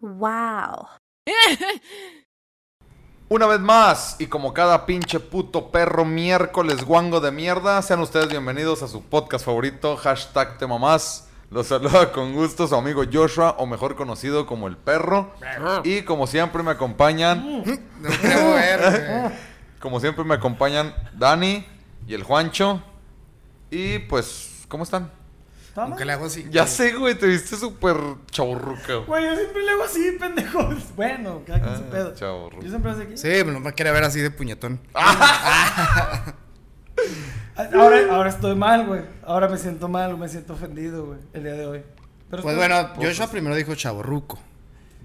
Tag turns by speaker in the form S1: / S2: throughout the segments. S1: Wow.
S2: Una vez más, y como cada pinche puto perro miércoles guango de mierda, sean ustedes bienvenidos a su podcast favorito, hashtag te mamás. Los saluda con gusto su amigo Joshua, o mejor conocido como el perro. Y como siempre me acompañan,
S3: No me quiero mover, güey.
S2: como siempre me acompañan Dani y el Juancho. Y pues, ¿cómo están?
S3: Aunque le hago así.
S2: Ya sé, güey, te viste súper chaburruca.
S4: Güey, yo siempre le hago así, pendejos. Bueno, cada quien su
S2: Ah,
S4: pedo.
S2: chavo.
S4: Yo siempre hago así.
S3: Sí, pero no me quiere ver así de puñetón.
S2: Ah,
S4: Ah, Ahora, ahora estoy mal, güey. Ahora me siento mal, me siento ofendido, güey, el día de hoy. Pero
S3: Pues
S4: estoy-
S3: bueno, Joshua primero dijo chaborruco.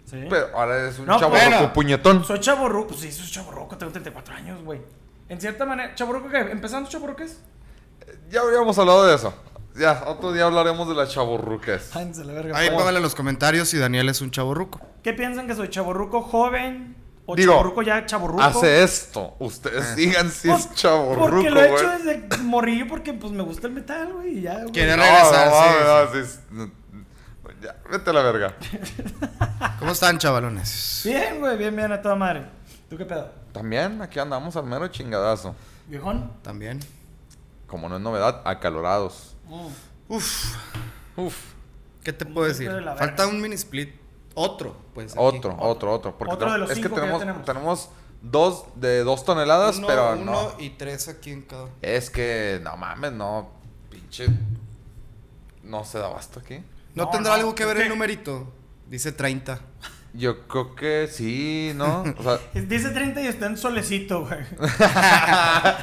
S4: Sí.
S2: Pero ahora es un
S4: No,
S2: chavo
S3: bueno.
S2: con puñetón.
S4: Soy chaborruco. Pues sí, soy chaborruco, tengo 34 años, güey. En cierta manera, chaborruco, ¿qué? ¿Empezando chaborruques?
S2: Ya habíamos hablado de eso. Ya, otro día hablaremos de las chaburruques.
S4: Cállense la verga.
S3: Ahí
S4: por
S3: póngale en los comentarios si Daniel es un chaborruco.
S4: favor. ¿Qué piensan que soy chaborruco joven? ¿O
S2: Digo,
S4: chaborruco ya chaborruco?
S2: Hace esto.
S3: Ah.
S2: Ustedes digan si
S4: Pues,
S2: es chaburruco,
S4: Porque
S2: güey.
S4: lo he hecho desde morrillo porque pues me gusta el metal, güey, y ya, güey.
S3: ¿Quién es?
S2: No,
S3: regresar,
S2: no,
S3: sí,
S2: no, sí, sí. Ya, vete a la verga.
S3: ¿Cómo están, chavalones?
S4: Bien, güey, bien, bien a toda madre. ¿Tú qué pedo?
S2: También aquí andamos al mero chingadazo.
S4: ¿Viejón?
S3: También.
S2: Como no es novedad, acalorados.
S3: Uf,
S2: Uf,
S3: ¿qué te puedo decir?
S4: Hijo de la verga.
S3: Falta un mini split. Otro, pues. aquí.
S2: otro, otro, otro. Porque
S4: Otro de los
S2: es que
S4: cinco que ya
S2: tenemos,
S4: tenemos.
S2: tenemos dos de dos toneladas,
S3: Uno,
S2: pero
S3: uno
S2: no.
S3: y tres aquí en cada.
S2: Es que, no mames, no. Pinche. No se da abasto aquí.
S3: ¿No,
S4: No,
S3: tendrá
S4: no,
S3: algo que
S4: es
S3: ver
S4: que-
S3: el numerito? Dice 30.
S2: Yo creo que sí, ¿no? O sea,
S4: Dice 30 y está en solecito, güey.
S2: Ah,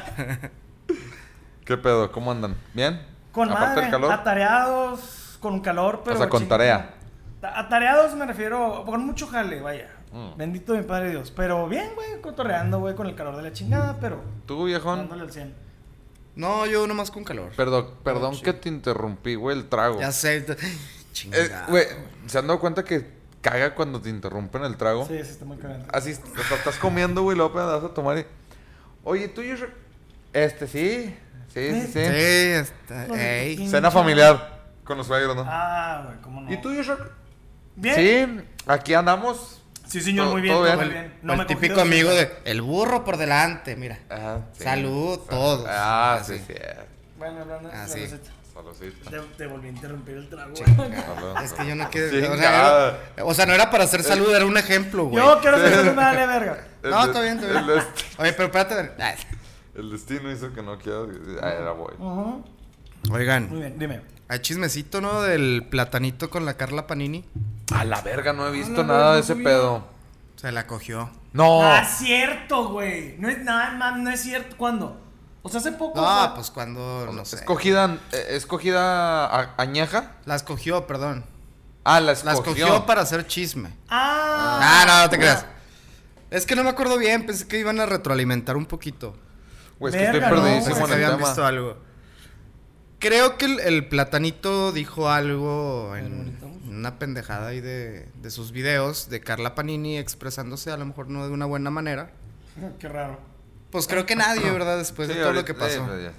S2: ¿qué pedo? ¿Cómo andan? ¿Bien?
S4: Con
S2: Aparte
S4: madre,
S2: del calor.
S4: atareados, con calor, pero...
S2: O sea, con tarea.
S4: Ta- Atareados me refiero, con mucho jale, vaya.
S2: Mm.
S4: Bendito mi padre Dios. Pero bien, güey, cotorreando, güey, con el calor de la chingada, pero...
S2: Tú, viejón.
S4: Dándole al 100.
S3: No, yo nomás con calor.
S2: Perdón, perdón
S3: sí.
S2: que te interrumpí, güey, el trago.
S3: Ya sé.
S2: Eh,
S3: Chingada.
S2: Güey, ¿se han dado cuenta que caga cuando te interrumpen el trago?
S4: Sí, sí, está muy cagante.
S2: Así, o sea, estás comiendo, güey, luego apenas vas a tomar y... Oye, tú y yo... Este, sí. Sí, sí,
S3: sí,
S2: sí.
S4: Eh,
S3: está.
S4: Hijo de tu
S3: Ey.
S2: Cena familiar con los suegros, ¿no?
S4: Ah, güey, cómo no.
S2: ¿Y tú, yo
S4: ¿Bien?
S2: Sí, aquí andamos.
S4: Sí, señor,
S2: Todo-
S4: muy bien,
S2: todo
S4: todo
S2: bien.
S4: muy
S3: O el-
S4: bien.
S3: o
S4: No
S3: el
S4: me he cogido
S3: típico amigo
S4: ninguna.
S3: de el burro por delante, mira.
S2: Ah, sí.
S3: Salud,
S2: Sal-
S3: todos.
S2: Ah, sí,
S3: Así.
S2: sí.
S4: Bueno, hablando de
S3: Ah,
S4: la
S3: sí.
S4: receta.
S2: Saludcita.
S4: Te, te volví a interrumpir el trago.
S2: Salud.
S3: Es que yo no quiero.
S2: Chingada.
S3: O sea, era- o sea, no era para hacer salud, era un ejemplo, güey.
S4: Yo quiero ser un vale verga.
S3: No, está bien, está
S2: El, este.
S3: bien.
S2: dest-
S3: Oye, pero espérate. Ay.
S2: el destino hizo que no quieras. Ah, era voy.
S4: Ujú. Muy
S3: Oigan,
S4: bien, dime.
S3: hay chismecito, ¿no? Del platanito con la Carla Panini.
S2: A la verga,
S3: Ah,
S2: no he visto
S4: no,
S2: nada
S4: no
S2: de ese
S4: subí.
S2: pedo.
S3: Se la cogió.
S2: No.
S4: Ah, cierto, güey. No es nada, man, no es cierto. ¿Cuándo? O sea, hace poco.
S3: No,
S4: güey.
S3: pues cuando. No sé.
S2: ¿Es cogida, eh, es cogida a- añeja?
S3: Las cogió, perdón.
S2: Ah, la escogió.
S3: Las cogió para hacer chisme.
S4: Ah.
S3: Ah, no, no te creas. Es que no me acuerdo bien, pensé que iban a retroalimentar un poquito.
S2: Güey, es que estoy
S4: Verga, no,
S3: Pensé
S2: perdidísimo
S4: güey.
S3: que
S2: en el
S3: habían
S2: tema.
S3: visto algo. Creo que el, el platanito dijo algo en, en una pendejada ahí de, de sus videos de Carla Panini expresándose a lo mejor no de una buena manera.
S4: Qué raro.
S3: Pues creo que nadie, ¿verdad? Después
S2: Sí,
S3: pues, de todo lo
S2: ahorita-
S3: que pasó.
S2: sí, ya.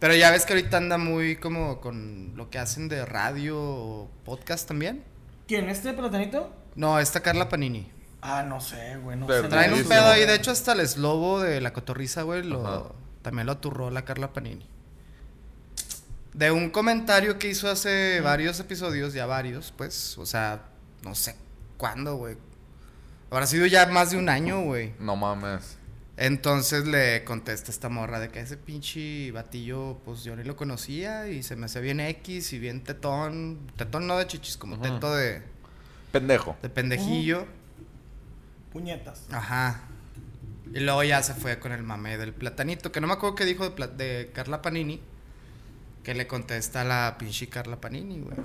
S3: Pero ya ves que ahorita anda muy como con lo que hacen de radio o podcast también.
S4: ¿Quién? ¿Este platanito?
S3: No, esta Carla Panini.
S4: Ah, no sé, güey. No
S2: Pero
S4: sé.
S3: Traen un
S2: Buenísimo.
S3: pedo ahí, de hecho hasta el eslobo de la cotorriza, güey, lo-
S2: Ajá.
S3: también lo aturró la Carla Panini. De un comentario que hizo hace varios episodios, ya varios, pues, o sea, no sé cuándo, güey. Habrá sido ya más de un año, güey.
S2: No mames.
S3: Entonces le contesta esta morra de que ese pinche batillo, pues yo ni lo conocía y se me hacía bien X y bien tetón. Tetón no de chichis, como
S2: Ajá.
S3: teto de,
S2: Pendejo.
S3: de pendejillo.
S4: Puñetas.
S3: Ajá. Y luego ya se fue con el mame del platanito, que no me acuerdo qué dijo de, pla- de Carla Panini, que le contesta a la pinche Carla Panini, güey.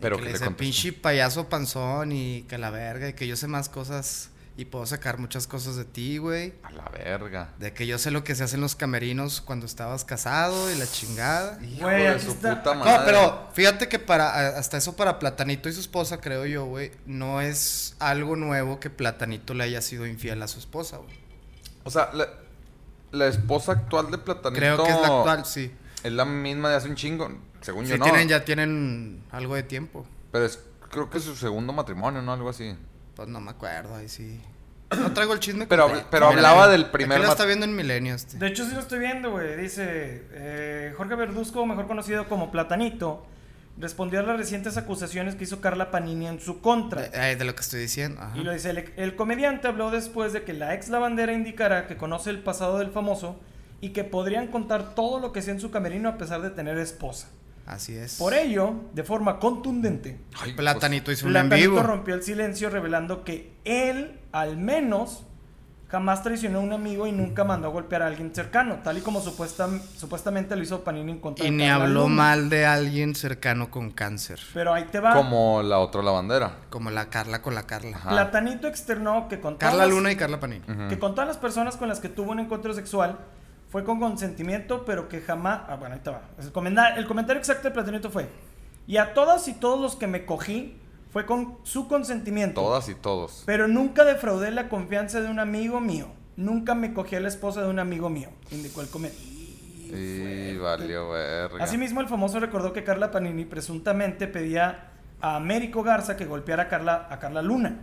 S2: Pero
S3: que
S2: que
S3: le
S2: le
S3: dice,
S2: contestó.
S3: pinche payaso panzón y que la verga, y que yo sé más cosas y puedo sacar muchas cosas de ti, güey.
S2: A la verga.
S3: De que yo sé lo que se hace en los camerinos cuando estabas casado y la chingada.
S2: Hijo
S4: Güey,
S2: de
S4: aquí
S2: su
S4: está-
S2: puta
S3: No,
S2: madre.
S3: pero fíjate que para a- hasta eso para Platanito y su esposa, creo yo, güey, no es algo nuevo que Platanito le haya sido infiel a su esposa, güey.
S2: O sea, la, la esposa actual de Platanito.
S3: Creo que es la actual, sí.
S2: Es la misma de hace un chingo. Según yo
S3: Sí
S2: no.
S3: tienen, ya tienen algo de tiempo.
S2: Pero es creo que es su segundo matrimonio, ¿no? Algo así.
S3: Pues no me acuerdo, ahí sí. No traigo el chisme.
S2: Pero-
S3: completo.
S2: pero hablaba del
S3: aquí
S2: primer
S3: lo
S2: mat-
S3: está viendo en Milenio este.
S4: De hecho, sí lo estoy viendo, güey. Dice, eh, Jorge Verduzco, mejor conocido como Platanito, respondió a las recientes acusaciones que hizo Carla Panini en su contra.
S3: De, eh, de lo que estoy diciendo. ajá.
S4: Y lo dice, el, el comediante habló después de que la ex lavandera indicara que conoce el pasado del famoso y que podrían contar todo lo que sea en su camerino a pesar de tener esposa.
S3: Así es.
S4: Por ello, de forma contundente,
S2: Ay, pues,
S3: Platanito hizo un en
S4: Platanito
S3: vivo.
S4: rompió el silencio revelando que él, al menos, jamás traicionó a un amigo y nunca mandó a golpear a alguien cercano, tal y como supuesta- supuestamente lo hizo Panini en contra
S3: Y
S4: de
S3: ni
S4: Carla
S3: habló
S4: Luna.
S3: mal de alguien cercano con cáncer.
S4: Pero ahí te va.
S2: pues, como la otra lavandera.
S3: Como la Carla con la Carla.
S2: Ajá.
S4: Platanito externó que con
S3: Carla
S4: todas las-
S3: Luna y Carla Panini.
S4: que con todas las personas con las que tuvo un encuentro sexual fue con consentimiento, pero que jamás... Ah, bueno, ahí te va. El, comenda- el comentario exacto de Platanito fue, y a todas y todos los que me cogí fue con su consentimiento.
S2: Todas y todos.
S4: Pero nunca defraudé la confianza de un amigo mío. Nunca me cogí a la esposa de un amigo mío, indicó el comediante.
S2: Y valió verga.
S4: Asimismo, el famoso recordó que Carla Panini presuntamente pedía a Américo Garza que golpeara a Carla, a Carla Luna.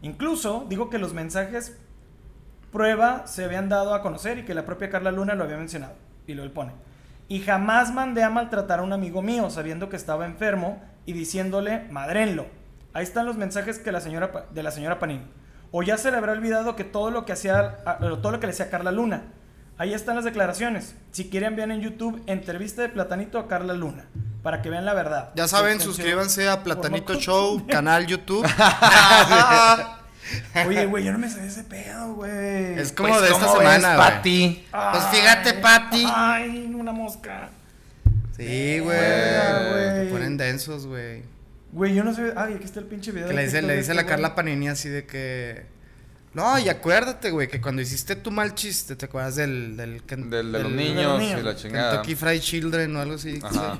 S4: Incluso dijo que los mensajes prueba se habían dado a conocer y que la propia Carla Luna lo había mencionado. Y lo él pone. Y jamás mandé a maltratar a un amigo mío sabiendo que estaba enfermo y diciéndole, madrenlo. Ahí están los mensajes que la señora, Pa- de la señora Panini. O ya se le habrá olvidado que todo lo que, hacía, a- o todo lo que le hacía Carla Luna. Ahí están las declaraciones. Si quieren, vean en YouTube entrevista de Platanito a Carla Luna. Para que vean la verdad.
S3: Ya saben,
S4: Suspensión
S3: suscríbanse a Platanito
S4: por-
S3: Show, canal YouTube.
S4: Oye, güey, yo no me sabía ese pedo, güey.
S3: pues, es
S2: Pues
S3: como de esta semana, güey.
S2: Pati?
S3: Pues fíjate, Pati.
S4: Ay, una mosca.
S3: Sí, güey.
S4: Verga, güey.
S3: Te ponen densos, güey.
S4: Güey, yo no sé. Ay, aquí está el pinche video.
S3: Que
S4: de
S3: le dice,
S4: TikTok
S3: le
S4: de
S3: dice la
S4: este güey.
S3: Carla Panini así de que. No, y acuérdate, güey, que cuando hiciste tu mal chiste, ¿te acuerdas del. del, Ken-
S2: Del de los
S3: del
S2: niños y
S4: niños.
S2: la chingada.
S3: Kentucky Fried Children o algo así.
S2: Ajá.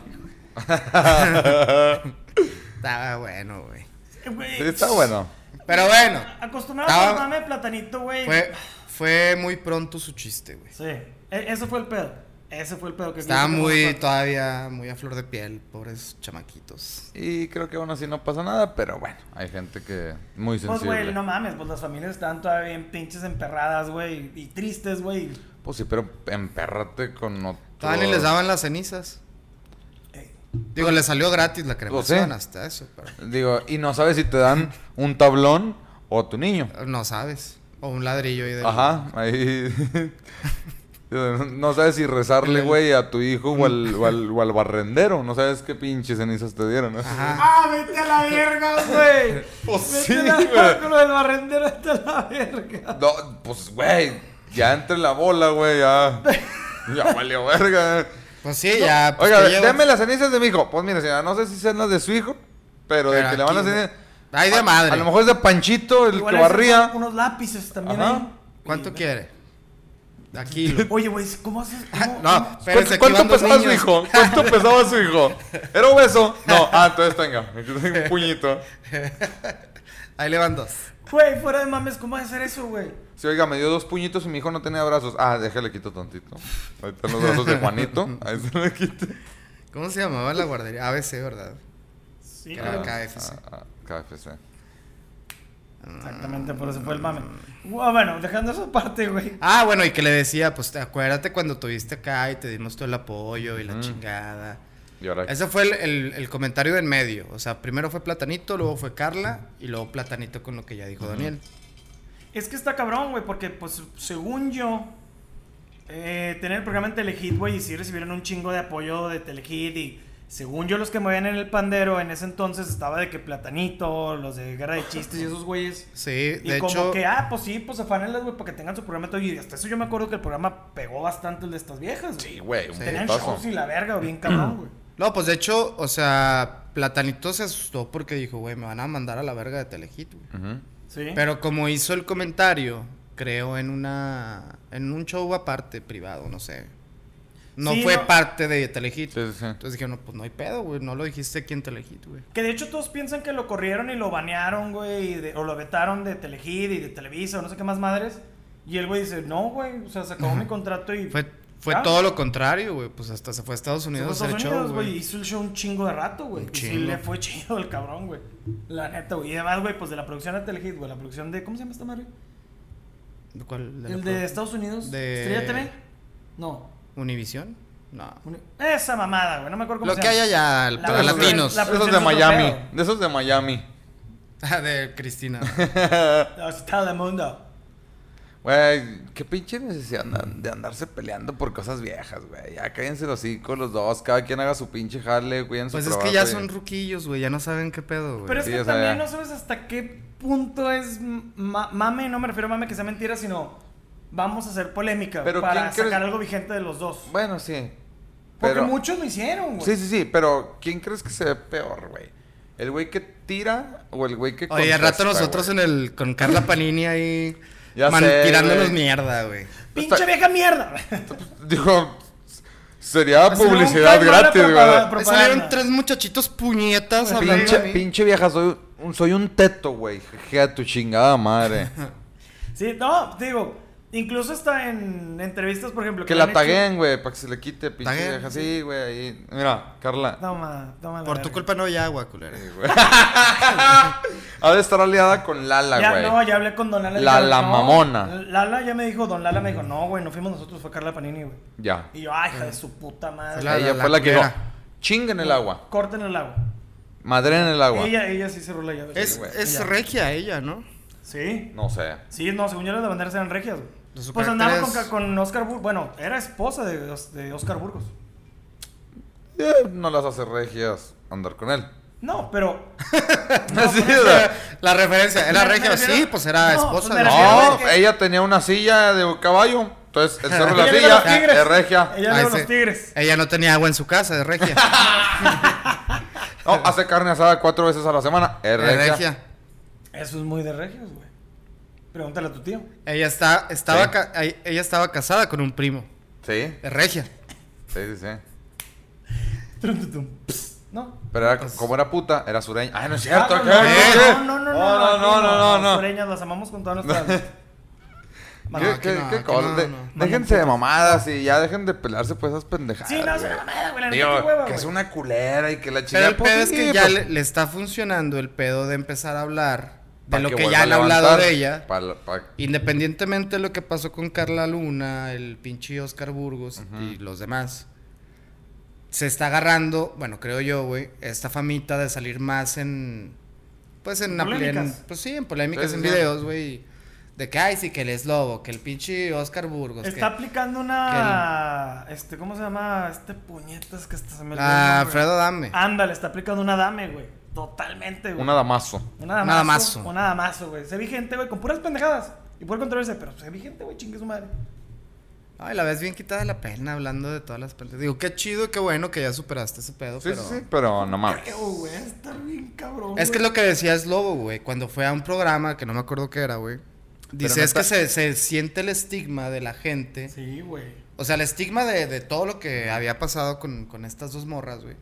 S3: Estaba bueno, güey.
S4: Güey,
S2: Sí, está bueno.
S3: Pero bueno,
S4: Acostumbrado
S3: Estaba-
S4: al mame de platanito, güey.
S3: fue, fue muy pronto su chiste, güey.
S4: Sí. E- Ese fue el pedo. Ese fue el pedo que
S3: Estaba
S4: que-
S3: muy, todavía, muy a flor de piel, pobres chamaquitos.
S2: Y creo que aún así no pasa nada, pero bueno, hay gente que muy
S4: Pues,
S2: sensible.
S4: güey, no mames, pues las familias estaban todavía bien pinches emperradas, güey, y tristes, güey.
S2: Pues sí, pero empérrate con otro.
S3: Todavía ni les daban las cenizas.
S4: Eh,
S3: Digo, le salió gratis la cremación
S2: Pues sí.
S3: hasta eso, pero
S2: Digo, y no sabes si te dan un tablón o tu niño.
S3: no sabes. O un ladrillo ahí de...
S2: Ajá, ahí. No sabes si rezarle, güey, a tu hijo o al, o al- o al barrendero. No sabes qué pinches cenizas te dieron. ¿no?
S3: Ajá.
S4: ¡Ah, vete a la verga, güey!
S2: Pues
S4: Vete
S2: sí,
S4: a la-
S2: güey.
S4: con lo del barrendero, vete a la verga.
S2: No, pues, güey, ya entre la bola, güey, ya. Ya valió verga.
S3: Pues sí, ya... pues,
S2: Oiga,
S3: ¿qué
S2: deme
S3: llevas?
S2: las cenizas de mi hijo. Pues mira, señora, no sé si sean las de su hijo, pero, de
S3: Pero
S2: que le van a
S3: aquí,
S2: hacer.
S3: Ay, de
S2: a-
S3: madre.
S2: A, lo mejor es de Panchito, el
S4: Igual
S2: que
S4: hay
S2: barría.
S4: unos lápices también
S2: Ajá.
S4: ahí.
S3: ¿Cuánto
S4: Y-
S3: quiere? Aquí. lo-
S4: Oye, güey, ¿cómo haces? cómo-
S3: No,
S4: cómo-
S3: espérense, aquí
S2: ¿Cuánto
S3: van dos
S2: pesaba su
S3: niños.
S2: hijo? ¿Cuánto pesaba su hijo? ¿Era obeso? No, ah, entonces tenga. Un puñito.
S3: Ahí le van dos.
S4: Güey, fuera de mames, ¿cómo hacer eso, güey?
S2: Sí, oiga, me dio dos puñitos y mi hijo no tenía brazos. Ah, déjale quito tantito. Ahí están los brazos de Juanito. Ahí se le quito.
S3: ¿Cómo se llamaba la guardería? ABC, ¿verdad?
S4: Sí,
S3: Que
S4: güey.
S3: era KFC.
S2: Ah, ah, KFC.
S4: Exactamente, por eso fue el mame. Gua- Bueno, dejando eso aparte, güey.
S3: Ah, bueno, y que le decía, pues te acuérdate cuando tuviste acá y te dimos todo el apoyo y la chingada.
S2: Y ahora.
S3: Ese fue el, el- el comentario de en medio. O sea, primero fue Platanito, luego fue Carla y luego Platanito con lo que ya dijo Daniel.
S4: Es que está cabrón, güey, porque, pues, según yo, eh, tener el programa en Telehit, güey, y sí recibieron un chingo de apoyo de Telehit. Y según yo, los que movían en el pandero en ese entonces estaba de que Platanito, los de Guerra de Chistes y esos güeyes.
S3: Sí,
S4: Y
S3: de
S4: como
S3: hecho.
S4: que, ah, pues sí, pues afánelas, güey, para que tengan su programa y todo. Y hasta eso yo me acuerdo que el programa pegó bastante el de estas viejas, güey.
S2: Sí, güey, un
S4: Tenían
S2: putazo.
S4: shows y la verga, bien cabrón, güey.
S3: No, pues de hecho, o sea, Platanito se asustó porque dijo, güey, me van a mandar a la verga de Telehit, güey.
S2: Ujú.
S4: Sí.
S3: Pero como hizo el comentario, creo en una. en un show aparte, privado, no sé. No
S4: Sí,
S3: fue
S4: no.
S3: parte de Telehit.
S2: Sí, sí, sí.
S3: Entonces dije, no, pues no hay pedo, güey. No lo dijiste aquí en Telehit, güey.
S4: Que de hecho todos piensan que lo corrieron y lo banearon, güey, y de- o lo vetaron de Telehit y de Televisa o no sé qué más madres. Y el güey dice, no, güey, o sea, se acabó mi contrato y
S3: Fue, Fue
S4: Ah.
S3: todo lo contrario, güey. Pues hasta se fue a Estados
S4: Se fue a
S3: Unidos a hacer
S4: Estados
S3: el
S4: Unidos,
S3: show,
S4: güey.
S3: güey.
S4: Hizo el show un chingo de rato, güey.
S3: Un
S4: Y sí
S3: chingo.
S4: le fue chido el cabrón, güey. La neta, güey. Y además, güey, pues de la producción de Telehit, güey. La producción de. ¿Cómo se llama esta madre?
S3: ¿Cuál? la
S4: el
S3: pro-
S4: de Estados Unidos.
S3: de-
S4: ¿Estrella TV? No.
S3: ¿Univisión? No.
S4: Uni- Esa mamada, güey. No me acuerdo cómo
S3: Lo
S4: se
S3: que hay
S4: llama.
S3: allá,
S4: La
S3: para
S4: producción-
S3: latinos.
S2: De
S4: la-
S2: esos
S4: producción
S2: de
S4: es otro
S2: Miami.
S4: pedo.
S2: De esos de Miami.
S3: Ah, de Cristina.
S4: Estado del mundo.
S2: Güey, qué pinche necesidad de an- de andarse peleando por cosas viejas, güey. Ya cállense los hijos los dos. Cada quien haga su pinche jale, cuiden
S3: pues
S2: su
S3: es que
S2: trabajo
S3: ya
S2: y-
S3: son ruquillos, güey. Ya no saben qué pedo, güey.
S4: Pero es
S2: Pues Sí,
S4: que
S2: o sea,
S4: también
S2: ya.
S4: no sabes hasta qué punto es ma- mame, no me refiero a mame que sea mentira, sino vamos a hacer polémica
S2: Pero
S4: para
S2: ¿quién
S4: sacar
S2: crees-
S4: algo vigente de los dos.
S2: Bueno, sí.
S4: Porque
S2: Pero...
S4: muchos lo hicieron, güey.
S2: Sí, sí, sí. Pero ¿quién crees que se ve peor, güey? ¿El güey que tira o el güey que
S3: Oye, al rato
S2: contesta,
S3: nosotros
S2: güey?
S3: en el con Carla Panini ahí
S2: Ya
S3: man-
S2: sé,
S3: tirándonos
S2: güey.
S3: mierda, güey.
S4: ¡Pinche
S2: Está-
S4: vieja mierda!
S2: Digo, sería
S4: Hacer un
S2: publicidad
S4: caldo a la
S2: gratis,
S4: propaganda.
S2: güey.
S3: Ahí
S4: Propaganda.
S3: Salieron tres muchachitos puñetas hablando
S2: Pinche,
S3: de mí.
S2: pinche vieja, soy un, soy un teto, güey. Jea tu chingada madre.
S4: Sí, no, digo, incluso hasta en entrevistas, por ejemplo.
S2: Que
S4: me
S2: la
S4: han hecho-
S2: taguen, güey, para que se le quite, pinche
S3: Taguen,
S2: vieja. Sí, güey, ahí. Mira, Carla.
S4: Toma, toma. la
S3: Por tu
S4: verga.
S3: culpa no hay agua, culera.
S2: Ha de estar aliada con Lala,
S4: Ya,
S2: güey.
S4: no, ya hablé con Don Lala. y
S2: La-
S4: dijeron,
S2: la
S4: no.
S2: mamona.
S4: Lala ya me dijo, Don Lala me dijo, no, güey, no fuimos nosotros, fue Carla Panini, güey.
S2: Ya.
S4: Y yo, ay, hija de su puta madre.
S3: La-
S2: Ella
S3: la-
S2: fue la,
S3: la
S2: que dijo,
S3: culera.
S2: chinguen el agua,
S4: Corten el agua.
S2: madre en el agua.
S4: Ella, ella sí cerró la llave.
S3: Es,
S2: güey.
S3: es
S4: Ya.
S3: regia ella, ¿no?
S4: Sí.
S2: No sé.
S4: Sí, no, según yo las banderas eran regias, güey.
S3: De su
S4: Pues
S3: carácter
S4: andaba con,
S3: es-
S4: ca- con Oscar Burgos. Bueno, era esposa de, Os- de Oscar Burgos.
S2: Eh, no las hace regias andar con él.
S4: No, pero.
S2: Sí,
S4: pero-
S2: o sea,
S3: La referencia, era
S4: Me- me
S3: regia,
S4: refiero-
S3: sí, pues era
S4: No,
S3: esposa.
S4: me
S3: de-
S4: refiero-
S2: no,
S4: de que-
S2: ella tenía una silla de un caballo. Entonces, el cerro de la
S4: Ella le da los
S2: silla
S4: tigres.
S2: es regia.
S4: Ella le
S3: Ahí
S4: da los
S3: se-
S4: tigres.
S3: Ella no tenía agua en su casa, es regia.
S2: No, hace carne asada cuatro veces a la semana. Es
S3: Es
S2: regia.
S3: regia.
S4: Eso es muy de regios, güey. Pregúntale a tu tío.
S3: Ella, está, estaba
S2: Sí.
S3: ca- ay- ella estaba casada con un primo.
S2: Sí,
S3: Es regia.
S2: sí, sí, sí.
S4: Trum, tum, tum. Psst. No.
S2: Pero era, como era puta, era sureña. Ah, no es cierto.
S4: Ah,
S2: ¿qué?
S4: no,
S2: ¿Qué?
S4: no, no, no,
S2: no, no, no, no, no.
S4: Sureñas, las amamos con toda nuestra.
S2: ¿Qué,
S3: No, aquí
S2: qué-
S3: no,
S2: qué
S3: aquí
S2: cosa?
S3: no,
S2: De-
S3: no.
S2: Déjense de mamadas y ya dejen de pelarse pues esas pendejadas.
S4: Sí, no, es una
S2: güey.
S4: mamada, güey. La
S2: Digo,
S4: neta, qué hueva,
S2: que
S4: güey.
S2: es una culera y que la
S3: Pero
S2: chingada.
S3: el
S2: pues,
S3: pedo es
S2: sí,
S3: que ya
S2: pues,
S3: le, le está funcionando el pedo de empezar a hablar de
S2: pa'
S3: lo que,
S2: vuelva
S3: ya
S2: a
S3: han hablado
S2: levantar,
S3: de ella.
S2: pa' la- pa'
S3: Independientemente de lo que pasó con Carla Luna, el pinche Oscar Burgos y los demás. Se está agarrando, bueno, creo yo, güey, esta famita de salir más en. Pues en. apl- en-
S4: Polémicas.
S3: pues sí, en polémicas,
S2: Sí,
S3: en
S2: sí, sí.
S3: videos, güey. De que, ay, sí, que el es lobo, que el pinche Oscar Burgos.
S4: Está
S3: Pues que,
S4: aplicando una. Este, ¿cómo se llama? Este puñetas que hasta se me olvidó el
S3: ah,
S4: nombre.
S3: Alfredo Dame.
S4: Ándale, está aplicando una dame, güey. Totalmente, güey.
S2: Una damazo.
S4: Un
S3: Nada
S4: adamazo.
S3: mazo.
S4: Un adamazo, güey. Se vi gente, güey, con puras pendejadas. Y pura controversia, pero se vi gente, güey, chingue su madre.
S3: Ay, la ves bien quitada de la pena hablando de todas las pendejas. Digo, qué chido, qué bueno que ya superaste ese pedo,
S2: Sí,
S3: pero.
S2: sí, sí, pero no mames.
S4: Creo, güey, está bien cabrón.
S3: Ah. Es que es lo que decía Slobo, güey, cuando fue a un programa que no me acuerdo qué era, güey. Dice,
S2: no
S3: es
S2: está-
S3: que se, se siente el estigma de la gente.
S4: Sí, güey.
S3: O sea, el estigma de, de todo lo que había pasado con, con estas dos morras, güey.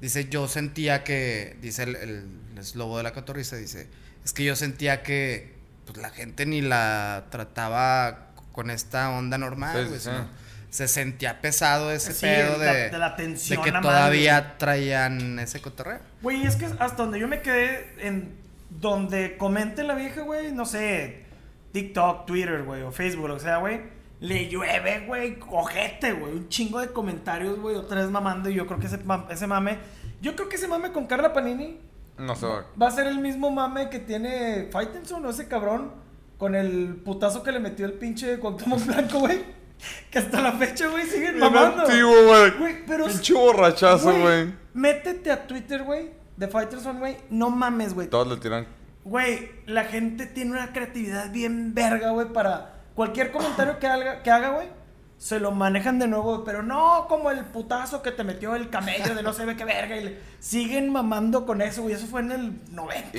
S3: Dice, yo sentía que. Dice el, el, el Slobo de la Catorriza, dice, es que yo sentía que pues, la gente ni la trataba con esta onda normal,
S2: Sí,
S3: güey.
S2: sí,
S3: sino
S2: sí.
S3: Se sentía pesado ese
S4: Sí,
S3: pedo
S4: la-
S3: de,
S4: de la tensión
S3: de que
S4: a madre,
S3: todavía traían ese cotorreo.
S4: Güey, es que hasta donde yo me quedé, en donde comente la vieja, güey, no sé, TikTok, Twitter, güey, o Facebook, lo que sea, güey, le llueve, güey, cojete, güey, un chingo de comentarios, güey, otra vez mamando, y yo creo que ese, mam- ese mame, yo creo que ese mame con Carla Panini
S2: No se va.
S4: va a ser el mismo mame que tiene Faitenson, ¿no? Ese cabrón, con el putazo que le metió el pinche Cuauhtémoc Blanco, güey, que hasta la fecha, güey, siguen mamando.
S2: antiguo, güey.
S4: Güey, pero-
S2: Pinche borrachazo, güey.
S4: Métete a Twitter, güey. De Fighterson, güey. No mames, güey.
S2: Todos le tiran.
S4: Güey, la gente tiene una creatividad bien verga, güey, para cualquier comentario que haga, que haga, güey. Se lo manejan de nuevo, güey, pero no como el putazo que te metió el camello de no sé qué verga. Y le- siguen mamando con eso, güey. Eso fue en el 90,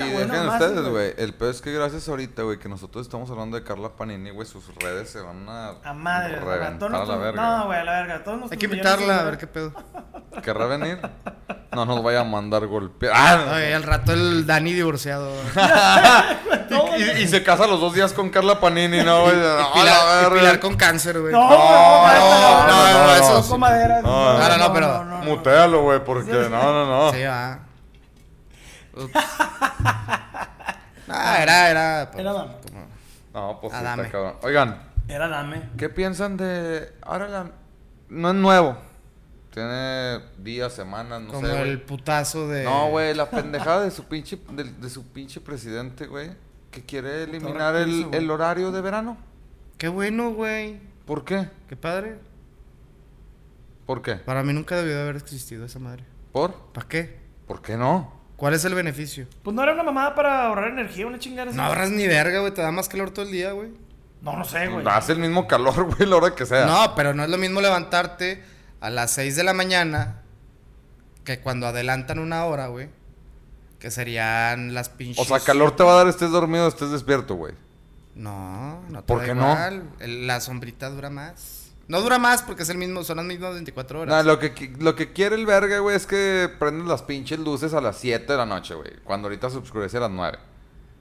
S2: Y
S4: güey.
S2: dejen
S4: no mames,
S2: ustedes, güey. El pedo es que gracias ahorita, güey, que nosotros estamos hablando de Carla Panini, güey, sus redes se van a.
S4: A madre, güey. a
S2: reventar a
S4: todos
S2: la
S4: nuestros-
S2: verga.
S4: No, güey, a la verga. a Todos nuestros
S3: Hay que
S4: millones de
S3: invitarla a ver
S4: seguidores.
S3: qué pedo.
S2: ¿Querrá venir? No nos vaya a mandar golpear. ¡Ah!
S3: Ay, al rato el Dani divorciado.
S4: todo.
S2: Y, y- y se casa los dos días con Carla Panini, ¿no? güey?
S3: Y
S2: A la
S3: Pilar, y
S2: verga.
S3: Pilar con cáncer, güey.
S4: No,
S2: No,
S4: güey,
S2: no, no,
S4: no,
S2: no,
S4: no,
S2: eso
S4: no,
S2: sí.
S4: con madera.
S2: No, no,
S3: no, pero
S2: Mutealo, güey, porque no, no, no.
S3: Sí, va. Ups. Ah, era, era. pues,
S4: Era dame.
S3: como-
S2: No, pues sí,
S3: Adame.
S2: está cabrón. Oigan,
S4: Era dame.
S2: ¿Qué piensan de ahora la- no es nuevo? Tiene días, semanas, no
S3: como
S2: sé. güey.
S3: el putazo de.
S2: No, güey, la pendejada de su pinche de, de su pinche presidente, güey, que quiere eliminar
S4: recurso,
S2: el,
S4: güey.
S2: el horario de verano.
S3: Qué bueno, güey.
S2: ¿Por qué?
S3: Qué padre.
S2: ¿Por qué?
S3: Para mí nunca debió de haber existido esa madre.
S2: ¿Por?
S3: ¿Para qué?
S2: ¿Por qué no?
S3: ¿Cuál es el beneficio?
S4: Pues no era una mamada para ahorrar energía, una chingada. así.
S3: No ahorras ni verga, güey. Te da más calor todo el día, güey.
S4: No, no sé, Eh, güey.
S2: Hace el mismo calor, güey, la hora que sea.
S3: No, pero no es lo mismo levantarte a las 6 de la mañana que cuando adelantan una hora, güey. Que serían las
S2: O
S3: pinches.
S2: sea, calor te va a dar estés dormido, estés despierto, güey.
S3: No, no te
S2: ¿Por
S3: da
S2: qué no?
S3: igual. El- la sombrita dura más. No dura más porque es el mismo, son las mismas 24 horas.
S2: Nah, lo, que, qui- lo que quiere el verga, güey, es que prendas las pinches luces a las 7 de la noche, güey. Cuando ahorita se oscurece a las 9.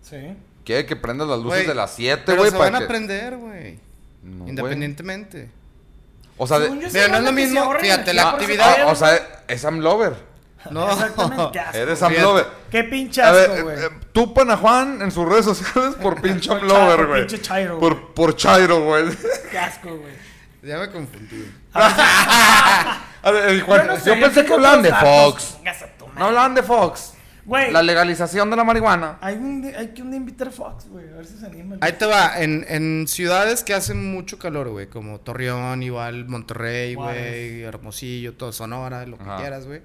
S4: Sí.
S2: Quiere que prendas las luces
S3: Güey,
S2: de las 7,
S3: Pero
S2: güey,
S3: se
S2: para
S3: van
S2: que-
S3: a prender, güey.
S2: No, güey.
S3: Independientemente.
S2: O sea, de-
S4: Según yo, sí
S3: Mira, no
S4: era
S3: es lo
S4: que se
S3: mismo,
S4: ahorra
S3: fíjate, la
S4: energía por
S3: actividad-
S4: separado.
S2: Ah, o sea, es Sam Lover.
S3: No.
S4: Exactamente. asco,
S2: Eres
S4: güey.
S2: Sam Lover.
S4: Ah, Qué pinche
S2: A
S4: asco,
S2: ver,
S4: güey.
S2: eh, eh, tú, Panajuan, en sus redes sociales por pinche Sam
S4: Por
S2: Lover,
S4: Chairo,
S2: güey.
S4: pinche Chairo,
S2: Por, por Chairo, güey.
S4: Qué asco, güey.
S3: Ya me confundí.
S2: A ver, eh,
S4: Yo
S2: Juan,
S4: no sé,
S2: yo pensé
S4: tengo
S2: que hablaban de
S4: otros datos.
S2: Fox.
S4: Chingas a tu madre.
S2: No hablaban de Fox.
S4: Güey,
S2: La legalización de la marihuana.
S4: hay, un de- hay que un día invitar a Fox, güey. A ver si se anima.
S3: Ahí te va, en, en ciudades que hacen mucho calor, güey, como Torreón, igual Monterrey, güey,
S4: Juárez.
S3: Hermosillo, todo Sonora, lo que
S2: Ajá.
S3: quieras, güey.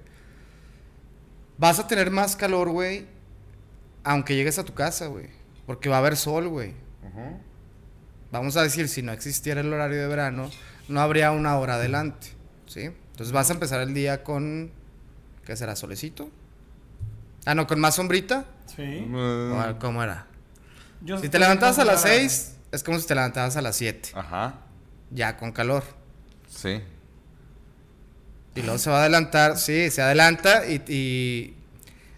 S3: Vas a tener más calor, güey, aunque llegues a tu casa, güey, porque va a haber sol, güey. Vamos a decir, si no existiera el horario de verano, no habría una hora adelante, ¿sí? Entonces vas a empezar el día con, ¿qué será? ¿Solecito? Ah, no, con más sombrita.
S4: Sí.
S3: ¿O
S2: Mm,
S3: a- ¿Cómo era?
S4: Yo
S3: Si te
S4: estoy
S3: levantabas a
S4: viendo
S3: las
S4: la-
S3: 6, es como si te levantabas a las 7,
S2: Ajá.
S3: ya con calor.
S2: Sí.
S3: Y luego se va a adelantar, sí, se adelanta y... y...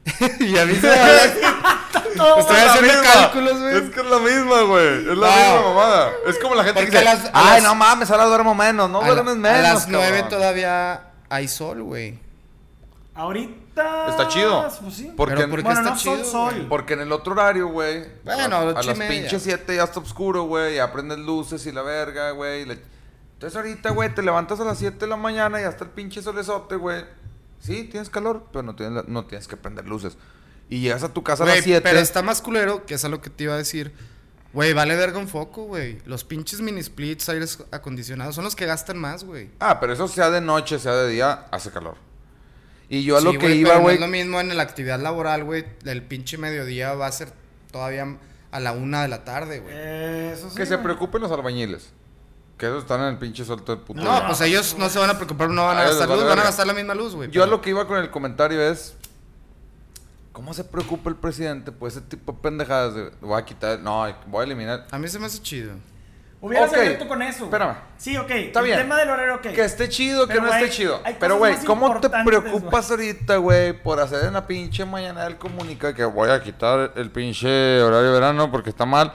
S3: y a mí se me va
S4: No,
S3: Estoy
S2: Es la
S3: haciendo
S2: misma.
S3: cálculos, güey.
S2: Es que es la misma, güey. Es la
S3: No.
S2: misma mamada. Es como la gente que
S3: Porque
S2: dice,
S3: a las- a
S2: ay,
S3: las-
S2: no mames, ahora duermo menos. No
S3: a, la-
S2: duermes menos,
S3: a las 9
S2: cabrón".
S3: todavía hay sol, güey.
S4: Ahorita.
S2: Está chido.
S4: Pues sí.
S2: Porque,
S3: Pero ¿por qué
S4: bueno,
S3: está
S4: no sol,
S3: chido,
S4: sol.
S3: güey?
S2: porque en el otro horario, güey.
S3: Bueno,
S2: a las- a,
S3: ocho y
S2: las
S3: media.
S2: pinches 7 ya está oscuro, güey. Ya prendes luces y la verga, güey. y la- Entonces ahorita, güey, te levantas a las 7 de la mañana y hasta el pinche solezote, güey. Sí, tienes calor, pero no tienes, la- no tienes que prender luces. Y llegas a tu casa a
S3: Güey,
S2: las 7.
S3: pero está más culero, que es a lo que te iba a decir. Güey, vale verga un foco, güey. Los pinches mini splits, aires acondicionados, son los que gastan más, güey.
S2: Ah, pero eso sea de noche, sea de día, hace calor. Y yo a lo
S3: Sí,
S2: que
S3: güey,
S2: iba,
S3: pero
S2: güey.
S3: No es lo mismo en la actividad laboral, güey. El pinche mediodía va a ser todavía a la una de la tarde, güey.
S4: Eso sí.
S2: que se
S4: güey.
S2: preocupen los albañiles. Que esos están en el pinche sol todo el puto
S3: No,
S2: día.
S3: pues ellos no se van a preocupar, no van
S2: A
S3: a
S2: ellos les
S3: gastar
S2: vale
S3: luz, van a
S2: verga.
S3: gastar la misma luz, güey.
S2: Yo a
S3: pero-
S2: lo que iba con el comentario es. ¿Cómo se preocupa el presidente por ese tipo de pendejadas? de, Voy a quitar. No, voy a eliminar.
S3: A mí se me hace chido.
S4: Hubieras
S2: Ok,
S4: abierto con eso. güey.
S2: espérame.
S4: Sí, ok.
S2: Está
S4: el
S2: bien.
S4: tema del horario, ok.
S2: Que esté chido, que
S4: Pero,
S2: no
S4: güey,
S2: esté chido.
S4: hay
S2: Pero,
S4: cosas
S2: güey,
S4: más
S2: ¿cómo te
S4: importantes,
S2: preocupas ahorita, güey, por hacer en la pinche mañana el comunica que voy a quitar el pinche horario de verano porque está mal?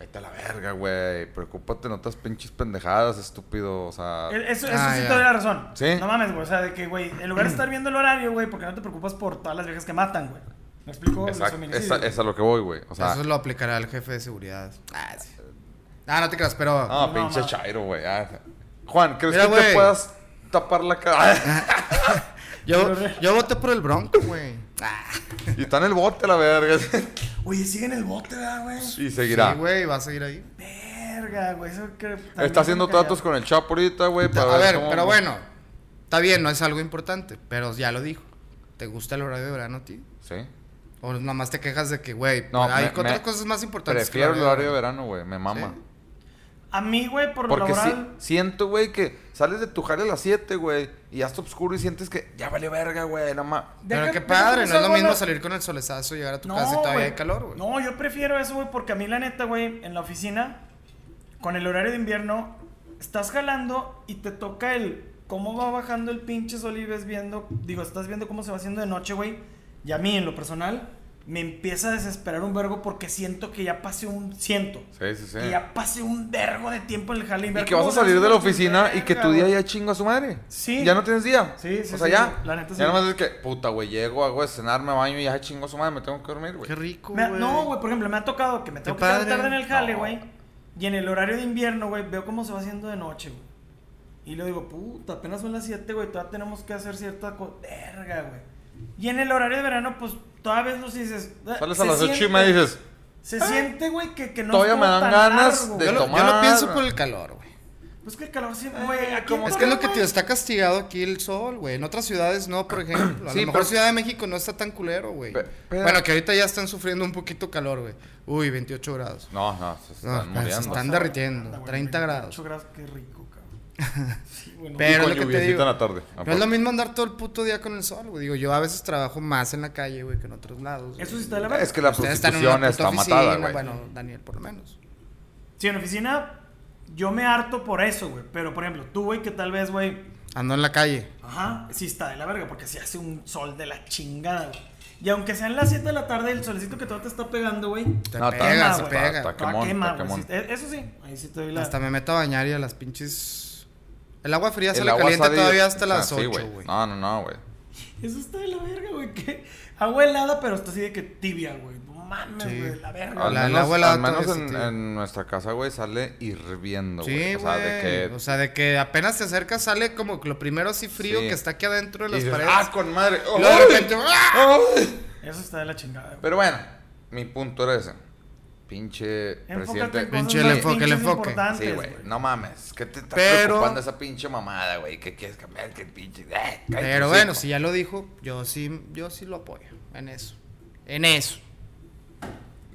S2: Vete a la verga, güey. Preocúpate, no estás pinches pendejadas, estúpido. O sea.
S4: El- Eh, Eso, eso
S3: Ah,
S4: sí
S3: ya.
S4: te doy la razón.
S2: Sí.
S4: No mames, güey. O sea, de que, güey, en lugar de estar viendo el horario, güey, porque no te preocupas por todas las viejas que matan, güey. ¿Me explico? Los
S2: Exacto,
S4: feminicidios,
S2: esa,
S4: güey.
S2: es a lo que voy, güey. O sea,
S3: Eso lo aplicará el jefe de seguridad. Ah, sí. Ah, no te creas, pero.
S2: Ah,
S4: No,
S2: pinche
S4: ma.
S2: chairo, güey. Ah. Juan, ¿crees
S3: Mira,
S2: que te
S3: güey.
S2: puedas tapar la cara?
S4: Ah.
S3: yo, yo voté por el Bronco, güey. Ah,
S2: y está en el bote, la verga.
S4: Oye, sigue en el bote, ¿verdad, güey.
S2: y seguirá.
S3: Sí, güey, va a seguir ahí.
S4: Verga, güey. Eso que. también
S2: está haciendo
S4: me caía.
S2: tratos con el Chapo ahorita, güey. para
S3: A ver,
S2: cómo-
S3: pero bueno. Está bien, no es algo importante, pero ya lo dijo. ¿Te gusta el horario de verano a ti?
S2: Sí.
S3: O nada más te quejas de que, güey,
S2: No,
S3: hay
S2: me-
S3: otras
S2: me-
S3: cosas más importantes. que
S2: Prefiero el horario de verano, güey. Me mama.
S3: Sí.
S4: A mí, güey, por lo
S2: Porque si-
S4: laboral.
S2: siento, güey, que sales de tu jale a las 7, güey. Y ya está oscuro y sientes que ya valió verga, güey. La ma...
S3: Pero
S4: Deja-
S3: qué
S4: deja
S3: padre,
S4: que
S3: no es lo
S4: salgo a
S3: mismo
S4: las-
S3: salir con el solezazo, llegar a tu casa y todavía
S4: güey.
S3: hay calor, güey.
S4: No, yo prefiero eso, güey, porque a mí la neta, güey, en la oficina, con el horario de invierno, estás jalando y te toca el cómo va bajando el pinche sol y ves viendo, digo, estás viendo cómo se va haciendo de noche, güey. Y a mí, en lo personal, me empieza a desesperar un vergo porque siento que ya pasé un ciento.
S2: Sí, sí, sí.
S4: Que ya pasé un vergo de tiempo en el jale. ver
S2: Y que
S4: cómo
S2: vas a
S4: se
S2: salir
S4: hace
S2: de la
S4: una
S2: oficina y que tu
S4: verga,
S2: día
S4: güey.
S2: ya chinga su madre.
S4: Sí.
S2: Ya no tienes día.
S4: Sí, sí,
S2: O sea,
S4: sí,
S2: ya.
S4: la neta sí.
S2: Ya nomás es que, puta, güey, llego, hago de cenar, me baño y ya chingo su madre, me tengo que dormir, güey.
S3: Qué rico,
S4: Me ha-
S3: güey.
S4: no, güey, por ejemplo, me ha tocado que me tengo
S3: Qué
S4: que quedar
S3: padre.
S4: tarde en el jale,
S2: No.
S4: güey. Y en el horario de invierno, güey, veo cómo se va haciendo de noche, güey. Y le digo, puta, apenas son las 7, güey, todavía tenemos que hacer cierta co- verga, güey. Y en el horario de verano, pues, todavía vez los dices. eh,
S2: Sales
S4: se
S2: a las 8 y
S4: siente-
S2: me dices, "Ah".
S4: Se siente, güey, que, que no
S2: Todavía
S4: estuvo
S2: me dan
S4: tan
S2: ganas
S4: largo,
S2: de
S4: güey.
S3: yo, lo, yo lo
S2: tomar.
S3: pienso por el calor, güey.
S4: Pues que el calor siempre,
S2: Ay,
S4: güey, aquí
S2: como-
S4: en
S3: Eh, Es que es lo que
S4: Torreón,
S3: te está castigado aquí el sol, güey. En otras ciudades no, por ejemplo. A
S2: Sí,
S3: lo mejor
S2: pero-
S3: Ciudad de México no está tan culero, güey.
S2: Pe- pero-
S3: Bueno, que ahorita ya están sufriendo un poquito calor, güey. Uy, 28 grados.
S2: no, no, se
S3: No,
S2: están
S3: se
S2: muriendo.
S3: están-
S4: güey.
S3: derritiendo,
S4: güey,
S3: 30 grados.
S4: 28 grados, qué rico, cabrón. Sí, bueno.
S2: Y con
S3: Pero lo que te
S2: lluviecita
S3: digo.
S2: en la tarde.
S3: No es lo mismo andar todo el puto día con el sol, güey. Digo, yo a veces trabajo más en la calle, güey, que en otros lados. güey.
S4: Eso sí está de la verga.
S2: Es que la
S3: Ustedes están en una
S2: prostitución
S3: puta
S2: está
S3: oficina,
S2: matada, güey.
S3: Bueno, Daniel, por lo menos.
S4: Sí, en oficina yo me harto por eso, güey. Pero, por ejemplo, tú, güey, que tal vez, güey,
S3: Ando en la calle.
S4: ajá, sí está de la verga, porque sí hace un sol de la chingada, güey. Y aunque sean las 7 de la tarde, el solecito que todavía te está pegando, güey,
S3: Te
S2: No,
S3: pega,
S4: está-
S3: se
S4: güey.
S3: pega.
S2: Está-
S4: todavía
S2: Pokémon,
S4: quema, güey.
S2: Pokémon.
S4: Sí, e- Eso sí, ahí sí te doy la...
S3: Hasta me meto a bañar y a las pinches. El agua fría se
S2: El
S3: le
S2: agua
S3: calienta
S2: sabe-
S3: todavía hasta
S2: Ah,
S3: las
S2: sí,
S3: 8, güey.
S2: No, no, no, güey.
S4: Eso está de la verga, güey, que agua helada, pero está así de que tibia, güey. No mames,
S3: Sí.
S4: güey, de la verga.
S3: Ah,
S2: Al
S3: la- la
S2: menos,
S3: abuela
S2: al menos
S3: todavía se
S2: en,
S3: tira.
S2: en nuestra casa, güey, sale hirviendo, güey.
S3: Sí, güey.
S2: o sea, de que...
S3: O sea, de que apenas te acercas sale como que lo primero así frío
S2: Sí.
S3: que está aquí adentro de
S2: y
S3: las
S2: dices,
S3: paredes.
S2: ah, con madre.
S3: Y luego de
S2: ¡Ay!
S3: repente, ¡ah!
S2: ¡Ay!
S4: Eso está de la chingada, güey.
S2: Pero bueno, mi punto era ese. Pinche
S4: Enfócate en
S2: presidente.
S3: Pinche
S4: cosas
S3: el
S4: más
S3: enfoque, el
S4: pinches
S3: enfoque.
S4: importantes,
S2: Sí, güey. No mames. ¿Qué te estás
S3: Pero-
S2: preocupando esa pinche mamada, güey? ¿Qué quieres cambiar? ¿Qué pinche? Eh, cállate
S3: Pero
S2: el
S3: bueno,
S2: hocico.
S3: si ya lo dijo, yo sí, yo sí lo apoyo. En eso. En eso.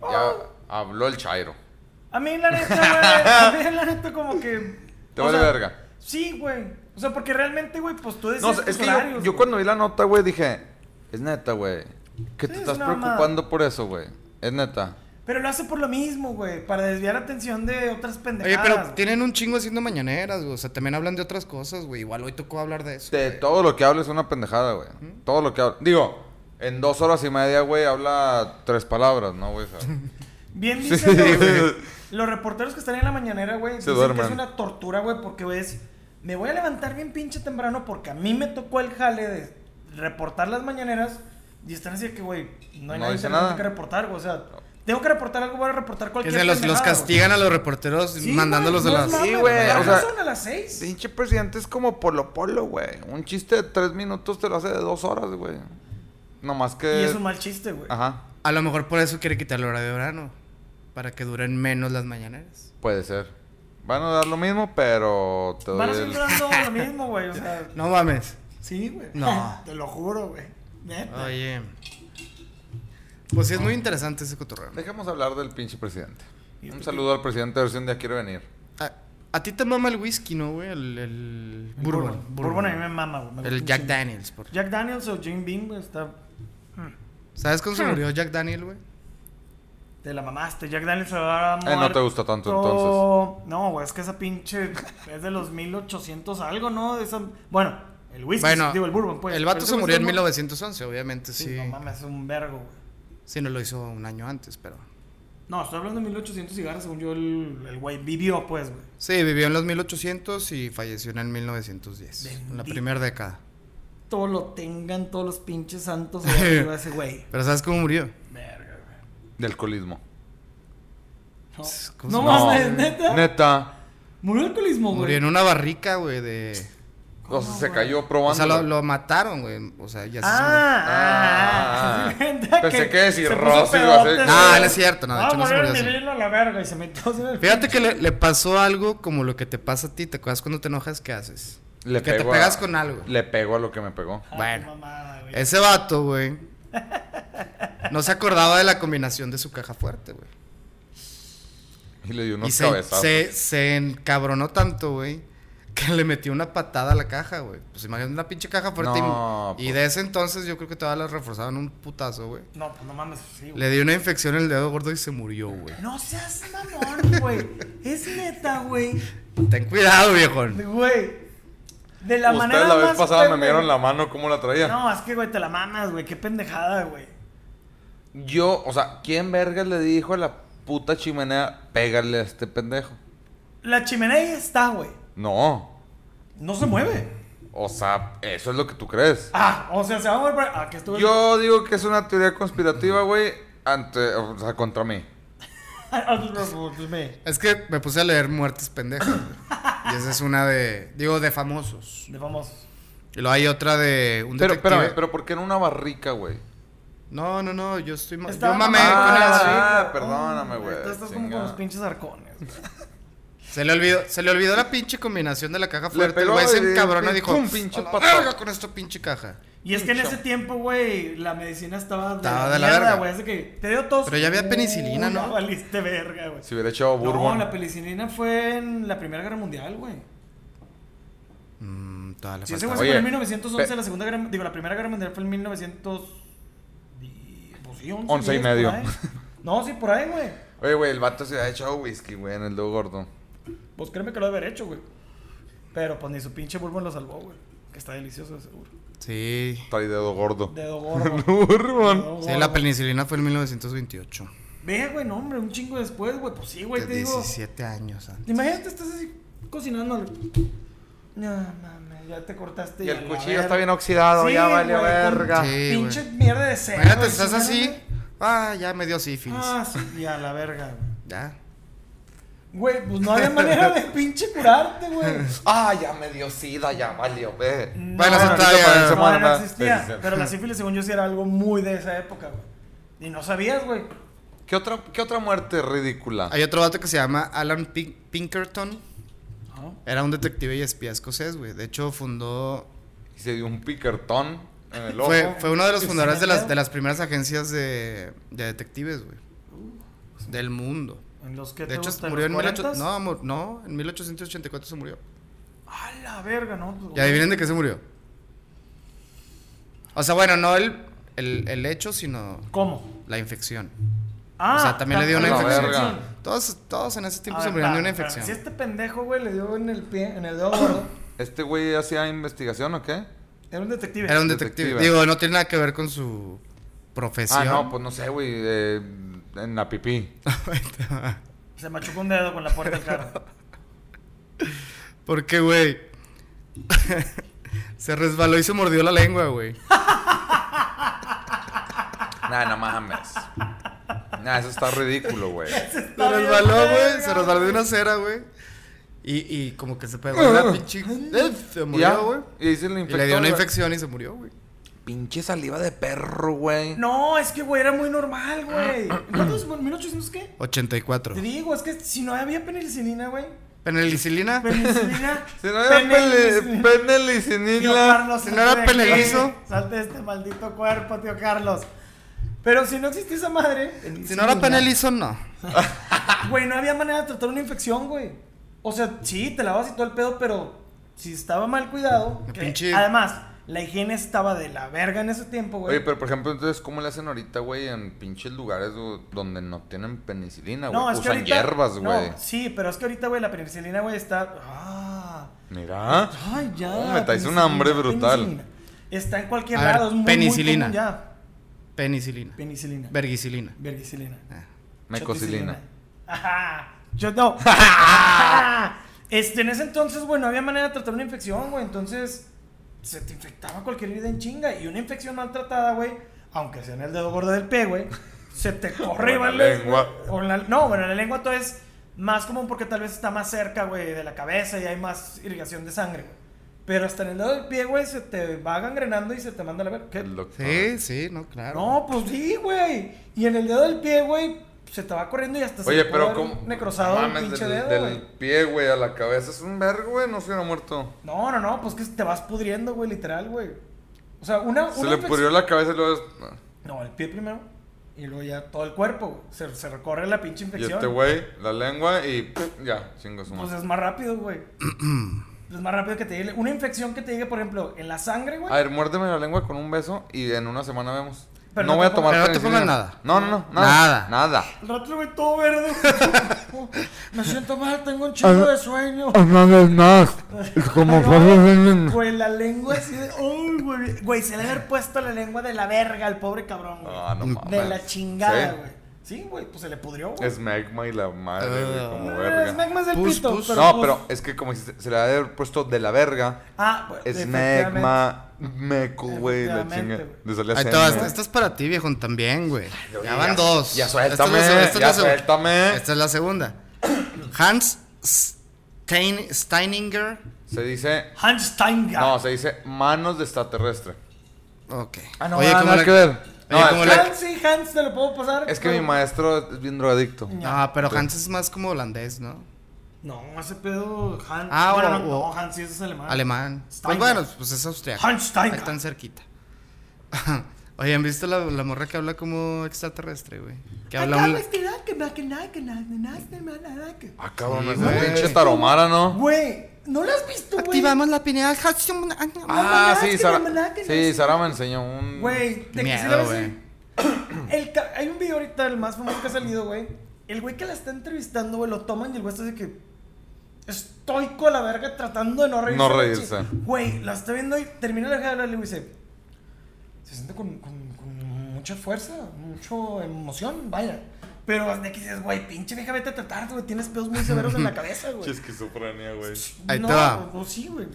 S2: Ya habló el Chairo.
S4: A mí la neta, güey. A mí la neta como que...
S2: Te
S4: o
S2: vale
S4: sea,
S2: verga.
S4: Sí, güey. O sea, porque realmente, güey, pues tú decides
S2: No, es
S4: tus
S2: que
S4: horarios,
S2: yo, yo
S4: güey.
S2: cuando vi la nota, güey, dije, es neta, güey. Que te
S4: Sí, es
S2: estás
S4: una mamada.
S2: preocupando por eso, güey. Es neta.
S4: Pero lo hace por lo mismo, güey. Para desviar la atención de otras
S3: Oye,
S4: pendejadas.
S3: pero
S4: güey.
S3: tienen un chingo haciendo mañaneras, güey. O sea, también hablan de otras cosas, güey. Igual hoy tocó hablar de eso.
S2: De
S3: güey.
S2: todo lo que hablo es una pendejada, güey. Todo lo que hablo. Digo, en dos horas y media, güey, habla tres palabras, ¿no, güey? O sea,
S4: Bien
S2: Sí,
S4: dicen
S2: güey.
S4: los, los reporteros que están en la mañanera, güey, dicen que
S2: duermen.
S4: es una tortura, güey, porque güey, es me voy a levantar bien pinche temprano porque a mí me tocó el jale de reportar las mañaneras y están así de que, güey, no hay
S2: No
S4: nada
S2: dice
S4: interesante
S2: nada.
S4: que reportar, güey, o sea, tengo que reportar algo, voy a reportar
S3: Que
S4: cualquier
S3: se los, los
S4: pendejada, güey.
S3: castigan a los reporteros
S4: Sí,
S3: mandándolos
S4: güey,
S3: de
S4: no
S3: las.
S4: mames,
S2: Sí, güey,
S4: ¿verdad
S2: o
S4: que
S2: sea,
S4: son a las seis?
S2: Pinche presidente es como Polo Polo, güey. Un chiste de tres minutos te lo hace de dos horas, güey. Nomás que.
S4: Y es un mal chiste, güey.
S2: Ajá.
S3: A lo mejor por eso quiere quitar el horario de verano. Para que duren menos las mañaneras.
S2: Puede ser. Van a dar lo mismo, pero te doy
S4: Van a
S2: el-
S4: seguir dando lo mismo, güey, o sea,
S3: No mames.
S4: sí, güey.
S3: No.
S4: Te lo juro, güey. Neta.
S3: Oye. Pues sí, es muy interesante ese cotorreo.
S2: Dejemos hablar del pinche presidente.
S4: ¿Y
S2: Un
S4: este
S2: saludo al presidente a ver si un día quiere venir.
S3: A, a ti te mama el whisky, ¿no, güey? El, el
S4: El
S3: bourbon.
S4: Bourbon. Bourbon a mí me mama, güey. me gusta
S3: El
S4: un
S3: Jack
S4: chingo.
S3: Daniels. por-
S4: Jack Daniels o Jim Beam, güey, está.
S3: ¿Sabes cuándo se murió Jack Daniel, güey?
S4: Te la mamaste. Jack Daniels ahora
S2: Eh, no te gusta tanto,
S4: entonces. No, güey, es que esa pinche. es de los 1800 algo, ¿no? Esa- bueno, el whisky.
S3: Bueno,
S4: digo, el bourbon, pues.
S3: el
S4: Pero
S3: vato
S4: ese
S3: se
S4: güey
S3: murió en
S4: está mu-
S3: 1911, obviamente, sí.
S4: Sí, no mames, es un vergo, güey.
S3: Sí, no lo hizo un año antes, pero...
S4: No, estoy hablando de 1800 cigarros, según yo, el el güey vivió, pues, güey.
S3: Sí, vivió en los 1800 y falleció en el 1910. En la
S4: Bendito.
S3: primera década.
S4: Todo lo tengan, todos los pinches santos allá arriba ese güey.
S3: Pero ¿sabes cómo murió?
S4: Verga, güey.
S2: Del alcoholismo.
S4: No,
S3: ¿Cómo
S4: no
S3: se llama?
S4: mames, neta.
S2: Neta.
S4: Murió alcoholismo, güey.
S3: Murió en una barrica, güey, de...
S2: O sea,
S4: ¿Cómo,
S2: se
S4: güey?
S2: cayó
S3: O
S2: probando.
S3: sea, lo, lo mataron, güey. O sea, ya se murió.
S4: Ah,
S2: Ah, ah, ah. Pensé que si
S4: se puso
S2: Rosy iba a
S4: pedote,
S2: hacer-
S4: se-
S3: Ah, no es cierto, no, de
S4: Ah,
S3: hecho no se
S4: murió
S3: murió
S4: en
S3: así.
S4: Medellín a la verga y se metió así en el
S3: Fíjate
S4: pinche-
S3: que le, le pasó algo como lo que te pasa a ti. ¿Te acuerdas cuando te enojas? ¿Qué haces?
S2: Le
S3: que te
S2: pegó a-
S3: pegas con algo.
S2: Le pegó a lo que me pegó.
S4: Ah,
S3: bueno.
S4: qué mamada, güey.
S3: Ese vato, güey. No se acordaba de la combinación de su caja fuerte, güey.
S2: Y le dio
S3: Y
S2: unos
S3: se,
S2: cabezazos.
S3: se, se encabronó tanto, güey, que le metió una patada a la caja, güey. Pues imagínate una pinche caja fuerte. y-
S2: No,
S3: y,
S2: pues.
S3: de ese entonces yo creo que todavía la reforzaban un putazo, güey.
S4: No, pues no mames, sí, güey.
S3: Le dio una infección en el dedo gordo y se murió, güey.
S4: No seas mamón, güey. Es neta, güey.
S3: Ten cuidado, viejón.
S4: Güey. De la manera
S2: Ustedes la vez
S4: más
S2: pasada me
S4: pendeja.
S2: vieron la mano cómo la traía.
S4: No, es que, güey, te la mamas, güey. Qué pendejada, güey.
S2: Yo, o sea, ¿quién verga le dijo a la puta chimenea, pégale a este pendejo?
S4: La chimenea ahí está, güey.
S2: No.
S4: No se mueve.
S2: O sea, eso es lo que tú crees.
S4: Ah, o sea, se va a mover. para- Ah, que estuve.
S2: Yo digo que es una teoría conspirativa, güey, ante, o sea, contra mí.
S4: Ah, pues, de
S3: Es que me puse a leer muertes pendejas. güey. y esa es una de, digo, de famosos.
S4: famosos.
S3: Y luego hay otra de un
S2: Pero,
S3: detective.
S2: espérame, pero ¿por qué en una barrica, güey?
S3: No, no, no, yo estoy... ma-
S4: Estaba
S3: Yo mamé
S4: mamando
S3: con
S4: la
S3: eso.
S2: Ah,
S4: chica.
S2: perdóname, güey,
S4: Tú estás como
S2: chinga.
S4: con los pinches arcones. güey.
S3: Se le olvidó, se le olvidó la pinche combinación de la caja fuerte.
S2: pegó
S3: el güey se
S2: y-
S3: encabronó
S2: y
S3: y dijo,
S2: pum, pinche
S3: "A la
S2: patada".
S3: verga con esta pinche caja.
S4: Y es que en ese tiempo, güey, la medicina estaba de
S3: Estaba
S4: la
S3: de la
S4: mierda,
S3: verga.
S4: güey. Así que te dio tos.
S3: Pero ya había penicilina,
S4: Uy,
S3: ¿no?
S4: valiste verga, güey.
S2: Si hubiera echado
S4: No,
S2: bourbon.
S4: la penicilina fue en la Primera Guerra Mundial, güey.
S3: Mm, toda la
S4: Si ese
S3: falta-
S2: Oye,
S4: güey se fue en 1911,
S2: pe-
S4: la Segunda Guerra... Digo, la Primera Guerra Mundial fue en 1900... y- Pues sí, 11,
S2: Once y
S4: 10, por
S2: medio.
S4: ahí. No, sí, por ahí, güey.
S2: Oye, güey, el vato se ha echado whisky, güey, en el dedo gordo.
S4: Pues créeme que lo debe haber hecho, güey. Pero pues ni su pinche bourbon lo salvó, güey. Que está delicioso, de seguro.
S3: Sí.
S2: Trae dedo gordo.
S4: Dedo gordo.
S2: Bourbon.
S4: Dedo
S3: Sí, la
S4: gordo.
S3: penicilina fue en 1928.
S4: Ve, güey, no, hombre, un chingo después, güey. Pues sí, güey,
S3: De
S4: te digo.
S3: 17 años antes.
S4: Imagínate, estás así cocinando. No, mames, ya te cortaste.
S2: Y
S4: este, a
S2: el
S4: la
S2: cuchillo
S4: verga.
S2: está bien oxidado,
S4: Sí,
S2: ya valió
S4: güey, con
S2: verga.
S3: Sí.
S4: Pinche mierda de cero.
S3: Imagínate,
S4: güey,
S3: estás
S4: chingada,
S3: así.
S4: güey.
S3: Ah, ya me dio sífilis.
S4: Ah, sí, y a la verga, güey.
S3: Ya.
S4: Güey, pues no había manera de pinche curarte, güey.
S2: Ah, ya me dio sida, ya valió, ve.
S4: No,
S3: Bueno, eso
S4: no,
S3: está
S4: no,
S3: bien.
S4: no,
S2: Se
S4: no,
S2: muere,
S4: no
S2: ¿verdad? Sí, sí,
S4: existía.
S2: sí.
S4: Pero la sífilis, según yo, sí era algo muy de esa época, güey. Y no sabías, güey.
S2: ¿Qué otra, qué otra muerte ridícula?
S3: Hay otro vato que se llama Alan Pin- Pinkerton.
S4: Ah,
S3: Era un detective y espía escocés, güey. De hecho, fundó.
S2: Y se dio un piquertón en el ojo.
S3: Fue, fue uno de los
S4: Sí,
S3: fundadores
S4: sí,
S3: de
S4: me
S3: las,
S4: acuerdo.
S3: de las primeras agencias de, de detectives, güey.
S4: Uh.
S3: Del mundo.
S4: En los que
S3: De
S4: te
S3: hecho,
S4: gustan,
S3: murió en,
S4: los
S3: 18...
S4: 40s?
S3: no, amor, no, en 1884 se murió.
S4: A la verga, no.
S3: ¿Y adivinen de qué se murió? O sea, bueno, no el, el, el hecho, sino
S4: ¿Cómo?
S3: la infección.
S4: Ah,
S3: o sea, también le dio una
S2: la
S3: infección.
S2: verga.
S3: Todos, todos en ese tiempo
S4: A
S3: se
S4: ver,
S3: murieron de una
S4: espérame, espérame.
S3: infección.
S4: Si este pendejo, güey, le dio en el pie, en el dedo gordo,
S2: ¿Este güey hacía investigación o qué?
S4: era un detective.
S3: Era un detective.
S2: Detective.
S3: Digo, no tiene nada que ver con su profesión.
S2: Ah, no, pues no sé, güey. eh, en la pipí.
S4: Se machucó un dedo con la puerta del carro.
S3: Porque, güey. se resbaló y se mordió la lengua, güey.
S2: Nah, no mames. Nah, eso está ridículo, güey.
S3: Se resbaló, güey. Se resbaló de una cera, güey. Y, y como que se pegó en la pinche. Eh, Se
S2: Ya,
S3: murió, güey.
S2: Y dice el
S3: Y le dio una
S2: güey.
S3: infección y se murió, güey.
S2: Pinche saliva de perro, güey.
S4: No, es que, güey, era muy normal, güey. ¿Cuántos? ¿1800 qué?
S3: 84.
S4: Te digo, es que si no había penicilina, güey.
S3: Penicilina.
S4: Penicilina.
S2: Si no era pele-
S4: Tío
S2: penelicinila.
S4: Carlos,
S3: si no era
S4: salte de aquí,
S3: penelizo.
S4: Salte de este maldito cuerpo, tío Carlos. Pero si no existía esa madre. Ah,
S3: Si no era penelizo, no.
S4: Güey, no había manera de tratar una infección, güey. O sea, sí, te lavas y todo el pedo, pero si estaba mal cuidado.
S3: Me
S4: que-
S3: pinche-
S4: Además, la higiene estaba de la verga en ese tiempo, güey.
S2: Oye, pero por ejemplo, entonces, ¿cómo le hacen ahorita, güey, en pinches lugares güey, donde no tienen penicilina, güey? Usan hierbas,
S4: no,
S2: güey.
S4: sí, pero es que ahorita, güey, la penicilina, güey, está. Ah,
S2: Mira.
S4: ay, ya.
S2: Oh, me traes un
S4: penicilina,
S2: hambre brutal.
S4: penicilina. Está en cualquier
S3: A ver,
S4: lado, es muy,
S3: penicilina.
S4: muy común ya.
S3: Penicilina.
S4: Penicilina.
S3: Vergicilina.
S4: Vergicilina.
S3: Ah.
S2: Mecocilina.
S4: Ajá. Yo no. este, en ese entonces, güey, no había manera de tratar una infección, güey. Entonces, se te infectaba cualquier herida en chinga. Y una infección maltratada, güey, aunque sea en el dedo gordo del pie, güey, se te corre,
S2: O en la
S4: ¿vale?
S2: lengua.
S4: O en la- no, bueno, en la lengua todo es más común porque tal vez está más cerca, güey, de la cabeza y hay más irrigación de sangre, güey. Pero hasta en el dedo del pie, güey, se te va gangrenando y se te manda a la ver. ¿Qué?
S2: El doctor.
S3: Sí, sí, no, claro.
S4: No, pues sí, güey. Y en el dedo del pie, güey, se te va corriendo y hasta se
S2: Oye,
S4: te
S2: pero
S4: puede haber
S2: ¿cómo?
S4: necrosado el
S2: Mames,
S4: pinche
S2: del,
S4: dedo,
S2: del
S4: güey.
S2: pie, güey, a la cabeza. Es un vergo, güey. No se hubiera muerto.
S4: No, no, no, pues que te vas pudriendo, güey, literal, güey. O sea, una,
S2: Se
S4: una
S2: le
S4: infec-
S2: pudrió la cabeza y luego.
S4: No, el pie primero y luego ya todo el cuerpo, güey. Se, se recorre la pinche
S2: Y
S4: infección.
S2: este güey, la lengua y. pff, ya, chingo su
S4: pues
S2: madre.
S4: es más rápido, güey. es más rápido que te llegue una infección que te llegue, por ejemplo, en la sangre, güey.
S2: A ver, muérdeme la lengua con un beso y en una semana vemos.
S4: Pero
S2: no,
S4: no
S2: voy a
S4: te
S2: tomar
S4: pongas-
S3: Pero no te
S2: penicilina.
S3: pongas nada.
S2: No, no, no. Nada.
S3: Nada.
S2: Nada.
S4: Al rato lo veo todo verde. Me siento mal, tengo un chingo de sueño.
S2: Una vez más. Es como
S4: Güey, la lengua así de. Uy, güey. Güey, se le haber puesto la lengua de la verga al pobre cabrón, güey.
S2: Ah, no
S4: de
S2: mames.
S4: la chingada,
S2: Sí.
S4: güey. Sí, güey, pues se le pudrió, güey.
S2: Es magma y la madre, güey,
S3: Ah.
S2: como
S4: Eh, es
S2: verga.
S4: magma es del
S3: Pus,
S4: pito.
S3: pus.
S4: Pero pues
S2: No,
S4: pus-
S2: pero es que como dijiste, se le ha de haber puesto de la verga.
S4: Ah, güey.
S2: Es
S4: efectivamente.
S2: magma, meco, güey, la
S4: Efectivamente,
S2: chinga.
S4: güey.
S2: Le salía
S3: Ahí
S2: semen,
S3: te va, esta,
S2: güey.
S3: esta es para ti, viejón, también, güey. Ya
S2: ya-
S3: van dos.
S2: ya
S3: Esta es la
S2: suéltame,
S3: se- esta es este- la
S2: ya
S3: segun-
S2: suéltame.
S3: Esta es la segunda. Hans Stein- Steininger.
S2: Se dice.
S4: Hans Steinger.
S2: No, se dice manos de extraterrestre.
S3: Ok.
S4: Ah, no,
S3: Oye,
S4: ah,
S3: ¿cómo
S2: nada
S3: la-
S2: que ver. No,
S3: Oye,
S2: es
S3: ¿cómo
S2: que-
S3: la-
S4: Hans, sí, Hans, te lo puedo pasar.
S2: Es que mi
S4: pero-
S2: maestro es bien drogadicto.
S3: Ah, pero Hans es más como holandés, ¿no?
S4: No, ese pedo, Hans.
S3: Ah,
S4: bueno,
S3: o-
S4: no,
S3: o-
S4: no, Hans, sí, ese es alemán.
S3: Alemán. Pues
S4: Steinger.
S3: bueno, pues es austriaco.
S4: Hans Steinger.
S3: Ahí tan cerquita. Oye, ¿han visto la, la morra que habla como extraterrestre, güey? Que habla un-
S2: Ah, cabrón,
S3: Sí,
S2: es una
S3: güey.
S2: pinche taromara, ¿no?
S4: Güey, ¿no lo has visto, güey?
S3: Activamos la pineal.
S2: Ah, sí,
S4: Mandaste,
S2: Sara.
S4: mandaste,
S2: Sí,
S4: no.
S2: Sara me enseñó un.
S4: Güey, te
S3: Miedo,
S4: quisiera
S3: güey.
S4: decir. El ca- hay un video ahorita, el más famoso que ha salido, güey. El güey que la está entrevistando, güey, lo toman y el güey está de que. Estoico a la verga tratando de no reírse.
S2: No
S4: güey,
S2: reírse.
S4: chi- Güey, la está viendo y termina la jala y le dice. Se siente con, con, con mucha fuerza, mucha emoción, vaya. Pero hasta que dices, güey, pinche vieja, vete a tratarte, güey. Tienes pedos muy severos en la cabeza, güey.
S2: Pinche esquizofrenia, güey.
S3: Ahí
S4: no,
S3: te va.
S4: pues, sí, güey.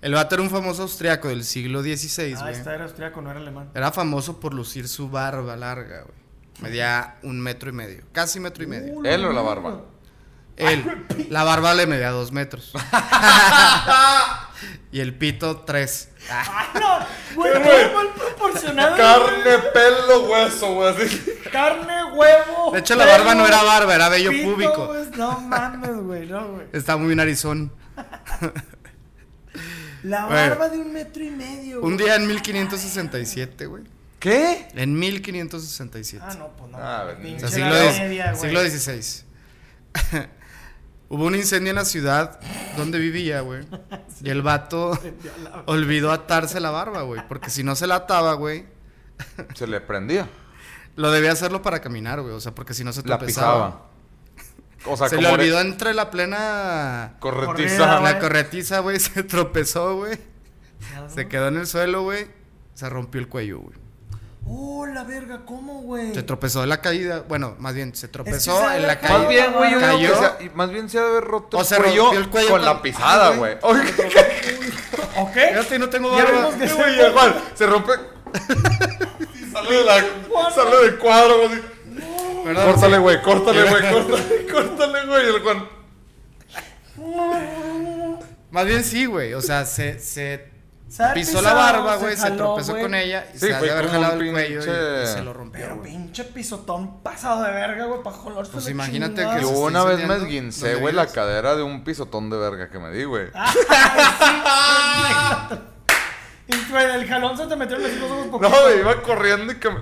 S3: El vato era un famoso austriaco del siglo XVI,
S4: Ah,
S3: güey.
S4: esta era austríaco, no era alemán.
S3: Era famoso por lucir su barba larga, güey. Medía un metro y medio. Casi metro y medio.
S4: Uh,
S2: ¿Él o la
S4: mierda.
S2: barba?
S3: Él. La barba le medía dos metros. y el pito, tres.
S4: Ay, Ah, no, güey,
S2: güey.
S4: qué mal proporcionado.
S2: Carne, pelo, hueso, güey. así.
S4: güey. Carne, huevo.
S3: De hecho, la barba
S4: pelo,
S3: no era barba, era vello
S4: pito,
S3: púbico.
S4: güey. No mames, güey, no, güey.
S3: Está muy narizón.
S4: La
S3: Güey.
S4: barba de un metro y medio.
S3: Un
S4: güey.
S3: día en 1567, güey.
S2: ¿Qué?
S3: En 1567.
S4: Ah, no, pues no.
S2: Ah,
S4: güey,
S2: güey,
S3: O
S4: pinche
S3: sea,
S2: Pinche
S3: siglo,
S4: Edad
S3: X-
S4: Media, güey.
S3: siglo XVI. Hubo un incendio en la ciudad donde vivía, güey. Y el vato olvidó atarse la barba, güey. Porque si no se la ataba, güey,
S2: Se le prendía.
S3: lo debía hacerlo para caminar, güey. O sea, porque si no se
S2: La
S3: tropezaba.
S2: pisaba. O sea,
S3: se
S2: como
S3: le
S2: era-
S3: olvidó entre la plena...
S2: corretiza.
S4: Corrida,
S3: La corretiza, güey, se tropezó, güey.
S4: Ajá.
S3: Se quedó en el suelo, güey. Se rompió el cuello, güey.
S4: Oh, la verga, ¿cómo, güey?
S3: Se tropezó en la caída. Bueno, más bien, se tropezó
S4: sabe
S3: en la
S4: la
S3: caída.
S2: Más bien, güey, yo creo que
S3: Cayó.
S2: sea- y más bien se ha de haber roto
S3: O
S2: el,
S3: se
S2: cuello
S3: rompió el cuello
S2: con,
S3: con-
S2: la pisada,
S3: Ah,
S2: güey.
S3: güey.
S4: ¿Ok?
S3: Fíjate, no tengo
S4: Ya
S3: barba.
S4: vimos que-
S2: Sí, güey, igual, se rompe. Y sale, de la, sale del cuadro, güey. así.
S3: Perdón,
S2: Córtale, güey, córtale, güey, córtale, córtale, güey. Y el Juan.
S3: Más bien sí, güey. O sea, se, se
S4: Se ha
S3: pisó
S4: pisado,
S3: la barba, güey, se,
S4: jaló,
S3: tropezó
S4: güey.
S3: con ella y
S2: Sí,
S3: se ha
S2: fue
S3: de haber
S2: como un
S3: jalado el cuello y-
S2: pinche-
S3: y, se lo rompió.
S4: Pero
S3: güey.
S4: pinche pisotón pasado de verga, güey, para jolarse
S3: Pues
S4: la
S3: imagínate
S4: chingada.
S3: que
S2: Yo
S3: se está
S2: una vez me
S3: incendiando
S2: esguincé,
S3: donde
S2: güey, la
S3: vives.
S2: cadera de un pisotón de verga que me di, güey.
S3: Ah,
S4: Y güey, del jalón se te metieron los dos ojos
S2: No,
S4: poquitos.
S2: güey, iba corriendo y que me-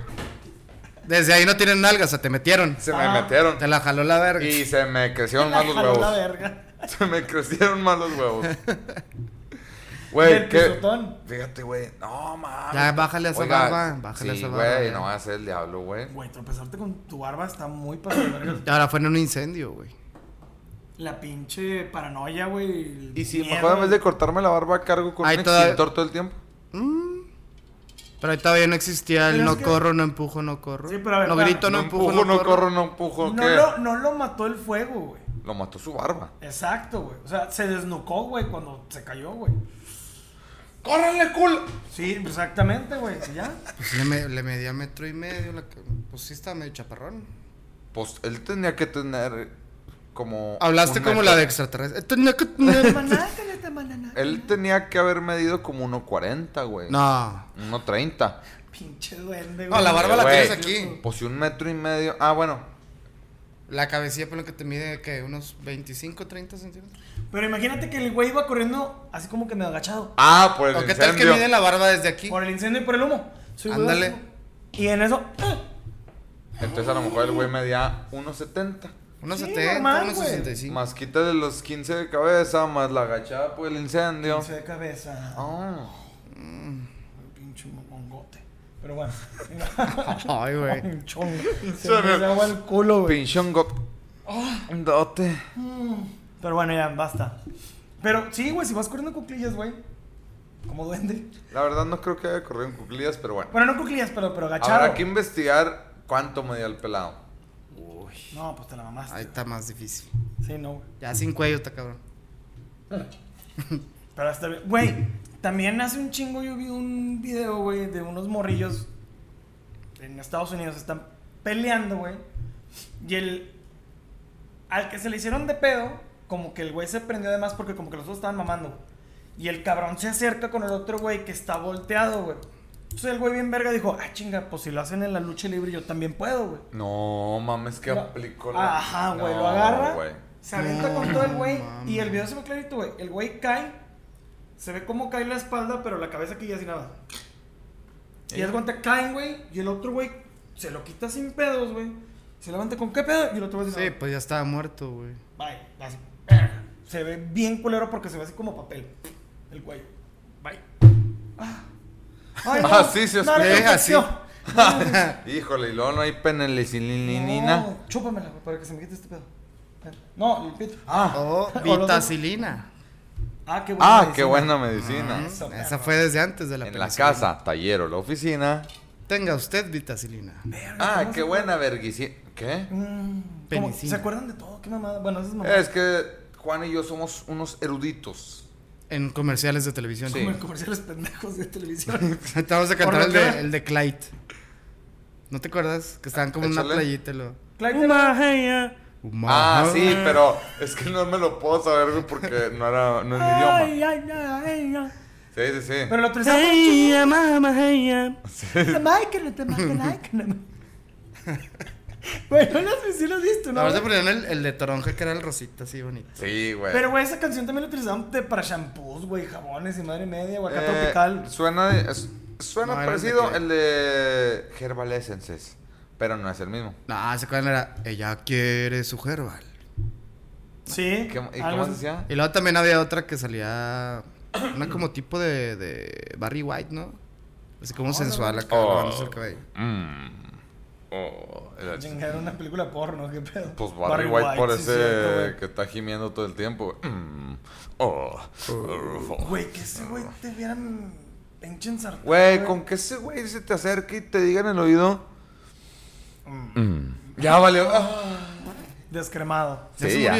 S3: Desde ahí no tienen nalgas, se te metieron.
S2: se
S4: Ah.
S2: me metieron.
S3: Te la jaló la verga.
S2: Y se me crecieron
S4: La
S2: mal los
S4: jaló la
S2: huevos.
S4: verga.
S2: Se me crecieron mal los huevos.
S4: Del
S2: Güey, qué.
S4: pisotón.
S2: Fíjate, güey. No, mames.
S3: Ya, bájale a esa
S2: Oiga,
S3: barba, bájale
S2: sí,
S3: a esa barba,
S2: güey,
S3: ya.
S2: no va a ser el diablo, güey.
S4: Güey, tropezarte con tu barba está muy pasado de verga.
S3: Y ahora fue en un incendio, güey.
S4: La pinche paranoia, güey. el
S2: Y si
S4: miedo,
S2: mejor en vez de
S4: güey.
S2: cortarme la barba cargo con
S3: Ay,
S2: un
S3: todavía-
S2: extintor todo el tiempo.
S3: Mm. Pero ahí todavía no existía el
S4: Pero
S3: no
S4: es que-
S3: corro, no empujo, no corro.
S4: Sí, pero a ver,
S3: no
S4: para-
S3: grito, no, empujo,
S2: no corro, no empujo.
S4: No
S2: ¿qué?
S4: lo, no lo mató el fuego, güey.
S2: Lo mató su barba.
S4: Exacto, güey. O sea, se desnucó, güey, cuando se cayó, güey.
S2: ¡Córrele, culo!
S4: Sí, exactamente, güey. y Ya.
S3: Pues le, me- le medía metro y medio. La... ca- Pues sí, estaba medio chaparrón.
S2: Pues él tenía que tener como.
S3: Hablaste
S2: un
S3: como
S2: metro.
S3: la de extraterrestre. Tenía que tener-
S2: Él tenía que haber medido como 1.40, güey.
S3: no.
S2: 1.30.
S4: Pinche duende,
S3: No, la barba la
S2: Güey.
S3: tienes aquí.
S2: Pues si un metro y medio. Ah, bueno.
S3: La cabecilla, por lo que te mide, que unos 25, 30 centímetros.
S4: Pero imagínate que el güey iba corriendo así como que me agachado.
S2: Ah, por el
S3: ¿O qué tal que
S2: incendio.
S3: mide la barba desde aquí?
S4: Por el incendio y por el humo. Sí, güey,
S3: Ándale.
S4: así. Y en eso. ¡ah!
S2: Entonces a lo mejor el güey medía 1.70.
S3: Unos
S4: Sí,
S3: 70,
S4: normal,
S3: unos
S4: güey.
S3: 65.
S2: Más quítale los 15 de cabeza, más la agachada por el incendio.
S3: Oh.
S4: Pinche de cabeza.
S2: Ah.
S4: Pinche mongote. Pero bueno.
S3: Ay, güey.
S4: Un chongo. Se
S2: Se
S4: me
S2: me-
S4: hace agua el culo, güey. Ah.
S2: Pinchongo. Dote.
S4: Mm. Pero bueno, ya, basta. Pero sí, güey, si vas corriendo en cuclillas, güey. Como duende.
S2: La verdad no creo que haya corrido en cuclillas, pero bueno.
S4: Bueno, no cuclillas, pero, pero agachado.
S2: Habrá que investigar cuánto me dio el pelado.
S4: No, pues te la mamaste.
S3: Ahí está más difícil.
S4: Sí, no, güey.
S3: Ya sin cuello está cabrón.
S4: Pero hasta... Güey, también hace un chingo yo vi un video, güey, de unos morrillos en Estados Unidos. Están peleando, güey. Y el... Al que se le hicieron de pedo, como que el güey se prendió de más porque como que los dos estaban mamando. güey. Y el cabrón se acerca con el otro güey que está volteado, güey. Entonces el güey bien verga dijo, ah, chinga, pues si lo hacen en la lucha libre yo también puedo, güey.
S2: No, mames, que
S4: No.
S2: aplicó
S4: Ajá, güey,
S2: No,
S4: lo agarra.
S2: güey.
S4: Se avienta
S3: No,
S4: con todo el güey.
S3: mames.
S4: Y el video se ve clarito, güey. El güey cae. Se ve cómo cae la espalda, pero la cabeza aquí ya sin nada. Y
S2: Ey.
S4: el guante caen, güey. Y el otro güey se lo quita sin pedos, güey. Se levanta con qué pedo. Y el otro güey
S3: Sí,
S4: dice, "Ah,
S3: pues ya estaba muerto, güey.
S4: bye. Así, verga. Se ve bien culero porque se ve así como papel. El güey. Bye. Ah. Ay, no,
S2: Ah, sí, se
S4: no, no,
S2: deja
S4: no,
S3: así.
S4: no.
S2: Híjole, y luego no hay
S4: No,
S2: penelicininina.
S4: chúpamela, güey, para que se me quite este pedo. No, el pito. Ah,
S3: O
S4: o los dos.
S3: vitacilina.
S4: Ah, qué buena.
S2: Ah, qué
S4: medicina.
S2: buena
S4: Ah,
S2: medicina.
S4: Eso,
S3: Esa
S4: perro.
S3: fue desde antes de la
S2: En la
S3: penicilina.
S2: casa, taller o la oficina.
S3: Tenga usted vitacilina.
S4: Verga,
S2: Ah,
S4: ¿cómo
S2: qué
S4: se-
S2: buena verguicina. ¿Qué?
S4: Mm, ¿cómo?
S3: Penicina.
S4: ¿Se acuerdan de todo? Qué mamada. Bueno, esas mamadas.
S2: Es que Juan y yo somos unos eruditos.
S3: En comerciales de televisión.
S2: Sí.
S4: Como en comerciales pendejos de televisión.
S3: Te vamos a cantar
S4: ¿Por
S3: el
S4: lo
S3: de,
S4: que?
S3: el de Clyde. ¿No te acuerdas? Que estaban como en una
S2: Échale.
S3: playita. y Lo...
S4: Clyde-
S3: Umahaya,
S2: Ah,
S3: umahaya.
S2: sí, pero es que no me lo puedo saber güey, porque no era no es mi idioma.
S4: Ay, ay, ay, ay.
S2: Sí, sí, sí.
S4: Pero lo utilizaba mucho.
S3: Heya, mamaheya.
S4: Te Michael, te Michael, Michael. Güey, no las sí las viste, ¿no?
S3: Ahora te
S4: güey?
S3: ponían el, el de Toronja, que era el rosita así bonito.
S2: Sí, güey.
S4: Pero, güey, esa canción también la utilizaban de- para shampoos, güey, jabones y madre media, o acá
S2: Eh,
S4: tropical.
S2: Suena, es- suena
S3: No, era el de
S2: parecido
S3: que-
S2: el de Herbal Essences, pero no es el mismo.
S3: No, ¿se acuerdan? Era, ella quiere su herbal.
S4: Sí.
S2: ¿Y qué- ¿Y
S4: algo
S2: cómo se
S4: así.
S2: decía?
S3: Y luego también había otra que salía. Una como tipo de, de Barry White, ¿no? Así como sensual acá,
S2: Oh.
S3: lavándose el cabello.
S2: Mm. Oh, era-
S4: Chinga, era una película porno, qué pedo.
S2: Pues Barry, White,
S4: sí,
S2: parece
S4: cierto, güey.
S2: que está gimiendo todo el tiempo. güey. Mm. Oh. Oh.
S4: Güey, que ese güey te vieran pinche ensartado.
S2: Güey, con que ese güey se te acerque y te diga en el oído.
S4: Mm,
S2: mm, Ya valió. Ah.
S4: Descremado.
S3: ¿Ya
S2: Sí,
S3: se
S2: ya.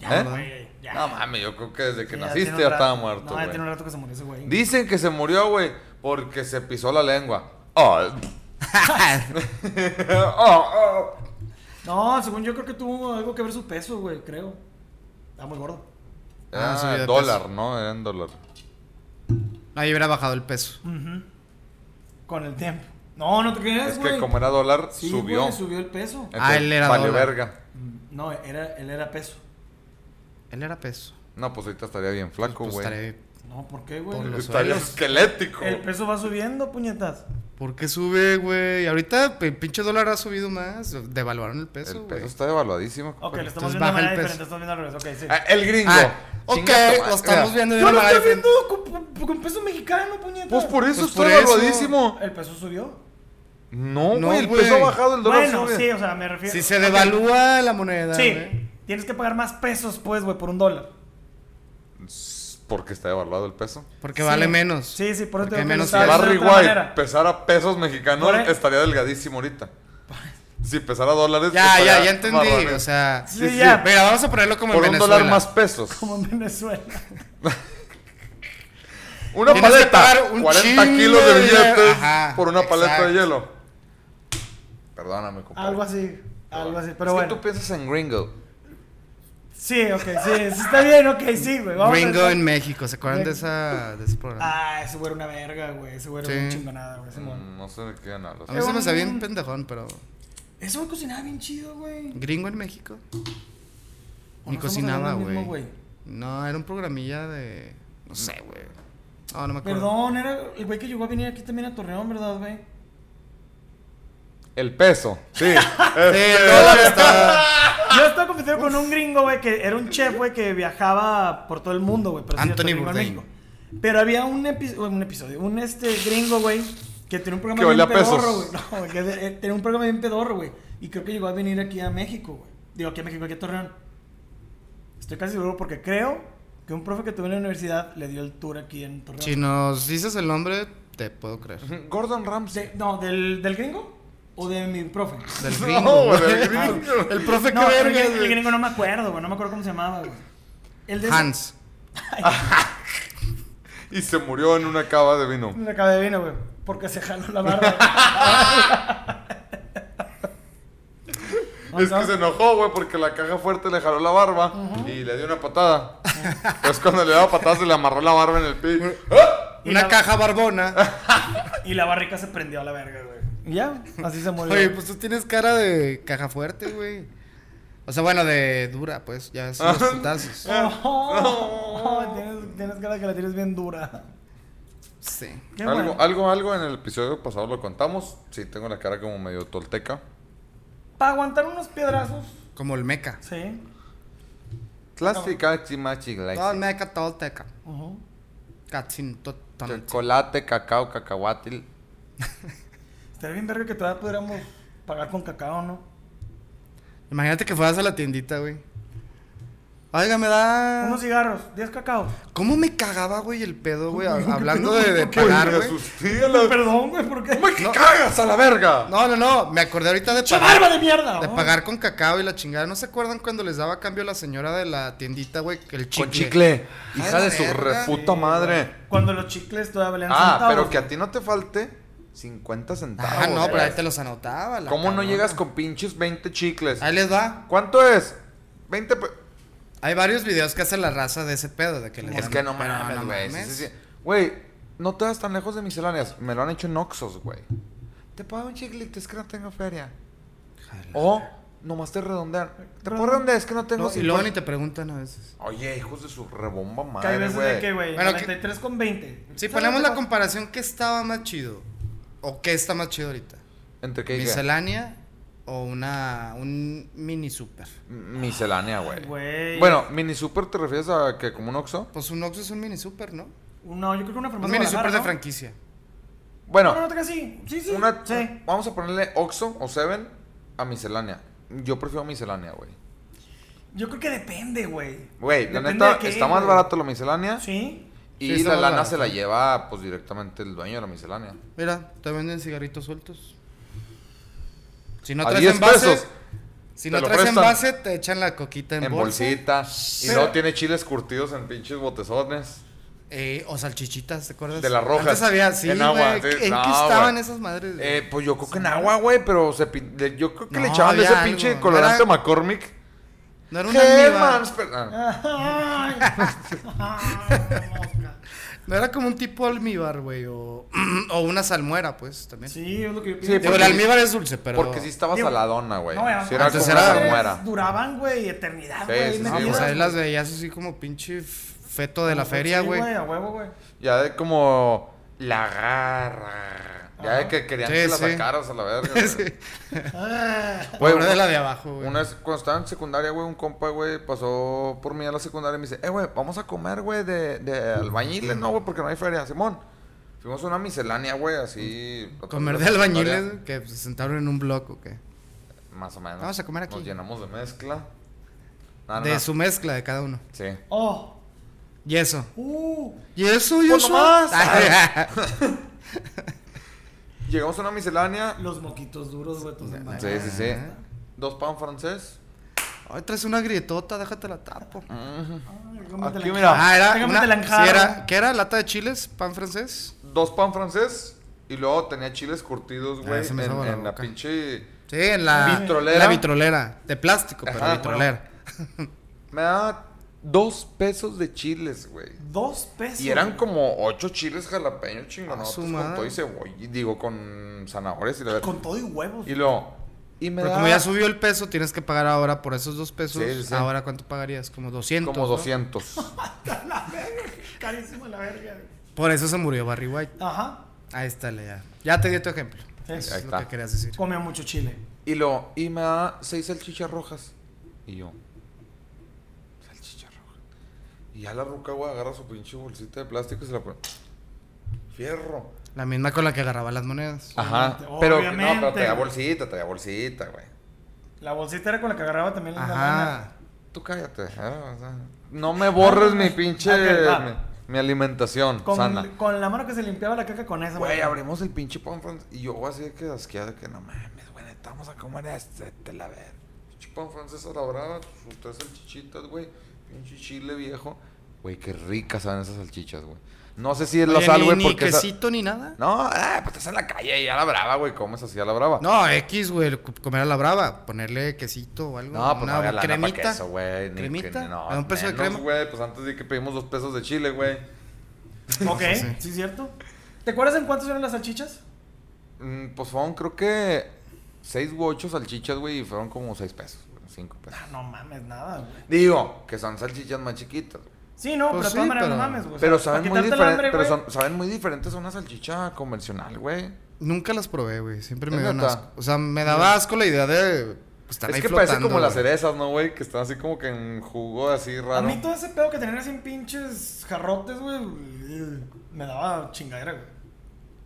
S3: murió?
S2: ¿Eh?
S4: güey, ya.
S2: No mames, yo creo que desde que
S4: Sí,
S2: naciste
S4: tiene
S2: ya,
S4: un rato.
S2: estaba muerto.
S4: No, ya
S2: güey.
S4: tiene un rato que se murió ese güey.
S2: Dicen que se murió, güey, porque se pisó la lengua. Oh. Oh, oh.
S4: No, según yo creo que tuvo algo que ver su peso, güey, creo. Está muy gordo.
S3: Ah,
S2: Ah,
S3: subió de
S2: dólar,
S3: peso.
S2: ¿no? Era en dólar.
S3: No, yo hubiera bajado el peso.
S4: Ujú. Con el tiempo. No, no te creas,
S2: Es
S4: güey.
S2: que como era dólar,
S4: Sí,
S2: subió. Eh.
S4: güey, subió el peso. Mm,
S2: Entonces,
S3: Ah, él era
S2: valió
S3: dólar.
S2: verga.
S4: No, era, él era peso.
S3: Él era peso.
S2: No, pues ahorita estaría bien flaco,
S3: Pues
S2: güey.
S3: estaré-
S4: No, ¿por qué, güey?
S3: Por los
S2: estaría
S3: suelos.
S2: esquelético.
S4: El peso va subiendo, puñetas.
S3: ¿Por qué sube, güey? Ahorita el pinche dólar ha subido más. Devaluaron el
S2: El
S3: peso,
S2: peso
S3: güey.
S2: está devaluadísimo.
S4: Ok,
S2: compadre.
S4: le estamos
S3: entonces
S4: viendo de
S3: baja
S4: manera
S3: el peso.
S4: diferente, estamos viendo al revés. Ok, sí.
S2: Ah, el gringo.
S3: Ah, ok,
S2: Chinga tu madre.
S3: lo estamos
S2: Mira,
S3: viendo de
S4: Yo lo
S3: manera
S4: estoy
S3: diferente.
S4: viendo con, con peso mexicano, puñetas.
S2: Pues por eso
S3: Pues
S2: está
S3: por eso.
S2: devaluadísimo.
S4: El peso subió.
S2: No, güey,
S3: No,
S2: el
S3: güey.
S2: peso ha bajado, el dólar
S4: Bueno,
S2: sube.
S4: sí, o sea, me refiero.
S3: Si se
S4: Ok.
S3: devalúa la moneda,
S4: Sí,
S3: güey.
S4: tienes que pagar más pesos, pues, güey, por un dólar.
S2: Porque está devaluado el peso.
S3: Porque
S4: Sí.
S3: vale menos.
S4: Sí, sí, por eso
S3: Porque
S4: te
S3: menos
S4: preguntaba.
S3: fierro.
S2: Barry
S4: de otra
S2: White
S4: manera.
S2: pesara pesos mexicanos,
S4: Por e- ahí-
S2: estaría delgadísimo ahorita. Si pesara dólares,
S3: Ya, ya,
S2: estaría
S3: ya entendí.
S2: marrón.
S3: O sea.
S4: Sí,
S2: sí,
S4: ya.
S3: Mira, vamos a ponerlo como
S2: por
S3: en
S2: un
S3: Venezuela.
S2: dólar más pesos.
S4: Como en Venezuela.
S2: Una
S3: Tienes que
S2: paleta,
S3: pagar un
S2: 40
S3: chingo
S2: kilos de
S3: de-
S2: billetes
S3: Ajá,
S2: por una paleta de
S3: exacto.
S2: hielo. Perdóname, compadre.
S4: Algo así. Algo así. Pero
S2: es
S4: bueno.
S2: que tú piensas en gringo.
S4: Sí, ok, sí. sí, Está bien, ok, sí, güey. vamos a-
S3: Ringo en México. ¿Se acuerdan de,
S4: Ringo.
S3: esa, de ese programa?
S4: Ah, ese güey era una verga, güey. Ese güey era
S3: Sí.
S4: un chingonada, güey. ese güey.
S2: Mm, No sé de qué hablas.
S3: a mí se me sabía
S4: un-
S3: bien pendejón, pero.
S4: Ese güey cocinaba bien chido, güey.
S3: ¿Gringo en México?
S4: ¿O
S3: Ni
S4: no estamos hablando
S3: cocinaba,
S4: del mismo,
S3: güey. No, era un programilla de. No sé, güey. No, no me acuerdo.
S4: Perdón, era el güey que llegó a venir aquí también a Torreón, ¿verdad, güey?
S2: El peso, sí. Este,
S3: Sí, el dólar está-
S4: Yo estaba compitiendo con un gringo, güey, que era un chef, güey, que viajaba por todo el mundo, güey. pero sí,
S3: Anthony
S4: gringo en
S3: Bourdain.
S4: México. Pero había un, epi- un episodio, un este gringo, güey, Que tenía un programa
S2: Que
S4: bien
S2: valía
S4: pedorro,
S2: pesos.
S4: güey. No, güey, que de- eh, tenía un programa bien pedorro, güey. Y creo que llegó a venir aquí a México, güey. Digo, aquí a México, aquí a Torreón. Estoy casi seguro porque creo que un profe que tuve en la universidad le dio el tour aquí en Torreón.
S3: Si nos dices el nombre, te puedo creer.
S2: Gordon Ramsay.
S4: De- no, ¿del, del gringo o de mi profe.
S3: Del
S2: No,
S3: gringo.
S2: güey,
S3: güey.
S2: del gringo.
S3: El profe
S4: No,
S3: que
S4: el,
S3: verga.
S4: gringo- el
S3: güey.
S4: gringo no me acuerdo, güey. No me acuerdo cómo se llamaba, güey. El de
S3: Hans.
S2: Y se murió en una cava de vino.
S4: Me acabé de vino, güey. Porque se jaló la barba.
S2: Es que se enojó, güey, porque la caja fuerte le jaló la barba y le dio una patada. Pues cuando le daba patadas se le amarró la barba en el pie. ¡Ah!
S4: Y
S3: Una
S4: la-
S3: caja barbona.
S4: Y la barrica se prendió a la verga, güey. Y ya, así se murió.
S3: Oye, pues tú tienes cara de caja fuerte, güey. O sea, bueno, de dura, pues. Ya son los putazos.
S4: Oh, tienes, tienes cara que la tienes bien dura.
S3: Sí.
S4: Qué
S2: Algo,
S4: bueno.
S2: algo, algo en el episodio pasado lo contamos. Sí, tengo la cara como medio tolteca.
S4: Para aguantar unos piedrazos,
S3: Como el meca.
S4: sí.
S2: Clásica chimachi, like.
S3: Todo el meca, todo el teca.
S4: Ujú.
S3: Katsin, to- tonatsin.
S2: Chocolate, cacao, cacahuatil.
S4: Estaría bien verga que todavía pudiéramos pagar con cacao, ¿no?
S3: Imagínate que fueras a la tiendita, güey. Oiga, me da.
S4: Unos cigarros, 10 cacaos.
S3: ¿Cómo me cagaba, güey, el pedo, güey? a- Hablando de, de pagar,
S2: Me
S3: güey.
S2: asusté a la-
S4: Perdón, güey, ¿por qué?
S2: ¡Ay, que cagas a la verga!
S3: No, no, no. Me acordé ahorita de
S4: ¡Chabarba de mierda!
S3: De
S4: ¿no?
S3: pagar con cacao y la chingada. ¿No se acuerdan cuando les daba cambio la señora de la tiendita, güey? que El chicle.
S2: Con chicle.
S3: A
S2: Hija
S3: la
S2: de su
S3: verga.
S2: reputa madre.
S4: Cuando los chicles todavía valían
S2: Ah,
S4: centavos.
S2: pero que a ti no te falte 50 centavos.
S3: Ah, no, pero ahí
S2: güey.
S3: te los anotaba. la
S2: ¿Cómo no
S3: cabrona.
S2: llegas con pinches 20 chicles?
S3: Ahí les va.
S2: ¿Cuánto es? 20 pe-
S3: Hay varios videos que hace la raza de ese pedo. De que les
S2: Es
S3: dan-
S2: que no
S3: pero
S2: mames, güey. sí,
S3: mames.
S2: sí, sí. Güey, no te vas tan lejos de misceláneas. Me lo han hecho en Oxos, güey. Te pago un chiclito, es que no tengo feria. O nomás te redondean. Te puedo redondear, es que no tengo
S3: No, y luego ni
S2: 50.
S3: te preguntan a veces.
S2: Oye, hijos de su rebomba
S4: Que hay
S2: madre,
S4: veces de que,
S2: güey.
S4: güey,
S3: Bueno, que-
S4: 93 con 20.
S3: Si
S4: ¿Sabes
S3: ponemos
S4: lo
S3: la
S4: que pasa?
S3: comparación, ¿qué estaba más chido? ¿O qué está más chido ahorita?
S2: Entre qué y qué?
S3: ¿Miscelánea o una, un mini super?
S2: M- Miscelánea,
S4: güey.
S2: güey. Bueno, mini super te refieres a que como un Oxxo?
S3: Pues un Oxxo es un mini super, ¿no?
S4: No, yo creo que una
S3: Un
S4: farmacia
S3: mini
S4: Guadalajara,
S3: super de
S4: ¿no?
S3: franquicia.
S2: Bueno,
S4: No, no, no, sí, sí, sí.
S2: Una,
S4: sí.
S2: Vamos a ponerle Oxxo o Seven a miscelánea. Yo prefiero miscelánea, güey.
S4: Yo creo que depende, güey.
S2: Güey, la
S4: Depende
S2: neta,
S4: de qué,
S2: está más
S4: güey.
S2: barato la miscelánea
S4: Sí.
S2: y
S3: Sí, está
S2: la
S3: más
S2: lana
S3: barato.
S2: se la lleva pues directamente el dueño de la miscelánea.
S3: Mira, te venden cigarritos sueltos. Si no
S2: a
S3: traes
S2: 10
S3: envase,
S2: pesos te
S3: si no
S2: lo
S3: traes
S2: prestan.
S3: envase, te echan la coquita en,
S2: en
S3: bolsa.
S2: bolsita. Y
S4: Pero-
S2: no tiene chiles curtidos en pinches botezones.
S3: Eh, o salchichitas, ¿te acuerdas?
S2: De las rojas.
S3: Antes había, sí,
S2: En agua,
S3: güey,
S2: sí.
S3: ¿En
S2: No,
S3: qué estaban
S2: güey.
S3: esas madres? güey?
S2: Eh, pues yo creo que en agua, güey, pero se pin- le- yo creo que le
S3: No,
S2: echaban de ese
S3: había
S2: pinche
S3: algo, no
S2: colorante
S3: era-
S2: McCormick.
S3: no era una amiba.
S2: Hellmann's, pero- ah,
S4: Ay. Ay, mosca.
S3: No era como un tipo almíbar, güey, o, o una salmuera, pues, también.
S4: Sí, es lo que yo
S2: Sí,
S4: pienso.
S3: Digo, el
S2: porque-
S3: almíbar es dulce, pero...
S2: Porque sí estaba
S4: Digo,
S2: saladona, güey.
S4: No,
S2: sí era como
S4: antes
S3: antes
S2: una
S3: era-
S2: salmuera.
S4: Duraban, güey, eternidad,
S2: Sí,
S4: güey.
S2: sí, sí,
S3: No, pues
S4: metidas,
S3: ahí
S2: güey.
S3: las veías así como pinche feto de la
S4: Sí,
S3: feria, güey.
S4: A huevo, güey.
S2: Ya de como la garra. Ya de
S4: Ajá.
S2: que querían
S3: Sí,
S2: que la
S3: sí.
S2: sacaras a la verga.
S3: Sí.
S2: güey.
S4: Ah,
S2: Güey,
S3: Pobre de
S2: una-
S3: la de abajo, güey.
S2: Una vez cuando estaba en secundaria, güey, un compa, güey, pasó por mí a la secundaria y me dice, eh, güey, vamos a comer, güey, de, de albañiles, no, güey, porque no hay feria, Simón. Fuimos a una miscelánea, güey, así.
S3: Comer de albañiles, güey, que se sentaron en un bloque, ¿o qué?
S2: Más o menos.
S3: Vamos a comer aquí.
S2: Nos llenamos de mezcla. No, no,
S3: De
S2: Ah, no.
S3: su mezcla de cada uno.
S2: Sí.
S4: Oh.
S3: Y eso.
S4: Uh.
S3: Y eso, y
S2: Pues
S3: eso.
S2: nomás.
S3: Ah,
S2: Llegamos a una miscelánea.
S4: Los moquitos duros, güey. tus demás.
S2: Sí, sí, sí.
S3: Eh.
S2: Dos pan francés.
S3: Ay, traes una grietota, déjate la tapo.
S2: Ujú.
S4: Ay, cómetela.
S2: Aquí, mira.
S3: Ah, era
S4: Téngame
S3: una,
S4: del anjar.
S3: sí, era- ¿Qué era? ¿Lata de chiles? ¿Pan francés?
S2: dos pan francés y luego tenía chiles curtidos, güey,
S3: Ah, se
S2: en,
S3: me hizo agua la
S2: en la
S3: boca.
S2: pinche...
S3: Sí, en la...
S2: Vitrolera.
S3: La vitrolera. De plástico, pero
S2: Ajá,
S3: vitrolera.
S2: Me daba dos pesos de chiles, güey.
S4: Dos pesos.
S2: Y eran
S4: güey.
S2: como ocho chiles jalapeños chingonotes
S3: Ah, su
S2: con
S3: madre.
S2: todo y cebolla, digo, con zanahorias y la verdad.
S4: Con todo y huevos.
S2: Y luego... Y me
S3: Pero
S2: daba
S3: como ya subió el peso, tienes que pagar ahora por esos dos pesos.
S2: Sí, sí, sí.
S3: Ahora, ¿cuánto pagarías? Como 200.
S2: como
S3: ¿no?
S2: 200.
S4: Carísimo la verga. güey.
S3: Por eso se murió Barry White.
S4: Ajá.
S3: Ahí está, ya. Ya te di tu ejemplo.
S4: Sí.
S3: Eso
S2: Ahí
S3: es lo
S2: está.
S3: que querías decir.
S4: Comía mucho chile.
S2: Y luego, y me daba seis salchichas rojas. Y yo... Salchicha roja. Y ya la ruca, güey, agarra su pinche bolsita de plástico y se la pone... Fierro.
S3: La misma con la que agarraba las monedas.
S2: Ajá.
S4: Obviamente,
S2: Pero, no,
S4: obviamente.
S2: pero traía bolsita, traía bolsita, güey.
S4: La bolsita era con la que agarraba también la lana.
S3: Ajá.
S2: Tú cállate. ah, o sea, No me borres mi pinche.
S4: Ok, va.
S2: mi, mi alimentación sana.
S4: Con, con la mano que se limpiaba la caca con esa.
S2: Güey,
S4: mano.
S2: abrimos el pinche pan francés. Y yo así de que asqueado de que no mames, güey, neta, vamos a comer este, te la ver. Pinche pan francés a la brava, sus tres salchichitas, güey. Pinche chile viejo. Güey, qué ricas saben esas salchichas, güey. No sé si es la
S3: Oye,
S2: sal,
S3: ni-
S2: güey,
S3: ni,
S2: porque. esa-
S3: quesito ni nada.
S2: No, ah, pues estás en la calle y a la brava, güey. Comes así a la brava.
S3: No, X, güey, el cu- comer a la brava, ponerle quesito o algo.
S2: No, pues no había lana pa'
S3: cremita.
S2: queso, güey. ni
S3: cremita,
S2: que- no,
S3: a un peso de
S2: menos,
S3: crema.
S2: güey. Pues antes de que pedimos dos pesos de chile, güey.
S4: Ok, sí, cierto. ¿Te acuerdas en cuántos eran las salchichas?
S2: Mm, pues fueron, creo que seis u ocho salchichas, güey. Y fueron como seis pesos, güey, cinco pesos.
S4: Ah, No mames, nada, güey.
S2: Digo, que son salchichas más chiquitas. güey.
S4: Sí, no,
S3: Pues
S4: pero de todas
S3: sí,
S4: maneras no
S3: pero-
S4: mames, güey. O
S2: pero
S4: sea,
S2: saben
S4: para
S2: muy
S4: quitarte el
S2: diferentes.
S4: hambre,
S2: Pero
S4: güey.
S2: son- saben muy diferentes a una salchicha convencional, güey.
S3: Nunca las probé, güey. Siempre me
S2: ¿Es
S3: daban
S2: neta?
S3: asco. O sea, me daba asco la idea de pues, estar
S2: Es
S3: ahí
S2: que
S3: flotando.
S2: parece como las
S3: güey.
S2: cerezas, ¿no, güey? Que están así como que en jugo así
S4: A
S2: raro.
S4: mí todo ese pedo que tenían así en pinches jarrotes, güey, me daba chingadera, güey.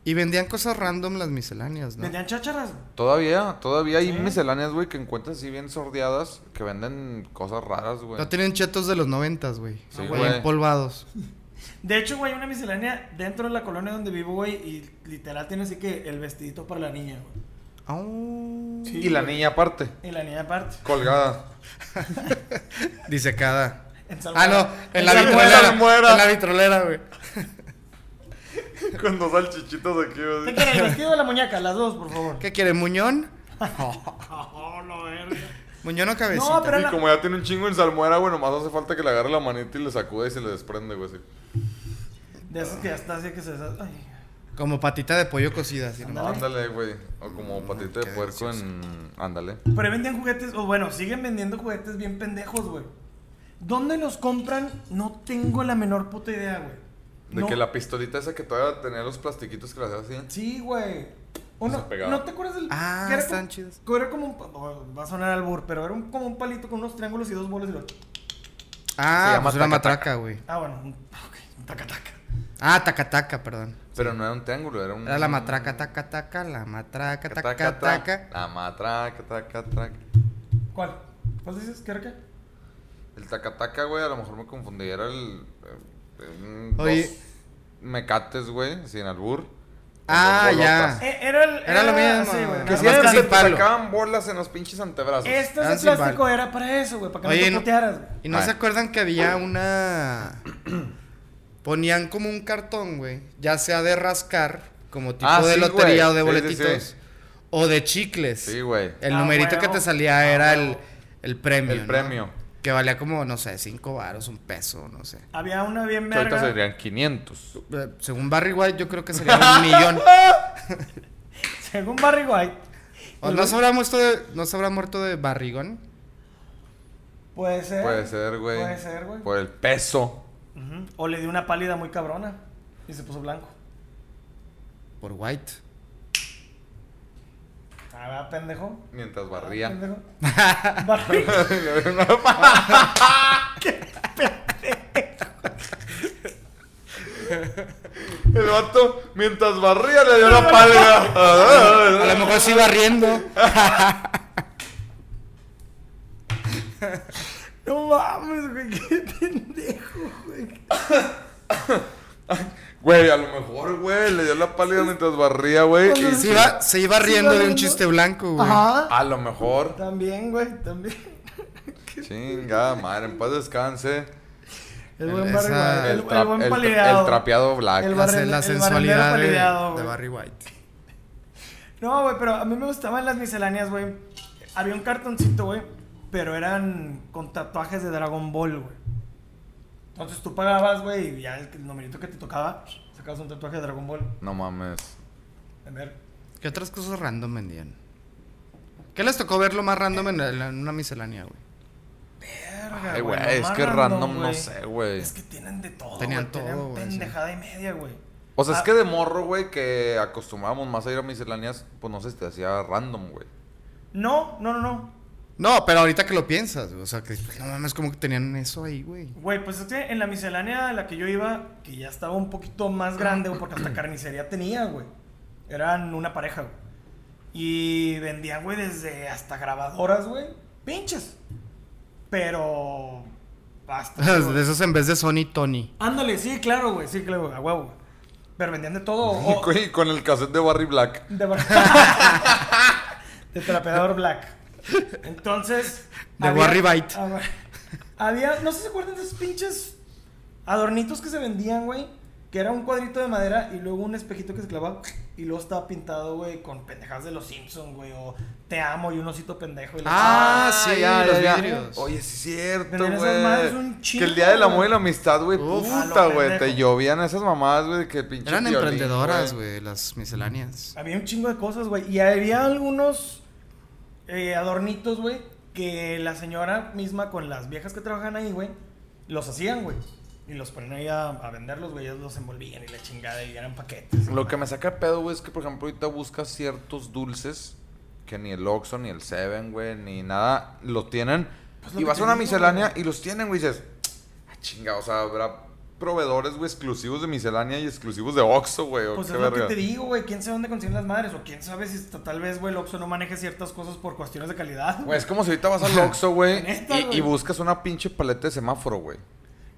S3: Y vendían cosas random las misceláneas, ¿no?
S4: Vendían chácharas. güey.
S2: Todavía, todavía hay
S4: Sí.
S2: misceláneas, güey, que encuentras así bien sordeadas, que venden cosas raras, güey.
S3: No tienen chetos de los noventas, güey.
S2: Sí,
S3: Ahí
S2: güey.
S3: Empolvados.
S4: De hecho, güey, hay una miscelánea dentro de la colonia donde vivo, güey, y literal tiene así que el vestidito para la niña, güey.
S3: Au.
S4: Sí,
S2: Y la
S4: güey.
S2: niña aparte,
S4: Y la niña aparte.
S2: colgada.
S3: Dice cada.
S4: En
S3: Ah,
S4: salmuera.
S3: no, en la
S4: salmuera.
S3: vitrolera.
S2: salmuera.
S3: En la vitrolera, güey.
S2: Con dos salchichitos aquí,
S4: ¿Qué quiere? ¿El vestido o la muñeca? Las dos, por favor.
S3: ¿Qué quiere, muñón?
S4: Oh, la verga.
S3: Muñón o cabecita.
S4: No, pero
S2: Y
S4: la-
S2: como ya tiene un chingo en salmuera, güey, nomás hace falta que le agarre la manita y le sacude y se le desprende, güey. así.
S4: De esos que ya está así que se... desa- Ay.
S3: Como patita de pollo cocida, así, ¿no?
S4: Ándale.
S2: Ándale, güey. O como patita de
S3: Mm, qué
S2: puerco
S3: delicioso.
S2: en... Ándale.
S4: Pero ahí vendían juguetes, o bueno, siguen vendiendo juguetes bien pendejos, güey. ¿Dónde los compran? No tengo la menor puta idea, güey.
S2: De
S4: No-
S2: que la pistolita esa que todavía tenía los plastiquitos que la hacía así.
S4: Sí, güey. O no,
S2: Se pegaba.
S4: ¿No te acuerdas del...?
S3: Ah,
S4: que era
S3: están
S4: como-
S3: chidos.
S4: que Era como un... pa- oh, va a sonar al burro, pero era un- como un palito con unos triángulos y dos bolas y lo...
S2: Se
S3: Ah,
S2: llama
S3: pues una
S2: taca-taca.
S3: matraca, güey.
S4: Ah, bueno. un- Ok, un taca-taca.
S3: Ah, tacataca, perdón.
S2: Pero no era un triángulo, era un...
S3: Era la matraca, taca, taca, la matraca, taca, taca.
S2: La matraca, taca, taca.
S4: ¿Cuál? ¿Cuál dices? ¿Qué era qué?
S2: El tacataca, güey, a lo mejor me confundí. Era el. eh, un-
S3: Oye.
S2: dos mecates, güey, sin albur. con
S3: Ah,
S2: dos bolotas.
S3: ya.
S4: Eh, era el...
S3: Era lo mismo.
S4: sí, güey.
S2: Que
S3: Nada
S2: si
S3: más
S2: eran
S3: que
S2: que
S3: sin
S2: te
S3: palo.
S2: sacaban bolas en los pinches antebrazos.
S4: Esto
S3: Eran
S4: de
S3: sin palo.
S4: plástico era para eso, güey, para que
S3: Oye,
S4: no te
S3: no-
S4: putearas, güey.
S3: ¿Y no
S2: Ah.
S3: se acuerdan que había una... Ponían como un cartón, güey, ya sea de rascar, como tipo
S2: Ah,
S3: de
S2: sí,
S3: lotería
S2: güey.
S3: o de
S2: Sí, sí, sí.
S3: boletitos, o de chicles.
S2: Sí, güey.
S3: El
S4: Ah,
S3: numerito
S4: huevo.
S3: que te salía
S4: Ah,
S3: era
S4: huevo.
S3: el, el premio.
S2: El
S3: ¿no?
S2: premio.
S3: Que valía como, no sé, cinco varos, un peso, no sé.
S4: Había una bien
S2: Que ahorita
S4: verga.
S2: serían 500.
S3: Eh, Según Barry White, yo creo que sería un millón.
S4: Según Barry White.
S3: ¿O no, se habrá muerto de, ¿No se habrá muerto de barrigón?
S4: Puede ser.
S2: Puede ser, güey.
S4: Puede ser, güey.
S2: Por el peso.
S4: Ujú. O le dio una pálida muy cabrona y se puso blanco.
S3: Por White.
S4: Ah, ¿verdad, pendejo.
S2: Mientras
S4: Ah,
S2: barría.
S4: pendejo. Barry-
S2: El vato, mientras barría, le dio la pálida.
S3: A lo mejor sí barriendo.
S4: No mames, güey. Qué pendejo, güey.
S2: Güey, a lo mejor, güey, le dio la pálida mientras barría, güey.
S4: Cuando
S2: y
S3: Se
S2: sí.
S3: iba, se iba
S4: Sí,
S3: riendo de
S4: barriendo.
S3: un chiste blanco, güey.
S4: Ajá.
S2: A lo mejor.
S4: También, güey. También.
S2: Chinga, madre, en paz descanse.
S4: El
S3: El-
S4: buen Barry
S3: esa-
S4: White. El,
S2: El,
S4: el
S2: tra-
S4: buen
S2: el tra-
S4: palideado.
S2: el trapeado black.
S4: El
S3: La,
S4: barren-
S3: la
S4: el
S3: sensualidad
S4: barrendero
S3: de,
S4: palideado,
S3: de
S4: güey.
S3: Barry White.
S4: No, güey, pero a mí me gustaban las misceláneas, güey. Había un cartoncito, güey, pero eran con tatuajes de Dragon Ball, güey. Entonces tú pagabas, güey, y ya el, el numerito que te tocaba, sacabas un tatuaje de Dragon Ball.
S2: No mames.
S4: A ver.
S3: ¿Qué otras cosas random vendían? ¿Qué les tocó ver lo más random en, la- en una miscelánea, güey?
S4: Verga,
S2: Ay, güey,
S4: lo
S2: es
S4: más
S2: que random, no
S4: güey.
S2: sé, güey.
S4: Es que tienen de todo,
S3: Tenían
S4: güey, tenían
S3: todo, güey, sí.
S4: pendejada y media, güey.
S2: O sea,
S4: Ah.
S2: es que de morro, güey, que acostumbrábamos más a ir a misceláneas, pues no sé, te hacía random, güey.
S4: No, no, no, no.
S3: No, pero ahorita que lo piensas, o sea, que no mames, como que tenían eso ahí, güey.
S4: Güey, pues es que en la miscelánea a la que yo iba, que ya estaba un poquito más grande, güey, porque hasta carnicería tenía, güey. Eran una pareja, güey. Y vendían, güey, desde hasta grabadoras, güey. Pinches. Pero. Basta.
S3: De esos en vez de Sony, Tony.
S4: Ándale, sí, claro, güey. Sí, claro, güey, a huevo. güey. Pero vendían de todo. o-
S2: Y con el cassette de Barry Black.
S4: de, bar- de trapeador black. Entonces.
S3: De Warry Bite.
S4: Ah, Había, no sé si se acuerdan de esos pinches adornitos que se vendían, güey. Que era un cuadrito de madera y luego un espejito que se clavaba y luego estaba pintado, güey, con pendejadas de los Simpsons, güey, o Te amo y un osito pendejo. Y la-
S3: Ah, sí, los vidrios.
S2: Oye, sí es cierto,
S4: Tenían esas madres un
S2: güey. Que
S4: chingo,
S2: el día del amor y
S4: güey.
S2: la amistad, güey,
S3: Uf.
S4: A
S2: puta,
S4: lo
S2: güey. Te
S4: pendejo.
S2: llovían esas mamás, güey, que el pinche
S3: Eran
S2: violín,
S3: emprendedoras, güey, las misceláneas.
S4: Había un chingo de cosas, güey. Y había algunos eh, adornitos, güey, que la señora misma con las viejas que trabajan ahí, güey, los hacían, güey. Y los ponían ahí a, a venderlos, güey. Ellos los envolvían y la chingada y eran paquetes.
S2: Lo que me saca de pedo, güey, es que, por ejemplo, ahorita buscas ciertos dulces que ni el Oxxo, ni el Seven, güey, ni nada lo tienen.
S4: Pues lo
S2: y
S4: que
S2: vas
S4: te
S2: a una
S4: digo,
S2: miscelánea y los tienen, güey, y dices, ah, chinga, o sea, habrá proveedores, güey, exclusivos de miscelánea y exclusivos de Oxxo, güey, o
S4: Pues
S2: qué
S4: es lo que
S2: verga?
S4: te digo, güey. ¿Quién sabe dónde consiguen las madres? O quién sabe si hasta tal vez, güey, el Oxxo no maneje ciertas cosas por cuestiones de calidad.
S2: Güey, es como si ahorita vas al Oxxo, güey,
S4: Neta,
S2: y- y,
S4: güey.
S2: buscas una pinche paleta de semáforo, güey.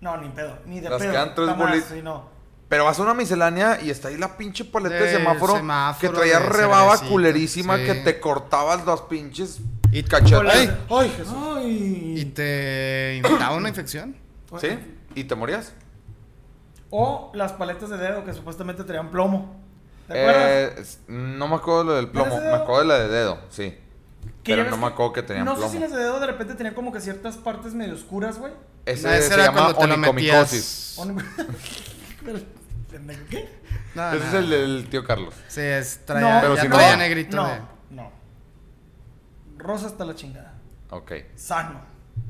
S4: No, ni pedo. Ni de
S2: Las
S4: pedo.
S2: quedan tres
S4: jamás,
S2: bolitas.
S4: sí, no.
S2: Pero vas a una miscelánea y está ahí la pinche paleta de,
S3: Del
S2: semáforo, que
S3: semáforo,
S2: traía
S3: de
S2: rebaba
S3: cerecita,
S2: culerísima
S3: sí.
S2: que te cortabas los pinches
S3: Y-
S2: cachetes.
S4: Hola.
S2: Ay,
S4: Ay, Jesús. Ay.
S3: ¿Y te inventaba una infección?
S2: ¿Sí? ¿Y te morías?
S4: O las paletas de dedo que supuestamente traían plomo. ¿Te acuerdas?
S2: Eh, s- no me acuerdo de lo del
S4: ¿Pero
S2: plomo,
S4: ese
S2: me
S4: dedo?
S2: acuerdo de la de dedo, sí.
S4: Que
S2: Pero no
S4: ya ves
S2: me acuerdo que tenían
S4: No
S2: plomo.
S4: sé si las de dedo de repente tenían como que ciertas partes medio oscuras, güey.
S2: Ese
S3: No, ese
S2: se
S3: era
S2: llama
S3: cuando te lo
S2: onicomicosis.
S3: metías.
S4: O no- Pero, pendejo, ¿Qué?
S3: No,
S2: Ese
S3: no.
S2: es el del tío Carlos.
S3: Sí, es, traía,
S2: Pero
S3: ya
S2: sin
S3: traía
S2: ropa.
S3: negrito.
S4: No,
S3: de-
S4: no. Rosa hasta la chingada.
S2: Ok.
S4: Sano.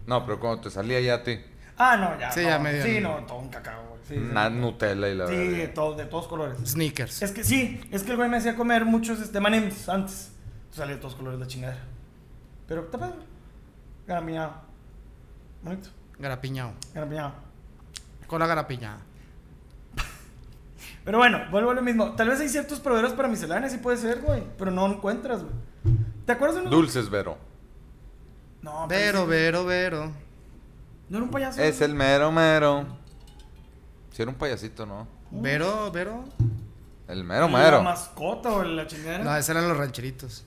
S2: No, pero cuando te salía ya a ti,
S4: Ah, no, ya.
S3: Sí,
S4: no.
S3: ya medio-
S4: Sí, no, todo un cacao, güey. Sí, sí.
S2: una Nutella y la
S4: Sí,
S2: verga.
S4: de, todo- de todos colores.
S3: Sneakers.
S4: Es que sí, es que el güey me hacía comer muchos este, manems antes. Salió de todos colores la chingadera. Pero está padre. Garapiñado. Bonito.
S3: Garapiñado.
S4: Garapiñado.
S3: Cola garapiñada.
S4: Pero bueno, vuelvo a lo mismo. Tal vez hay ciertos proveedores para misceláneas, sí puede ser, güey. Pero no encuentras, güey. ¿Te acuerdas de uno?
S2: Dulces, Vero.
S4: No, pero
S3: Vero,
S4: sí.
S3: vero, vero.
S4: No era un payaso.
S2: Es
S4: güey.
S2: el mero mero. Si era un payasito, ¿no?
S3: Vero, vero.
S2: El mero
S4: La
S2: mero.
S4: mascota o la chingadera.
S3: No, esos eran los rancheritos.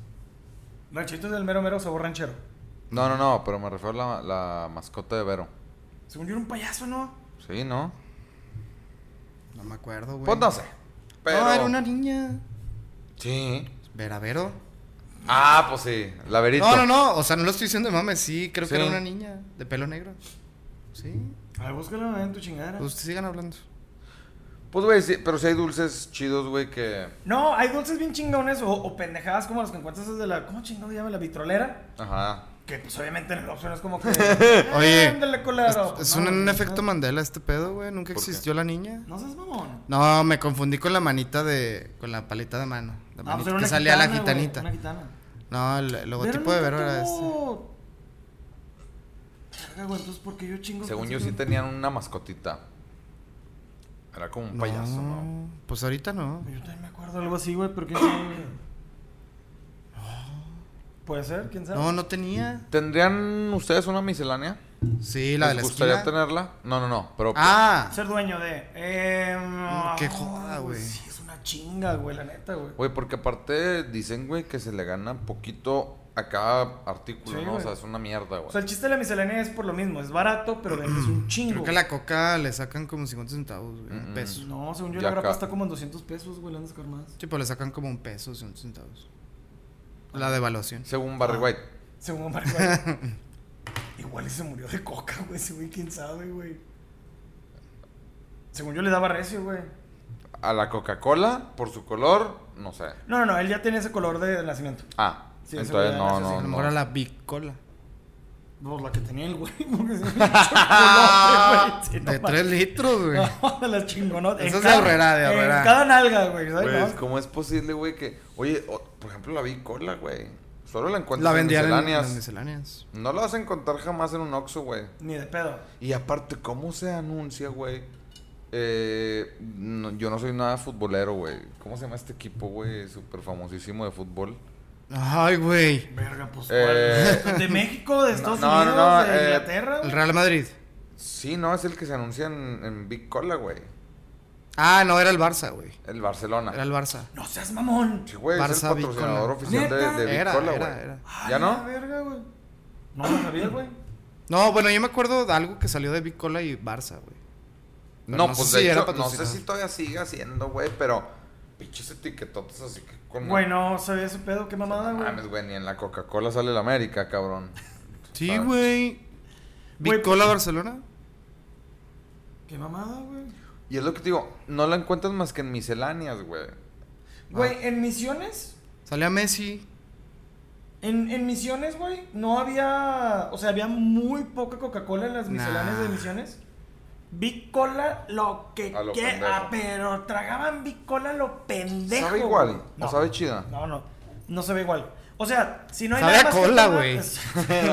S4: Ranchito es del mero mero sabor ranchero.
S2: No, no, no, pero me refiero a la, la mascota de Vero.
S4: Según yo era un payaso, ¿no?
S2: Sí, ¿no?
S3: No me acuerdo, güey.
S2: Pues no sé. Pero...
S3: No, era una niña.
S2: Sí.
S3: Vera, vero.
S2: Ah, pues sí. La verito.
S3: No, no, no. O sea, no lo estoy diciendo de mames. Sí, creo
S2: Sí.
S3: que era una niña. De pelo negro. Sí.
S4: A ver, búscalo en tu chingadera.
S3: Ustedes sigan hablando.
S2: Pues, güey, sí, pero si hay dulces chidos, güey, que...
S4: No, hay dulces bien chingones o, o pendejadas como las que encuentras desde la. ¿Cómo chingado se llama? La vitrolera.
S2: Ajá.
S4: Que pues obviamente en el Oxxo no es como que. Oye. Ándale, colero.
S3: Es, es
S4: No,
S3: un, un
S4: no,
S3: efecto Mandela este pedo, güey. Nunca
S2: ¿Por qué?
S3: existió la niña.
S4: No seas mamón. Ah,
S3: No, me confundí con la manita de. con la palita de mano. La
S4: Ah, pues
S3: manita
S4: era
S3: que
S4: una
S3: salía la
S4: güey,
S3: gitanita.
S4: Una gitana.
S3: No, el, el logotipo de Vero era este.
S4: este. Verga, güey, entonces porque yo chingo.
S2: Según
S4: pensé
S2: yo
S4: que
S2: sí
S4: no-
S2: tenían una mascotita. Era como un payaso, ¿no?
S3: No, Pues ahorita no.
S4: Yo también me acuerdo de algo así, güey, pero quién sabe. Puede ser, quién sabe.
S3: Ah. No, no tenía.
S2: ¿Tendrían ustedes una miscelánea?
S3: Sí, la de la
S2: ¿Les gustaría
S3: esquina.
S2: tenerla? No, no, no. Pero
S3: Ah,
S4: Ser dueño de. Eh, no,
S3: qué joda, güey.
S4: Sí, es una chinga, güey, la neta, güey.
S2: Güey, porque aparte dicen, güey, que se le gana poquito a cada artículo,
S4: Sí,
S2: ¿no? O
S4: güey.
S2: sea, es una mierda, güey.
S4: O sea, el chiste de la miscelánea es por lo mismo, es barato, pero vendes un chingo.
S3: creo que la coca le sacan como 50 centavos, güey.
S2: Mm, mm.
S3: Un peso.
S4: No, según yo
S2: Ya
S4: la grapa
S2: acá.
S4: está como en 200 pesos, güey, la andas a sacar más.
S3: Sí, pero le sacan como un peso, 50 centavos. La devaluación.
S2: Según Barry
S4: Ah.
S2: White.
S4: Según Marco. güey. Igual y se murió de coca, güey, ese güey, quién sabe, güey. Según yo le daba recio, güey.
S2: A la Coca-Cola, por su color, no sé.
S4: No, no, no, él ya tenía ese color de nacimiento.
S2: Ah,
S4: Sí, ese
S2: entonces
S4: güey,
S2: no,
S4: ese sí,
S3: a
S2: no,
S3: lo
S2: no.
S3: mejor a la bicola.
S4: Pues la que tenía el güey, porque se me chocolote, güey. Ah, sí, no
S3: De
S4: mames. Ah.
S3: 3 litros, güey.
S4: No, de las chingonotas.
S3: Eso
S4: En
S3: es de
S4: cada-
S3: ahorrera, de ahorrera.
S4: En cada nalga, güey, ¿sabes?
S2: Pues,
S4: No,
S2: ¿cómo es posible, güey, que... Oye, o- por ejemplo, la bicola, güey. Es Solo la encuentras
S3: La
S2: en
S3: vendían en- en,
S2: misceláneas.
S3: las misceláneas.
S2: No la vas a encontrar jamás en un Oxxo, güey.
S4: Ni de pedo.
S2: Y aparte, ¿cómo se anuncia, güey? Eh, no, yo no soy nada futbolero, güey. ¿Cómo se llama este equipo, güey? Súper famosísimo de fútbol.
S3: Ay, güey.
S4: Verga, pues.
S2: Eh,
S4: ¿cuál? ¿De México, de
S2: no,
S4: Estados
S2: no,
S4: Unidos,
S2: no,
S4: de
S2: eh,
S4: Inglaterra?
S3: El
S4: güey?
S3: Real Madrid.
S2: Sí, no, es el que se anuncia en, en Big Cola, güey.
S3: Ah, no, era el Barça, güey.
S2: El Barcelona.
S3: Era el Barça.
S4: No seas mamón.
S2: Sí, güey, es el
S3: Barça Big
S2: patrocinador
S3: Cola.
S2: oficial de,
S4: ¿Neta?
S2: de Big
S3: Era,
S2: Cola,
S3: era,
S2: güey.
S3: era. Ah,
S4: Ay,
S2: ¿Ya
S4: la
S2: no?
S4: verga, güey. No lo sabía, güey.
S3: No, bueno, yo me acuerdo de algo que salió de Big Cola y Barça, güey. Pero
S2: No,
S3: no sé
S2: pues
S3: si
S2: de
S3: era
S2: hecho, no sé
S3: patrocinado.
S2: si todavía sigue haciendo, güey, pero pinches etiquetotas así que con.
S4: Güey, no sabía ese pedo, qué mamada,
S2: No mames,
S4: güey.
S2: güey, ni en la Coca-Cola sale la América, cabrón.
S3: Sí,
S2: ¿Sabes?
S3: güey. Big
S4: Güey, pues,
S3: Cola Barcelona.
S4: Qué mamada, güey.
S2: Y es lo que te digo, no la encuentras más que en misceláneas, güey.
S4: Güey, en Misiones,
S3: Salía Messi.
S4: en, en Misiones, güey, no había, o sea, había muy poca Coca-Cola en las misceláneas
S3: Nah.
S4: de Misiones. Big Cola lo que
S2: A lo
S4: que-
S2: pendejo.
S4: ah, pero tragaban Big Cola lo pendejo.
S2: ¿Sabe igual?
S4: güey.
S2: ¿O sabe chida?
S4: No, no, no sabe igual. O sea, si no hay
S3: Sabe
S4: nada
S3: a
S4: más que
S3: cola,
S4: tomar,
S3: güey.
S4: es-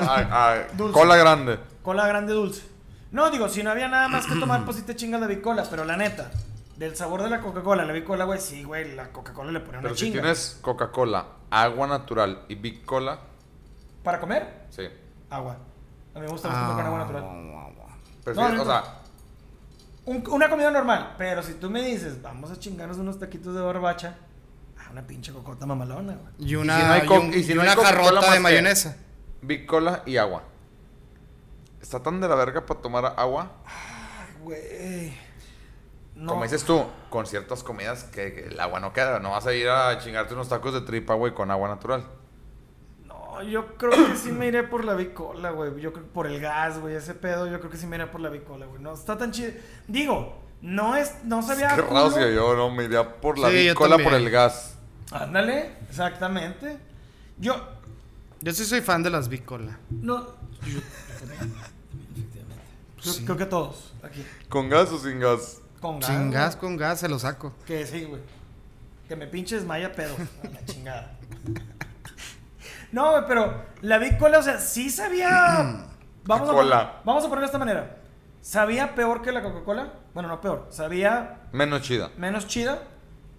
S2: Ah, ah,
S4: Dulce.
S2: cola grande.
S4: Cola grande dulce. No, digo, si no había nada más que tomar, pues sí te chingas la bicola, pero la neta, del sabor de la Coca-Cola, la bicola, güey, sí, güey, la Coca-Cola le pone una
S2: Pero si
S4: chinga.
S2: tienes Coca-Cola, agua natural y Big Cola,
S4: ¿Para comer?
S2: sí.
S4: Agua. A mí me gusta
S2: Ah.
S3: Ah.
S4: bastante con agua natural.
S2: Prefieres-
S4: no,
S2: o sea,
S4: Un- una comida normal, pero si tú me dices, vamos a chingarnos unos taquitos de barbacha, ah, una pinche cocota mamalona, güey.
S3: Y
S2: Y si no
S3: una,
S2: hay
S3: y
S2: co-
S3: un-
S2: y si
S3: y
S2: no hay
S3: una
S2: Coca-Cola más
S3: jarrota
S2: que-
S3: de mayonesa.
S2: Big Cola y agua. Está tan de la verga para tomar agua.
S4: Ay, güey. No.
S2: Ah, Como dices tú, con ciertas comidas que que el agua no queda. No vas a ir a chingarte unos tacos de tripa, güey, con agua natural.
S4: No, yo creo que sí me iré por la bicola, güey. Yo creo que por el gas, güey, ese pedo, yo creo que sí me iré por la bicola, güey. No está tan chido. Digo, no es no sabía a
S2: Qué
S4: culo.
S2: raro que yo no me iría por la
S3: Sí, yo
S2: Big Cola por
S3: también.
S2: el gas.
S4: Ándale, exactamente. Yo
S3: Yo sí soy fan de las Big Cola.
S4: no yo, Creo- creo que todos aquí
S2: ¿Con gas o sin gas?
S4: con gas.
S3: Sin
S4: güey.
S3: gas, con gas, se lo saco.
S4: Que sí, güey. Que me pinche desmaya pedo. A la chingada. No, güey, pero la Big Cola, o sea, sí sabía. Vamos a,
S2: Cola.
S4: vamos a ponerlo de esta manera. Sabía peor que la Coca-Cola. Bueno, no peor. Sabía
S2: Menos chida.
S4: menos chida.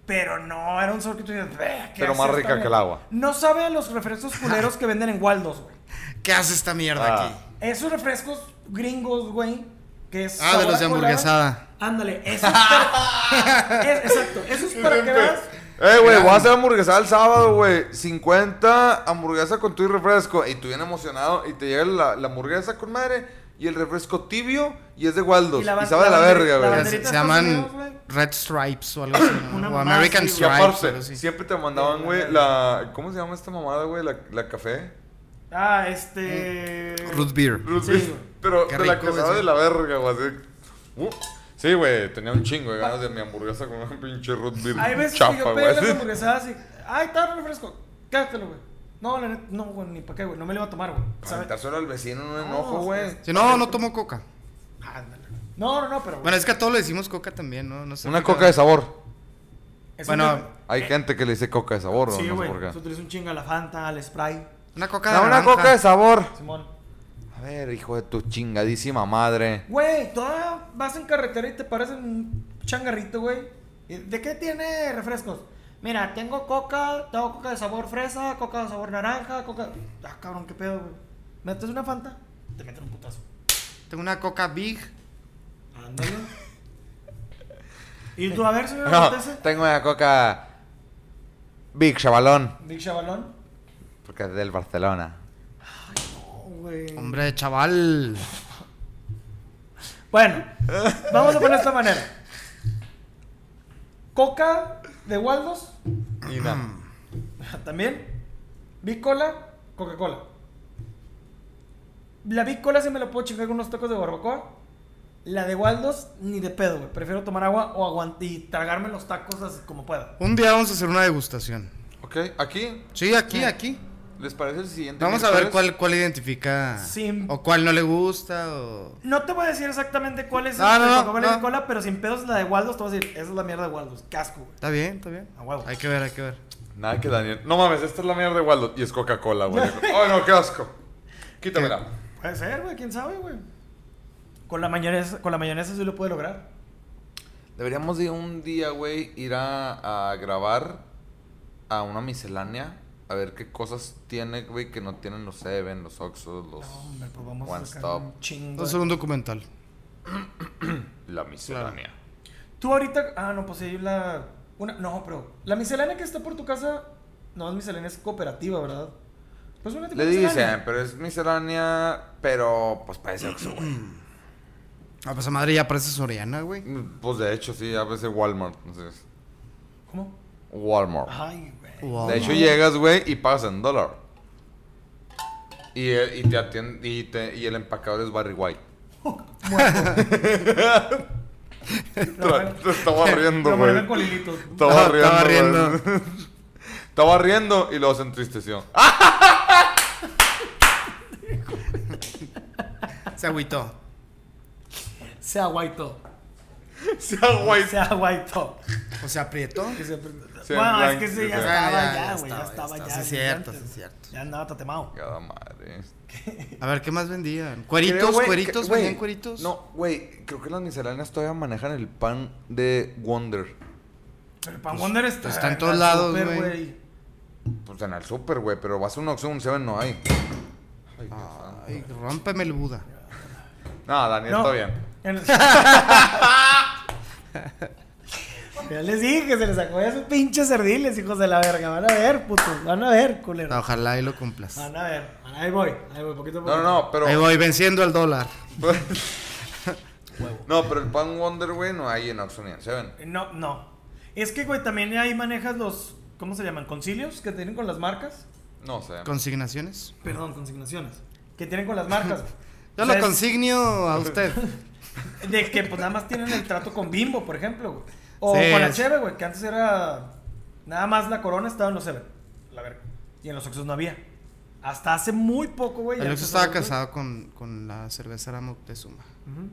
S4: Pero no, era un sabor que tú dices, "Ve, ¿qué
S2: Pero
S4: es
S2: más
S4: esta
S2: rica
S4: mierda?".
S2: que el agua.
S4: No sabe a los refrescos culeros que venden en Waldos, güey.
S3: ¿Qué hace esta mierda
S2: Ah.
S3: aquí?
S4: Esos refrescos gringos, güey. Que es
S3: Ah, de
S4: sabor
S3: los de
S4: a colada.
S3: hamburguesada.
S4: Ándale, eso es para. es- exacto, eso es para que veas.
S2: Eh, güey,
S3: Mira.
S2: voy a hacer hamburguesa el sábado, güey. 50 hamburguesas con tu y refresco. Y tú bien emocionado. Y te llega la, la hamburguesa con madre. Y el refresco tibio. Y es de Waldos. Y,
S4: Y la ban-
S2: sabe
S4: la
S2: a la
S4: bander-
S2: verga,
S4: la
S2: güey.
S3: Se,
S4: banderita
S3: se
S4: de Estados
S3: llaman
S4: Unidos, güey.
S3: Red Stripes o algo así. ¿no?
S4: Una
S3: o
S4: mamá
S3: American
S4: así,
S2: Y
S4: güey.
S3: Stripes.
S2: aparte,
S3: pero sí.
S2: siempre te mandaban, güey, la... ¿Cómo se llama esta mamada, güey? La, la café.
S4: Ah, este.
S3: Mm, Root beer.
S2: Ruth
S4: Sí,
S2: Beer.
S4: güey.
S2: Pues Pero
S3: Qué
S2: de la
S3: rico,
S2: que
S3: güey,
S2: sabe
S3: sí.
S2: de la verga, güey. así. Uh. Sí, güey, tenía un chingo de ganas de mi hamburguesa con una pinche root beer
S4: Hay veces que
S2: chapa,
S4: yo pedí
S2: güey.
S4: las hamburguesadas y. Ay, está el refresco. Cágatelo, güey. No, la neta, no, güey, ni para qué, güey. No me lo iba a tomar, güey.
S2: Para
S4: ¿Sabes?
S2: aventárselo al vecino en un
S4: No,
S2: enojo, güey.
S3: Sí, no, no tomo coca.
S4: Ándale. No, no, no, pero.
S3: Bueno, es que a todos le decimos coca también, ¿no? No sé
S2: Una
S3: por qué.
S2: coca de sabor.
S4: es
S3: bueno,
S4: un-
S2: Hay gente que le dice coca de sabor,
S4: Eh. Sí,
S2: no sé
S4: güey.
S2: por
S4: Se
S2: qué.
S4: utiliza un chingo a la Fanta, al Sprite,
S3: Una coca de
S2: No, una
S3: naranja.
S2: coca de sabor.
S4: Simón.
S2: A ver, hijo de tu chingadísima madre.
S4: Güey, toda vas en carretera y te paras en un changarrito, güey. ¿Y ¿De qué tiene refrescos? Mira, tengo coca, tengo coca de sabor fresa, coca de sabor naranja, coca. Ah, cabrón, qué pedo, güey. ¿Metes una fanta? Te meten un putazo.
S3: Tengo una coca big.
S4: Ándale. y tú, a ver, señor,
S2: No,
S4: ¿metes ese?
S2: tengo una coca Big Chavalón,
S4: Big Chavalón.
S2: porque es del Barcelona.
S4: Oh, güey.
S3: Hombre, chaval.
S4: Bueno, vamos a poner de esta manera: Coca de Waldos,
S2: Y nada.
S3: Mm.
S4: También. Bicola, Coca-Cola. La Bicola se me la puedo chingar con unos tacos de barbacoa. La de Waldos, ni de pedo, güey. Prefiero tomar agua o aguant- y tragarme los tacos así como pueda.
S3: Un día vamos a hacer una degustación.
S2: Ok, aquí
S3: Sí, aquí,
S4: Sí.
S3: aquí.
S2: ¿Les parece el siguiente?
S3: Vamos a ver
S2: miércoles?
S3: cuál, cuál identifica.
S4: Sim.
S3: O cuál no le gusta. O...
S4: No te voy a decir exactamente cuál es
S3: No,
S4: el
S3: no,
S4: de
S3: no,
S4: Coca-Cola y
S3: no.
S4: Coca-Cola, pero sin pedos la de Waldos, te voy a decir, esa es la mierda de Waldos, casco, güey.
S3: Está bien, está bien.
S4: A huevo.
S3: Hay que ver, hay que ver.
S2: Nada que Daniel. No mames, esta es la mierda de Waldo. Y es Coca-Cola, güey. Ay, no, qué asco. Quítamela.
S4: Puede ser, güey, quién sabe, güey. Con la mayonesa, con la mayonesa sí lo puede lograr.
S2: Deberíamos de un día, güey, ir a, a grabar a una miscelánea. A ver qué cosas tiene, güey, que no tienen los Seven, los Oxos, los
S4: No, hombre, pues vamos
S2: One
S4: a sacar
S2: Stop,
S4: un chingo.
S3: Vamos a hacer un documental.
S2: la miscelánea.
S4: Tú ahorita, ah, no, pues ahí la una, no, pero la miscelánea que está por tu casa no es miscelánea, es cooperativa, ¿verdad? Pues una tipo
S2: Le
S4: de
S2: dicen,
S4: miscelánea.
S2: pero es miscelánea, pero pues parece Oxxo, güey.
S3: Ah, pues a madre ya parece Soriana, güey.
S2: Pues de hecho, sí, a veces Walmart. entonces,
S4: ¿Cómo?
S2: Walmart.
S4: Ay, güey.
S3: Wow.
S2: De hecho, llegas, güey, y pagas en dólar. Y, eh, y te atiende, y, te- y el empacador es Barry White. Tra- Te estaba riendo,
S4: Lo
S2: güey.
S4: mueven con hilitos.
S2: Estaba
S3: Ah,
S2: riendo. Estaba
S3: estaba
S2: riendo. estaba riendo y luego se entristeció. ¡Ah!
S3: Se agüitó.
S4: Se aguaitó.
S2: Se agüitó.
S4: Se aguaitó.
S3: O se aprietó.
S4: Que se-
S2: Sí, en
S4: bueno, es que
S2: blanco,
S4: sí, ya
S2: sí, sí.
S3: Ya,
S4: estaba
S3: ya,
S4: ya,
S3: ya
S4: güey. Ya, estaba
S3: estaba, ya estaba.
S4: ya.
S3: Sí,
S4: desde
S3: cierto,
S4: antes.
S3: sí, cierto.
S4: Ya andaba tatemado.
S2: Cada madre.
S3: A ver, ¿qué más vendían?
S2: Creo,
S3: ¿Cueritos,
S2: güey,
S3: cueritos?
S2: que- güey,
S3: ¿Vendían cueritos?
S2: No, güey, creo que las misceláneas todavía manejan el pan de Wonder.
S4: Pero el Pan Wonder está,
S3: Pues, está en todos lados,
S4: súper,
S3: güey.
S2: Pues en el super, güey, pero vas a un Oxxo, un Seven no hay. Ay, qué fan.
S3: Ay, rómpeme el Buda.
S2: No, Daniel,
S4: No.
S2: está bien.
S4: En- Ya les dije que se les sacó esos pinches cerdiles, hijos de la verga. Van a ver, putos. Van a ver, culero.
S3: Ojalá y lo cumplas.
S4: Van a ver. Ahí voy. Ahí voy, poquito a poquito.
S2: No, no, no, pero.
S3: Ahí voy, venciendo al dólar.
S2: no, pero el pan Wonder, güey, no hay en Oxxo ni en Seven.
S4: No, no. Es que, güey, también ahí manejas los. ¿Cómo se llaman? ¿Concilios que tienen con las marcas?
S2: No sé.
S3: ¿Consignaciones?
S4: Perdón, consignaciones. Que tienen con las marcas.
S3: Yo
S4: O sea,
S3: lo
S4: es
S3: consignio a usted.
S4: De que, pues nada más tienen el trato con Bimbo, por ejemplo, güey. O
S3: Sí,
S4: con la
S3: es-
S4: Cheve, güey, que antes era. Nada más la corona estaba en los Seven. La verga. Y en los Oxxos no había. Hasta hace muy poco, güey. ya
S3: El Oxxo
S4: empezó
S3: estaba
S4: a-
S3: casado con, con la cervecera Moctezuma.
S4: Ujú.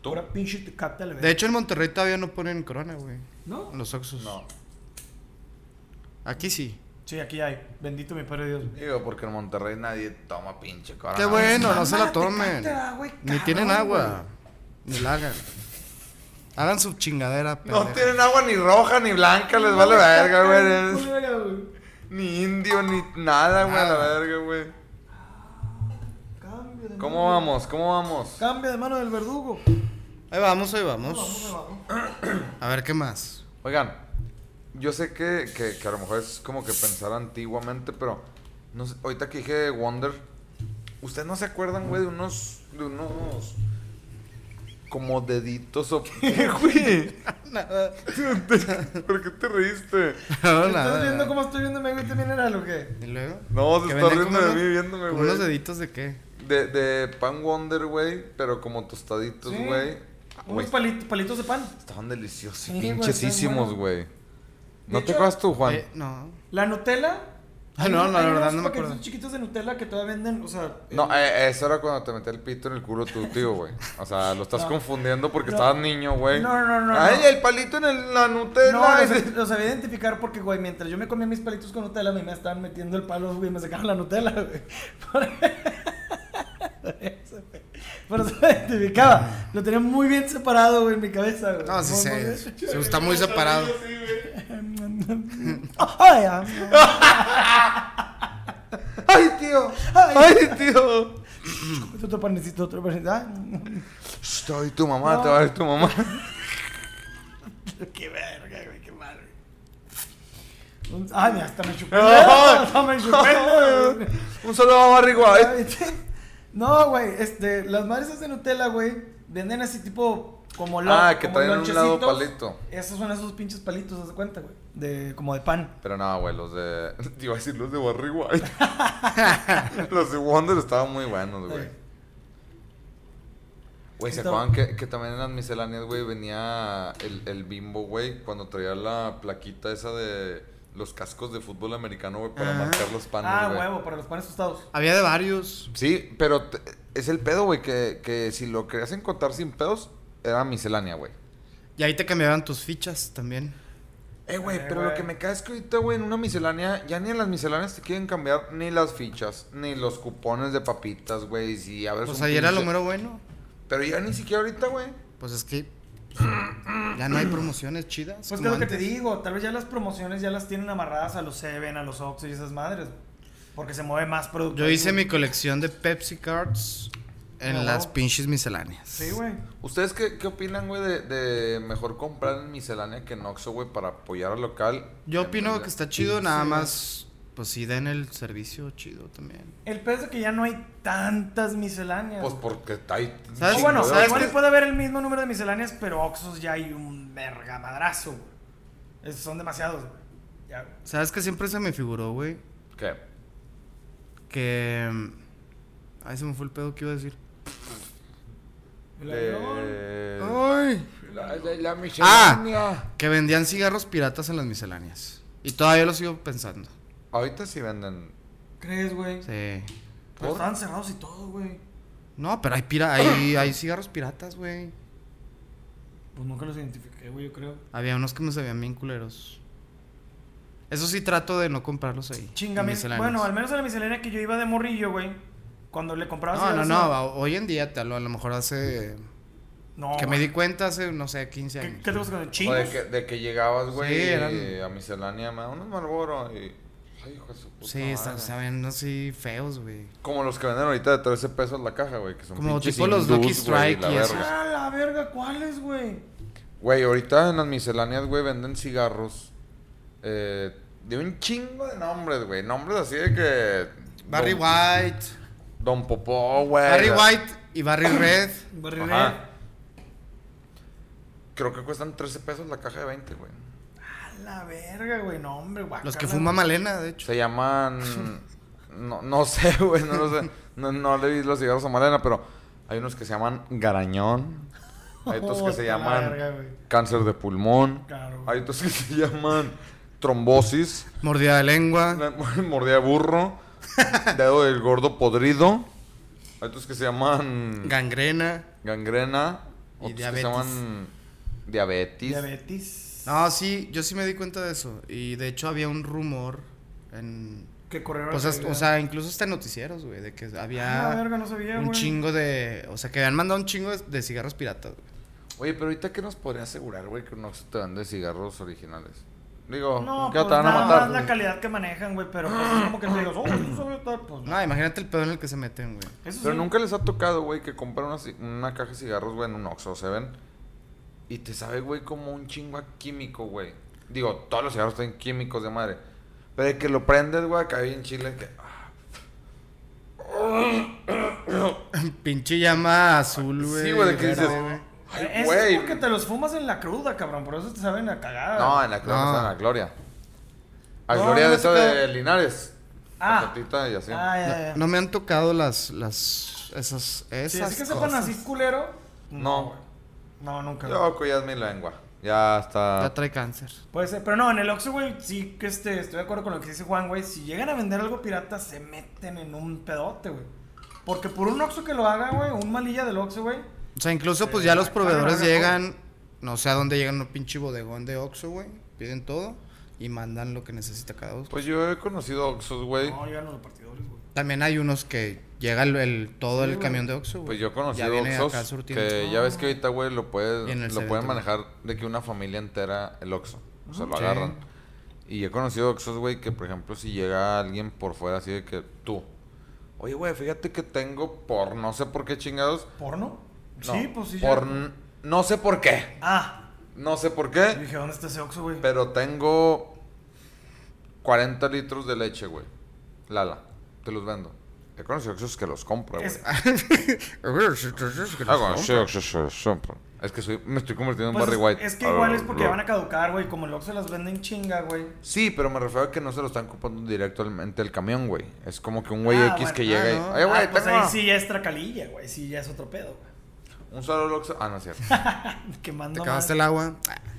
S2: ¿Tú?
S4: Pura pinche tecate, la verga.
S3: De hecho, en Monterrey todavía no ponen corona, güey.
S4: ¿No?
S3: En los Oxxos.
S2: No.
S3: Aquí sí.
S4: Sí, aquí hay. Bendito mi padre Dios.
S2: Digo, porque en Monterrey nadie toma pinche corona.
S3: Qué bueno, no se
S4: Mamá,
S3: la tomen.
S4: Tecate, ah, güey,
S3: Ni
S4: cabrón,
S3: tienen agua.
S4: güey.
S3: Ni la hagan. Hagan su chingadera,
S2: No
S3: pendejo.
S2: tienen agua ni roja ni blanca, les vale verga, güey.
S4: Culera, güey.
S2: Ni indio, ni nada, güey, a la verga, güey.
S4: Cambio de
S2: ¿Cómo
S4: mano.
S2: vamos? ¿Cómo vamos?
S4: Cambio de mano del verdugo.
S3: Ahí vamos, ahí
S4: Vamos,
S3: vamos.
S4: vamos.
S3: A ver, ¿qué más?
S2: Oigan, yo sé que, que, que a lo mejor es como que pensar antiguamente, pero no sé, ahorita que dije Wonder, ¿ustedes no se acuerdan, güey, de unos, de unos como deditos o qué, güey?
S3: Nada.
S2: ¿Por qué te reíste?
S3: No,
S4: ¿Estás
S3: nada.
S4: viendo cómo estoy viéndome, güey, también era lo que?
S3: ¿Y luego?
S2: No, se
S3: ¿Que
S2: está
S3: vendían
S2: riendo
S3: como
S2: de
S3: unos-
S2: mí viéndome,
S3: como
S2: güey.
S3: ¿Unos deditos de qué?
S2: De, de pan Wonder, güey, pero como tostaditos,
S4: Sí.
S2: güey. Güey,
S4: Unos palitos, palitos de pan.
S2: Estaban
S4: Sí,
S2: deliciosos,
S4: güey,
S2: pinchesísimos,
S4: están buenos.
S2: güey.
S4: De
S2: ¿No te
S4: hecho,
S2: acuerdas tú, Juan?
S3: Eh, no.
S4: La Nutella.
S3: Ah, no,
S4: Hay-
S3: no,
S4: hay
S3: la verdad
S4: unos
S3: no me
S4: paquetitos
S3: acuerdo.
S4: chiquitos de Nutella que todavía venden, o sea.
S2: No,
S4: en-
S2: eh, eso era cuando te metía el pito en el culo tu tío, güey. O sea, lo estás
S4: No.
S2: confundiendo porque
S4: No.
S2: estabas niño, güey.
S4: No, no, no,
S2: Ay,
S4: no.
S2: el palito en el- la Nutella.
S4: eh, No,
S2: Ay,
S4: los, los sabía identificar porque, güey, mientras yo me comía mis palitos con Nutella, a mí me estaban metiendo el palo, güey, y me sacaban la Nutella, güey. Por eso, güey. Por eso me identificaba. Lo tenía muy bien separado, güey, en mi cabeza, güey.
S3: No, sí
S4: Muy, muy
S3: se,
S4: bien.
S3: se está muy separado.
S4: Ay, ah,
S2: Ay, tío.
S4: Ay.
S2: Ay, tío.
S4: otro panecito, otro panecito. Ah,
S2: Shh, Te va a ir tu mamá,
S4: No.
S2: te va a ir tu mamá.
S4: qué verga, güey, qué madre. Ay, mira, hasta me chupé. el dedo, Hasta me chupé. el dedo, güey.
S2: Un saludo a Barry White.
S4: No, güey, este, las madres esas de Nutella, güey, venden así tipo como lo-
S2: Ah, que
S4: como
S2: traen un lado
S4: lonchecitos.
S2: palito.
S4: Esos son esos pinches palitos, haz de cuenta, güey, de como de pan.
S2: Pero no, güey, los de. Te iba a decir los de Barry White. los de Wonder estaban muy buenos, güey.
S4: Eh,
S2: Güey, ¿se
S4: Estaba-
S2: acuerdan que, que también en las misceláneas, güey, venía el, el bimbo, güey, cuando traía la plaquita esa de Los cascos de fútbol americano, güey, para
S3: Ah.
S2: marcar los panes,
S4: Ah,
S2: güey.
S4: huevo, para los panes tostados.
S3: Había de varios.
S2: Sí, pero te- es el pedo, güey, que, que si lo querías encontrar sin pedos, era miscelánea, güey.
S3: Y ahí te cambiaban tus fichas también.
S2: Eh, güey,
S4: Eh,
S2: pero lo
S4: güey.
S2: que me cae es que ahorita, güey, en una miscelánea, ya ni en las misceláneas te quieren cambiar ni las fichas, ni los cupones de papitas, güey. Si abres
S3: Pues
S2: un
S3: ahí era lo
S2: pinche-
S3: mero bueno.
S2: Pero ya ni siquiera ahorita, güey.
S3: Pues es que ya no hay promociones chidas.
S4: Pues que
S3: como
S4: es lo que te
S3: antes.
S4: digo, tal vez ya las promociones ya las tienen amarradas a los Seven, a los Oxxo y esas madres, güey. Porque se mueve más producto.
S3: Yo
S4: ahí,
S3: hice
S4: güey.
S3: mi colección de Pepsi Cards en
S4: Ah,
S3: las
S4: wow.
S3: pinches misceláneas.
S4: Sí, güey.
S2: ¿Ustedes qué, qué opinan, güey, de, de mejor comprar en miscelánea que en Oxxo, güey, para apoyar al local?
S3: Yo
S2: En
S3: opino
S2: vez de-
S3: que está chido, nada
S4: Sí.
S3: más. Pues sí, den el servicio chido también.
S4: El pedo es que ya no hay tantas misceláneas.
S2: Pues
S4: güey.
S2: porque está ahí.
S3: ¿Sabes?
S4: O bueno,
S3: ¿sabes
S4: igual
S3: qué?
S4: y puede haber el mismo número de misceláneas, pero Oxxos ya hay un vergamadrazo, güey. Es- Son demasiados, güey. Ya, güey.
S3: ¿Sabes que siempre se me figuró, güey?
S2: ¿Qué?
S3: Que. mm, Ay, se me fue el pedo que iba a decir.
S4: El avión.
S2: De- Ah.
S3: Ay.
S2: La, la- la miscelánea.
S3: Que vendían cigarros piratas en las misceláneas. Y todavía lo sigo pensando.
S2: Ahorita sí venden.
S4: ¿Crees, güey?
S3: Sí.
S2: ¿Por?
S4: Pero estaban cerrados y todo, güey.
S3: No, pero hay, pira hay, hay cigarros piratas, güey.
S4: Pues nunca los identifiqué, güey, yo creo.
S3: Había unos que me sabían bien culeros. Eso sí trato de no comprarlos ahí. en
S4: Chingame.
S3: misceláneas.
S4: Bueno, al menos a la miscelánea que yo iba de morrillo, güey. Cuando le compraba
S3: No, no,
S4: cigarros,
S3: no. a- Hoy en día, tal, a lo mejor hace.
S4: No,
S3: que me di
S4: güey.
S3: cuenta hace, no sé, 15
S4: Oh. ¿Qué,
S3: años.
S4: qué te gusta con el
S2: O
S4: chino?
S2: de que, de que llegabas, güey,
S3: Sí, eran-
S2: y a miscelánea, me da unos Marlboro y... Ay, hijo de su puta
S3: Sí, están,
S2: madre.
S3: saben así feos, güey.
S2: Como los que venden ahorita de 13 pesos la caja, güey, que son
S3: Como
S2: pinches
S3: tipo los
S2: hindús,
S3: Lucky
S2: güey,
S3: Strike
S2: la
S3: y eso.
S2: verga.
S4: Ah, la verga, ¿cuáles, güey?
S2: Güey, ahorita en las misceláneas, güey, venden cigarros eh, de un chingo de nombres, güey. Nombres así de que...
S3: Barry
S2: Don-
S3: White.
S2: Don Popó, güey.
S3: Barry White y Barry Red.
S4: Barrilet.
S2: Ajá. Creo que cuestan 13 pesos la caja de 20, güey.
S4: Ah, la verga, güey, no, hombre, guacala.
S3: Los que fuma Malena, de hecho.
S2: Se llaman. No, no sé, güey, no lo sé. No, no le vi los cigarros a Malena, pero hay unos que se llaman garañón. Hay otros que se
S4: Hasta Oh, la verga,
S2: llaman
S4: güey.
S2: cáncer de pulmón.
S4: Claro, güey.
S2: Hay otros que se llaman trombosis,
S3: Mordida de lengua.
S2: una- mordida de burro, dedo del gordo podrido. Hay otros que se llaman
S3: Gangrena.
S2: gangrena. Otros
S3: Y
S2: que se
S3: diabetes.
S2: llaman diabetes.
S4: Diabetes.
S3: No, sí, yo sí me di cuenta de eso. Y de hecho había un rumor en...
S4: Que corrieron.
S3: pues,
S4: la
S3: hasta- o
S4: verga.
S3: sea, incluso hasta en noticieros, güey, de que había
S4: Ah, la verga, no sabía,
S3: un
S4: güey.
S3: chingo de... O sea, que habían mandado un chingo de, de cigarros piratas, güey.
S2: Oye, pero ahorita, ¿qué nos podría asegurar, güey, que un Oxxo te vende cigarros originales? Digo,
S4: No,
S2: ¿qué
S4: pues,
S2: te van a
S4: nada
S2: matar?
S4: más la calidad que manejan, güey, pero pues, es como que te digas, oh, eso sabe tal, pues no.
S3: No, imagínate el pedo en el que se meten, güey.
S4: Eso
S2: Pero
S4: sí.
S2: nunca les ha tocado, güey, que compran una, ci- una caja de cigarros, güey, en un Oxxo, ¿se ven? Y te sabe, güey, como un chingo a químico, güey. Digo, todos los cigarros tienen químicos de madre. Pero de que lo prendes, güey, acá en Chile, que...
S3: Pinche llama azul, güey.
S2: Sí, güey, de que
S3: verde,
S2: dices...
S3: güey.
S2: "Ay,
S4: Eh, Eso
S2: güey".
S4: es porque te los fumas en la cruda, cabrón, por eso te saben a cagada. Ah,
S2: No, en la gloria,
S3: No.
S2: está en la gloria. A
S4: No,
S2: gloria
S4: no
S2: de
S4: me
S2: esa
S4: toca-
S2: de Linares.
S4: Ah.
S2: Patatita y así.
S4: Ah, ya, ya.
S3: No, no me han tocado las... las esas... Esas
S4: Si así que
S3: cosas.
S4: sepan así culero.
S2: No.
S4: güey. No, nunca. güey.
S2: Yo ya es mi lengua. Ya está...
S3: Ya trae cáncer.
S4: Puede ser, pero no, en el Oxxo, güey, sí que este, estoy de acuerdo con lo que dice Juan, güey. Si llegan a vender algo pirata, se meten en un pedote, güey. Porque por un Oxxo que lo haga, güey, un malilla del Oxxo, güey.
S3: O sea, incluso pues
S4: Sí, Ah,
S3: ya los
S4: acá
S3: proveedores
S4: agarran
S3: llegan, no sé a dónde llegan, un pinche bodegón de Oxxo, güey, piden todo y mandan lo que necesita cada uno.
S2: Pues yo he conocido Oxxos, güey.
S4: No, llegan los repartidores, güey.
S3: También hay unos que llega el, el- todo
S4: Sí,
S3: el
S4: güey.
S3: camión de Oxxo, güey.
S2: Pues yo he
S3: Ya
S2: conocido
S3: viene acá
S2: Oxxos
S3: surtiendo.
S2: que ya ves que ahorita, güey, lo
S3: Y en
S2: pueden,
S3: el
S2: lo pueden
S3: 7-Eleven.
S2: manejar de que una familia entera el Oxxo. O sea, lo
S3: Sí.
S2: agarran. Y he conocido Oxxos, güey, que por ejemplo si llega alguien por fuera así de que tú... Oye, güey, fíjate que tengo por no sé por qué chingados...
S4: ¿Porno?
S2: No,
S4: sí, pues sí.
S2: Por
S4: ya.
S2: n- no sé por qué.
S4: Ah,
S2: No sé por
S4: yo
S2: qué.
S4: dije, ¿dónde está ese Oxxo, güey?
S2: Pero tengo 40 litros de leche, güey. Lala, te los vendo. He conocido Oxxos que los compra, güey.
S4: Es-
S2: Ah, bueno, Ah, sí, sí, sí, sí, pero- Es que soy, me estoy convirtiendo en
S4: Pues
S2: Barry
S4: es-
S2: White.
S4: Es que igual es porque
S2: Ah,
S4: van a caducar, güey. Como el Oxxo las venden chinga, güey.
S2: Sí, pero me refiero a que no se lo están comprando directamente el camión, güey. Es como que un güey
S4: Ah,
S2: X
S4: bueno.
S2: que llega
S3: Ah,
S2: y.
S3: no.
S2: "Oye, güey,
S4: Ah, pues
S2: tengo
S4: ahí sí ya es tracalilla, güey. Sí, ya es otro pedo, güey.
S2: Un solo Oxxo. Ah, no es cierto.
S4: Quemando
S3: Te
S4: más.
S3: acabaste el agua.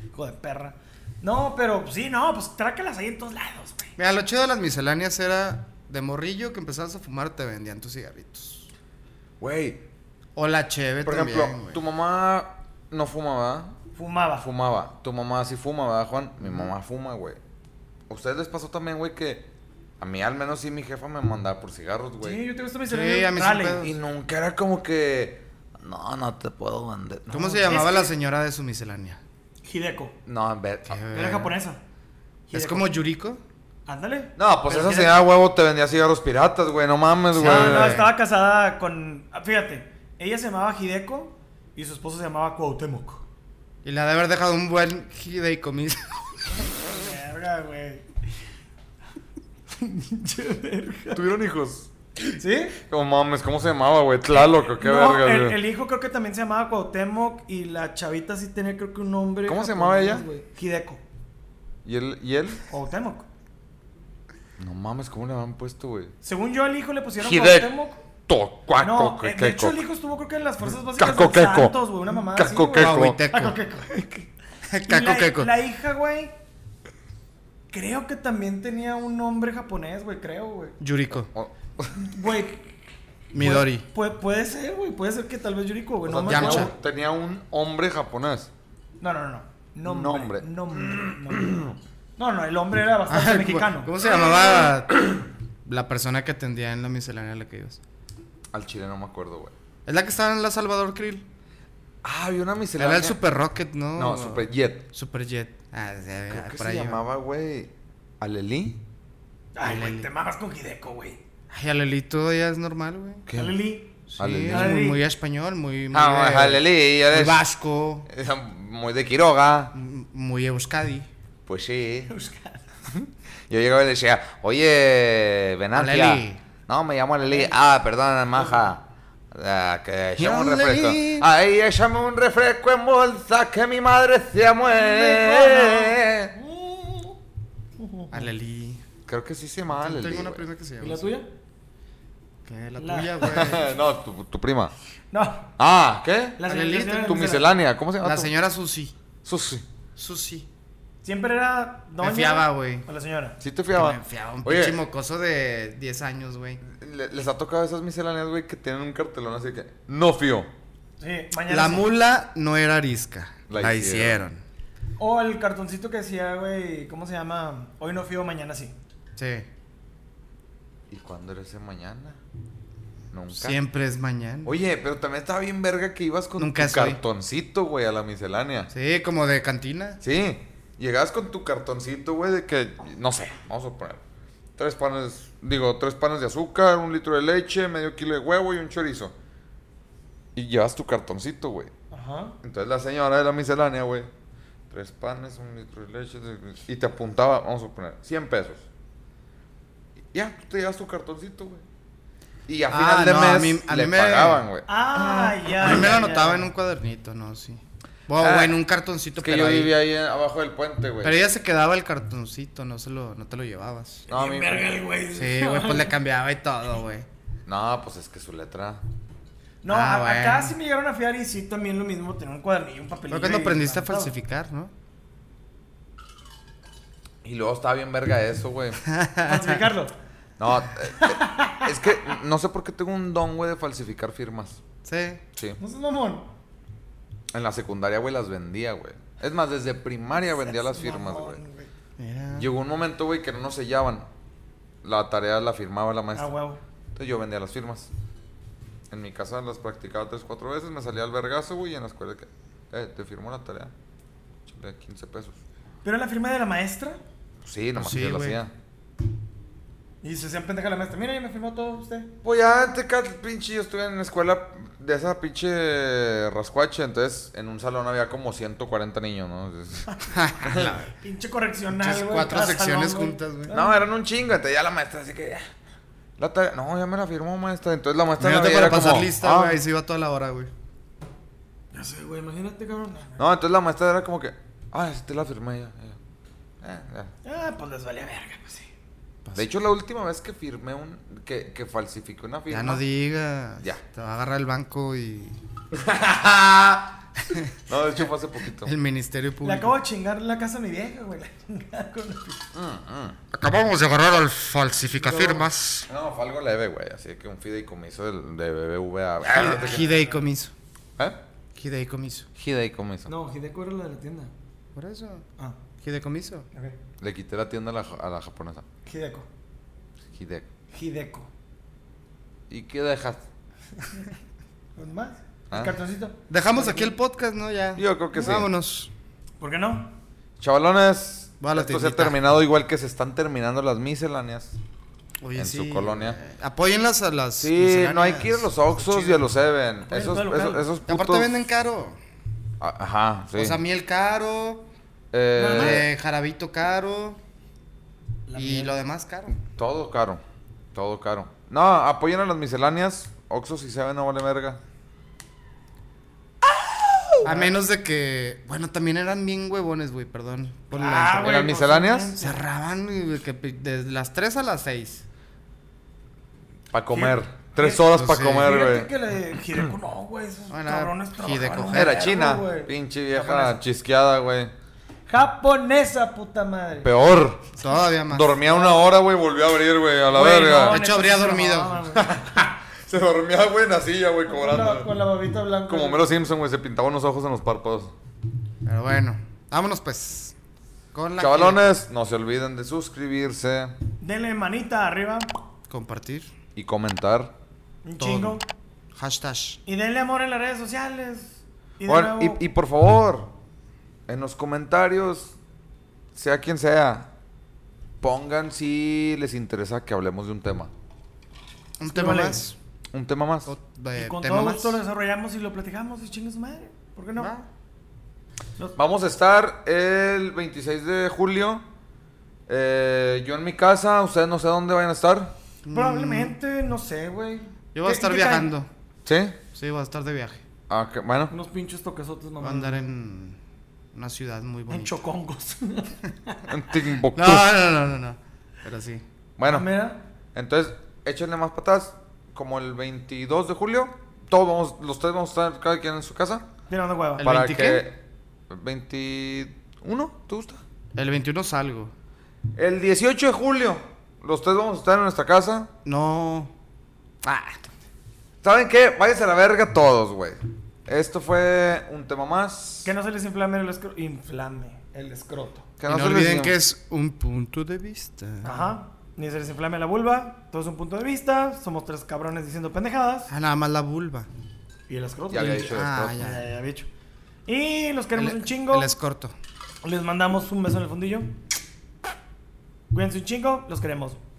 S4: Hijo de perra. No, pero sí, no, pues trácalas ahí en todos lados, güey.
S3: Mira, lo chido de las misceláneas era de morrillo que empezabas a fumar, te vendían tus cigarritos.
S2: Güey,
S3: O la cheve
S2: por
S3: también,
S2: ejemplo,
S3: güey.
S2: tu mamá no fumaba,
S4: Fumaba.
S2: Ah, Fumaba. Tu mamá sí fuma, ¿verdad, Juan? Mi mamá fuma, güey. ¿A ustedes les pasó también, güey, que a mí al menos sí mi jefa me mandaba por cigarros, güey?
S4: Sí, yo tengo esta
S3: Sí,
S4: miscelánea.
S3: a mí
S4: Dale.
S3: sin pedo.
S2: Y nunca era como que. No, no te puedo vender. No,
S3: ¿Cómo se
S2: güey.
S3: llamaba
S4: es
S3: la
S4: que-
S3: señora de su miscelánea?
S4: Hideko.
S2: No, en vez.
S4: Era japonesa.
S3: ¿Es
S4: Hideko.
S3: como Yuriko?
S4: Ándale.
S2: No, pues esa
S4: Pero Hideko-
S2: señora huevo te vendía cigarros piratas, güey. No mames, güey.
S4: No, no, estaba casada con. ah, Fíjate, ella se llamaba Hideko y su esposo se llamaba Cuauhtémoc.
S3: Y la de haber dejado un buen hideicomiso.
S4: Verga, güey. Pinche verga.
S2: ¿Tuvieron hijos?
S4: ¿Sí?
S2: Como mames, ¿cómo se llamaba, güey? Tlaloc, qué
S4: No,
S2: verga,
S4: el,
S2: güey.
S4: el hijo creo que también se llamaba Cuauhtémoc y la chavita sí tenía creo que un nombre.
S2: ¿Cómo se llamaba
S4: japonés,
S2: ella?
S4: güey. Hideko.
S2: ¿Y él? ¿Y él?
S4: Cuauhtémoc.
S2: No mames, ¿cómo le habían puesto, güey?
S4: Según yo al hijo le pusieron
S2: Hidek.
S4: Cuauhtémoc.
S2: Tocuaco,
S4: No, eh, de hecho
S2: quequeco.
S4: el hijo estuvo creo que en las fuerzas básicas
S2: Caco
S4: de
S2: queco.
S4: Santos, güey, una mamá así,
S2: Caco
S4: güey.
S2: queco.
S4: Caco
S3: Cahuiteco.
S4: queco. Ah, Y
S3: Caco
S4: la-
S3: queco.
S4: La hija, güey. Creo que también tenía un nombre japonés, güey, creo, güey.
S3: Yuriko.
S2: O-
S4: Güey.
S3: Midori.
S4: Puede, puede ser, güey. Puede ser que tal vez Yuriko, güey.
S2: o
S4: Pues No, me
S2: sea,
S3: Yamcha.
S4: acuerdo.
S2: tenía- tenía un hombre japonés.
S4: no, no, no. no.
S2: Nombre.
S4: Nombre. Nombre. nombre. No, no, el hombre era bastante
S3: Ah,
S4: mexicano.
S3: ¿Cómo se llamaba la persona que atendía en la miscelánea a la que ibas?
S2: Al chile no me acuerdo, güey.
S3: Es la que estaba en la Salvador Krill.
S2: Ah, había una miscelánea.
S3: Era el Super Rocket, ¿no?
S2: No, Super Jet.
S3: Superjet. Ah, sí,
S2: Creo
S3: ah,
S2: que
S3: por
S2: se
S3: ahí.
S2: llamaba, güey. Alelí.
S4: Ay, güey, te mamas con Hideko, güey.
S3: Ay, Alelito ya es normal, güey.
S2: ¿Qué?
S4: Aleli.
S3: Sí,
S2: Aleli.
S3: es
S4: Aleli.
S3: muy, muy español, muy, muy,
S2: Ah,
S3: de-
S2: güey, Alelí, ya
S3: muy
S2: eres.
S3: vasco,
S2: eh, Muy de Quiroga.
S3: m- muy euskadi.
S2: Pues sí. Yo llegaba y le decía, oye, Venancia.
S3: Alelí.
S2: No, me llamo Alelí. Ah, perdón, maja. Ah, que echame un refresco.
S3: Alelí.
S2: Ay, échame un refresco en bolsa que mi madre se muere.
S3: Alelí.
S2: Creo que sí se llama Alelí.
S3: Tengo una
S2: güey.
S3: prima que se
S4: ¿Y
S3: llama.
S4: la
S3: así.
S4: tuya?
S3: ¿Qué? La,
S4: La-
S3: tuya, güey.
S2: no, tu, tu prima.
S4: No.
S2: Ah, ¿qué?
S4: La
S3: Aleli,
S4: señora-
S2: tu miscelánea, ¿cómo se llama?
S3: la
S2: tu-
S3: señora Susi.
S2: Susi.
S3: Susi.
S4: Siempre era doña.
S3: fiaba, güey.
S4: O la señora.
S2: Sí te
S3: Que
S2: fiaba.
S3: Me enfiaba un
S2: Oye,
S3: pinche mocoso de 10 años, güey.
S2: le- les ha tocado esas misceláneas, güey, que tienen un cartelón así que no fío.
S4: Sí, mañana.
S3: La
S4: sí.
S3: mula no era arisca. La,
S2: La
S3: hicieron.
S2: hicieron.
S4: O el cartoncito que decía, güey, ¿cómo se llama? Hoy no fío, mañana sí.
S3: Sí.
S2: ¿Y cuándo era ese mañana? Nunca.
S3: Siempre es mañana.
S2: Oye, pero también estaba bien verga que ibas con
S3: Nunca
S2: tu
S3: soy.
S2: cartoncito, güey, a la miscelánea. Sí.
S3: Sí, como de cantina.
S2: Llegabas con tu cartoncito, güey, de que, no sé, vamos a poner. Tres panes, digo, tres panes de azúcar, un litro de leche, medio kilo de huevo y un chorizo. Y llevas tu cartoncito, güey.
S4: Ajá.
S2: Entonces la señora de la miscelánea, güey, tres panes, un litro de leche, tres- y te apuntaba, vamos a poner, 100 pesos. Y ya, tú te llevas tu cartoncito, güey. Y a
S3: Ah,
S2: final de
S3: no, a
S2: mes
S3: mí- a
S2: le
S3: mí me-
S2: pagaban, güey.
S4: Ah,
S3: A
S4: ya.
S3: mí me lo
S4: ya,
S3: anotaba
S4: ya.
S3: en un cuadernito, no, sí. O
S2: Ah,
S3: o en un cartoncito,
S2: Es que
S3: pero,
S2: yo
S3: ahí-
S2: vivía ahí eh, abajo del puente, güey.
S3: pero ella se quedaba el cartoncito, no, se lo, no te lo llevabas.
S2: No, a mí-
S4: Verga el güey.
S3: Sí, güey, pues le cambiaba y todo, güey.
S2: no, pues es que su letra...
S4: No,
S3: Ah,
S4: a-
S3: bueno.
S4: acá sí me llegaron a fiar y sí también lo mismo, tenía un cuadernillo, un papelillo.
S3: Creo que no
S4: y
S3: aprendiste a
S4: anotaba.
S3: falsificar, ¿no?
S2: Y luego estaba bien verga eso, güey.
S4: Falsificarlo.
S2: No, eh, eh, es que no sé por qué tengo un don, güey, de falsificar firmas.
S3: Sí.
S2: Sí.
S4: No seas mamón.
S2: En la secundaria, güey, las vendía, güey. Es más, desde primaria vendía las firmas, güey.
S4: Mamón, güey.
S3: Mira.
S2: Llegó un momento, güey, que no nos sellaban. La tarea la firmaba la
S4: Ah,
S2: maestra.
S4: huevo.
S2: Entonces yo vendía las firmas. En mi casa las practicaba tres, cuatro veces, me salía al vergazo, güey, y en la escuela que, eh, te firmó la tarea. Chale, 15 pesos.
S4: Pero la firma de la maestra.
S2: Pues sí, nomás
S3: sí,
S2: yo lo
S3: güey.
S2: hacía.
S4: Y se hacían pendeja la maestra. Mira, ya me firmó todo usted.
S2: Pues ya en Tecate, pinche, yo estuve en la escuela de esa pinche rascuache, entonces en un salón había como 140 niños, ¿no? Entonces-
S4: Pinche correccional,
S3: Pinches
S4: güey.
S3: cuatro
S4: cada
S3: secciones
S4: salón,
S3: juntas, güey.
S2: No, eran un chingo. Entonces ya la maestra así que. "Ah, La tarea. No, ya me la firmó, maestra. Entonces la maestra.
S3: Mira,
S2: la
S3: te
S2: veía,
S3: para
S2: era
S3: pasar
S2: como,
S3: lista,
S2: "Ah".
S3: güey, ahí se iba toda la hora, güey.
S4: Ya sé, güey, imagínate, cabrón.
S2: No, entonces la maestra era como que. Ah, sí te la firmé ya. ya". Eh, ya.
S4: Ah, pues les valía verga, pues sí.
S2: De hecho, la última vez que firmé un. que, que falsifiqué una firma.
S3: Ya no digas.
S2: Ya.
S3: Te va a agarrar el banco y...
S2: No, de hecho fue hace poquito.
S3: El Ministerio Público.
S4: Le acabo de chingar la casa a mi vieja, güey. La chingada con el-
S2: Mm,
S1: Acabamos de agarrar al falsificafirmas.
S2: No, fue algo leve, güey. Así que un fideicomiso del- de BBVA.
S3: Hideicomiso.
S2: ¿Eh?
S3: Hideicomiso.
S2: Fideicomiso.
S4: No, Hideko era la de la tienda.
S3: Por eso.
S4: Ah,
S3: Hideicomiso.
S4: ok.
S2: Le quité la tienda a la, ja- a la japonesa.
S4: Hideko.
S2: Hideko.
S4: Hideko.
S2: ¿Y qué dejas?
S4: ¿Dónde más?
S2: Ah.
S4: El cartoncito.
S3: Dejamos aquí el podcast, ¿no? Ya.
S2: Yo creo que sí.
S3: Vámonos.
S4: ¿Por qué no?
S2: Chavalones,
S3: Vale,
S2: esto
S3: te
S2: se ha
S3: invita.
S2: terminado igual que se están terminando las misceláneas.
S3: Oye,
S2: En su colonia.
S3: eh, apóyenlas a las.
S2: Sí, no hay que ir a los
S3: misceláneas.
S2: Oxxos y a los Seven.
S4: Apoyen
S2: Esos,
S4: todo local.
S2: esos, esos
S3: Y Aparte
S2: putos-
S3: venden caro.
S2: A- Ajá, sí.
S3: O sea, miel caro,
S2: Eh,
S3: eh, jarabito caro
S4: La
S3: y
S4: miel.
S3: lo demás caro.
S2: Todo caro. Todo caro. No, apoyen a las misceláneas. Oxxos y Seven no vale verga.
S3: A menos de que, bueno, también eran bien huevones, güey, perdón. por la
S4: Ah,
S3: inter-
S2: ¿En
S4: güey,
S2: las
S4: por
S2: misceláneas?
S4: supuesto.
S3: Cerraban güey, de que pi- desde las 3 a las 6.
S2: Para comer.
S4: Fíjate-
S2: Tres horas
S3: Pues
S2: para
S3: sí.
S2: comer,
S4: Fíjate
S2: güey.
S4: que la de Hideko no, güey. Esos
S3: Bueno,
S4: cabrones
S3: Hideko.
S4: trabajaron un
S3: que-
S2: Era
S4: vergo,
S2: china.
S4: güey.
S2: Pinche vieja
S4: Japonesa.
S2: chisqueada, güey.
S4: Japonesa, puta madre.
S2: Peor.
S3: Todavía más.
S2: Dormía una hora, güey. Volvió a abrir, güey. A la
S4: Güey,
S2: verga.
S4: no,
S3: De hecho,
S4: neta,
S3: habría
S4: sí se
S3: dormido.
S4: mamaban, güey.
S2: Se dormía, güey, en la silla, güey,
S4: Con la-
S2: cobrando.
S4: Con la babita blanca.
S2: Como Mero Simpson, güey. Se pintaban los ojos en los párpados.
S3: Pero bueno, vámonos pues. Con la
S2: Chavalones, no se olviden de suscribirse
S4: Denle manita arriba.
S3: Compartir.
S2: y comentar.
S4: Un
S3: Todo.
S4: chingo.
S3: Hashtag.
S4: Y denle amor en las redes sociales. Y de
S2: Oigan,
S4: nuevo-
S2: y, y por favor, en los comentarios, sea quien sea, pongan si les interesa que hablemos de un tema.
S3: Un tema
S4: Vale.
S3: más.
S2: Un tema más.
S3: O- de
S4: y con
S3: tema
S4: todo
S3: más.
S4: gusto lo desarrollamos y lo platicamos y chingue su madre. ¿Por qué no?
S3: Va.
S4: Los-
S2: Vamos a estar el 26 de julio. Eh, yo en mi casa, ustedes no sé dónde vayan a estar.
S4: Probablemente, no sé, güey.
S3: Mm. Yo voy a
S4: ¿Qué-
S3: estar
S4: qué cae?
S3: viajando.
S2: ¿Sí?
S3: Sí, voy a estar de viaje.
S2: Ah, que- bueno.
S4: Unos pinches toquesotes,
S3: Voy
S4: mamá.
S3: a andar en una ciudad muy
S4: En
S3: bonita.
S4: chocongos.
S2: En Timbuktu.
S3: No, no, no, no, no. Pero sí.
S2: Bueno.
S4: Mira,
S2: Entonces, échenle más patas. Como el 22 de julio, todos vamos, los tres vamos a estar cada quien en su casa.
S4: tirando hueva.
S3: ¿El 20
S2: que. 21, ¿te gusta?
S3: El 21 salgo.
S2: El 18 de julio, los tres vamos a estar en nuestra casa.
S3: No. Ah.
S2: ¿Saben qué? Váyanse a la verga todos, güey. Esto fue un tema más.
S4: Que no se les inflame el escroto. Inflame el escroto.
S2: Que
S3: y
S2: no
S3: no
S2: se les
S3: olviden
S2: dio.
S3: que es un punto de vista.
S4: Ajá. Ni se les inflame la vulva. Todo es un punto de vista. Somos tres cabrones diciendo pendejadas.
S3: Ah, nada más la vulva.
S4: Y el escroto.
S2: Ya había dicho
S3: Ah,
S2: esto.
S3: ya.
S4: Ya, ya, bicho. Y los queremos
S3: El- e-
S4: un chingo.
S3: El escorto.
S4: Les mandamos un beso en el fundillo. Cuídense un chingo. Los queremos.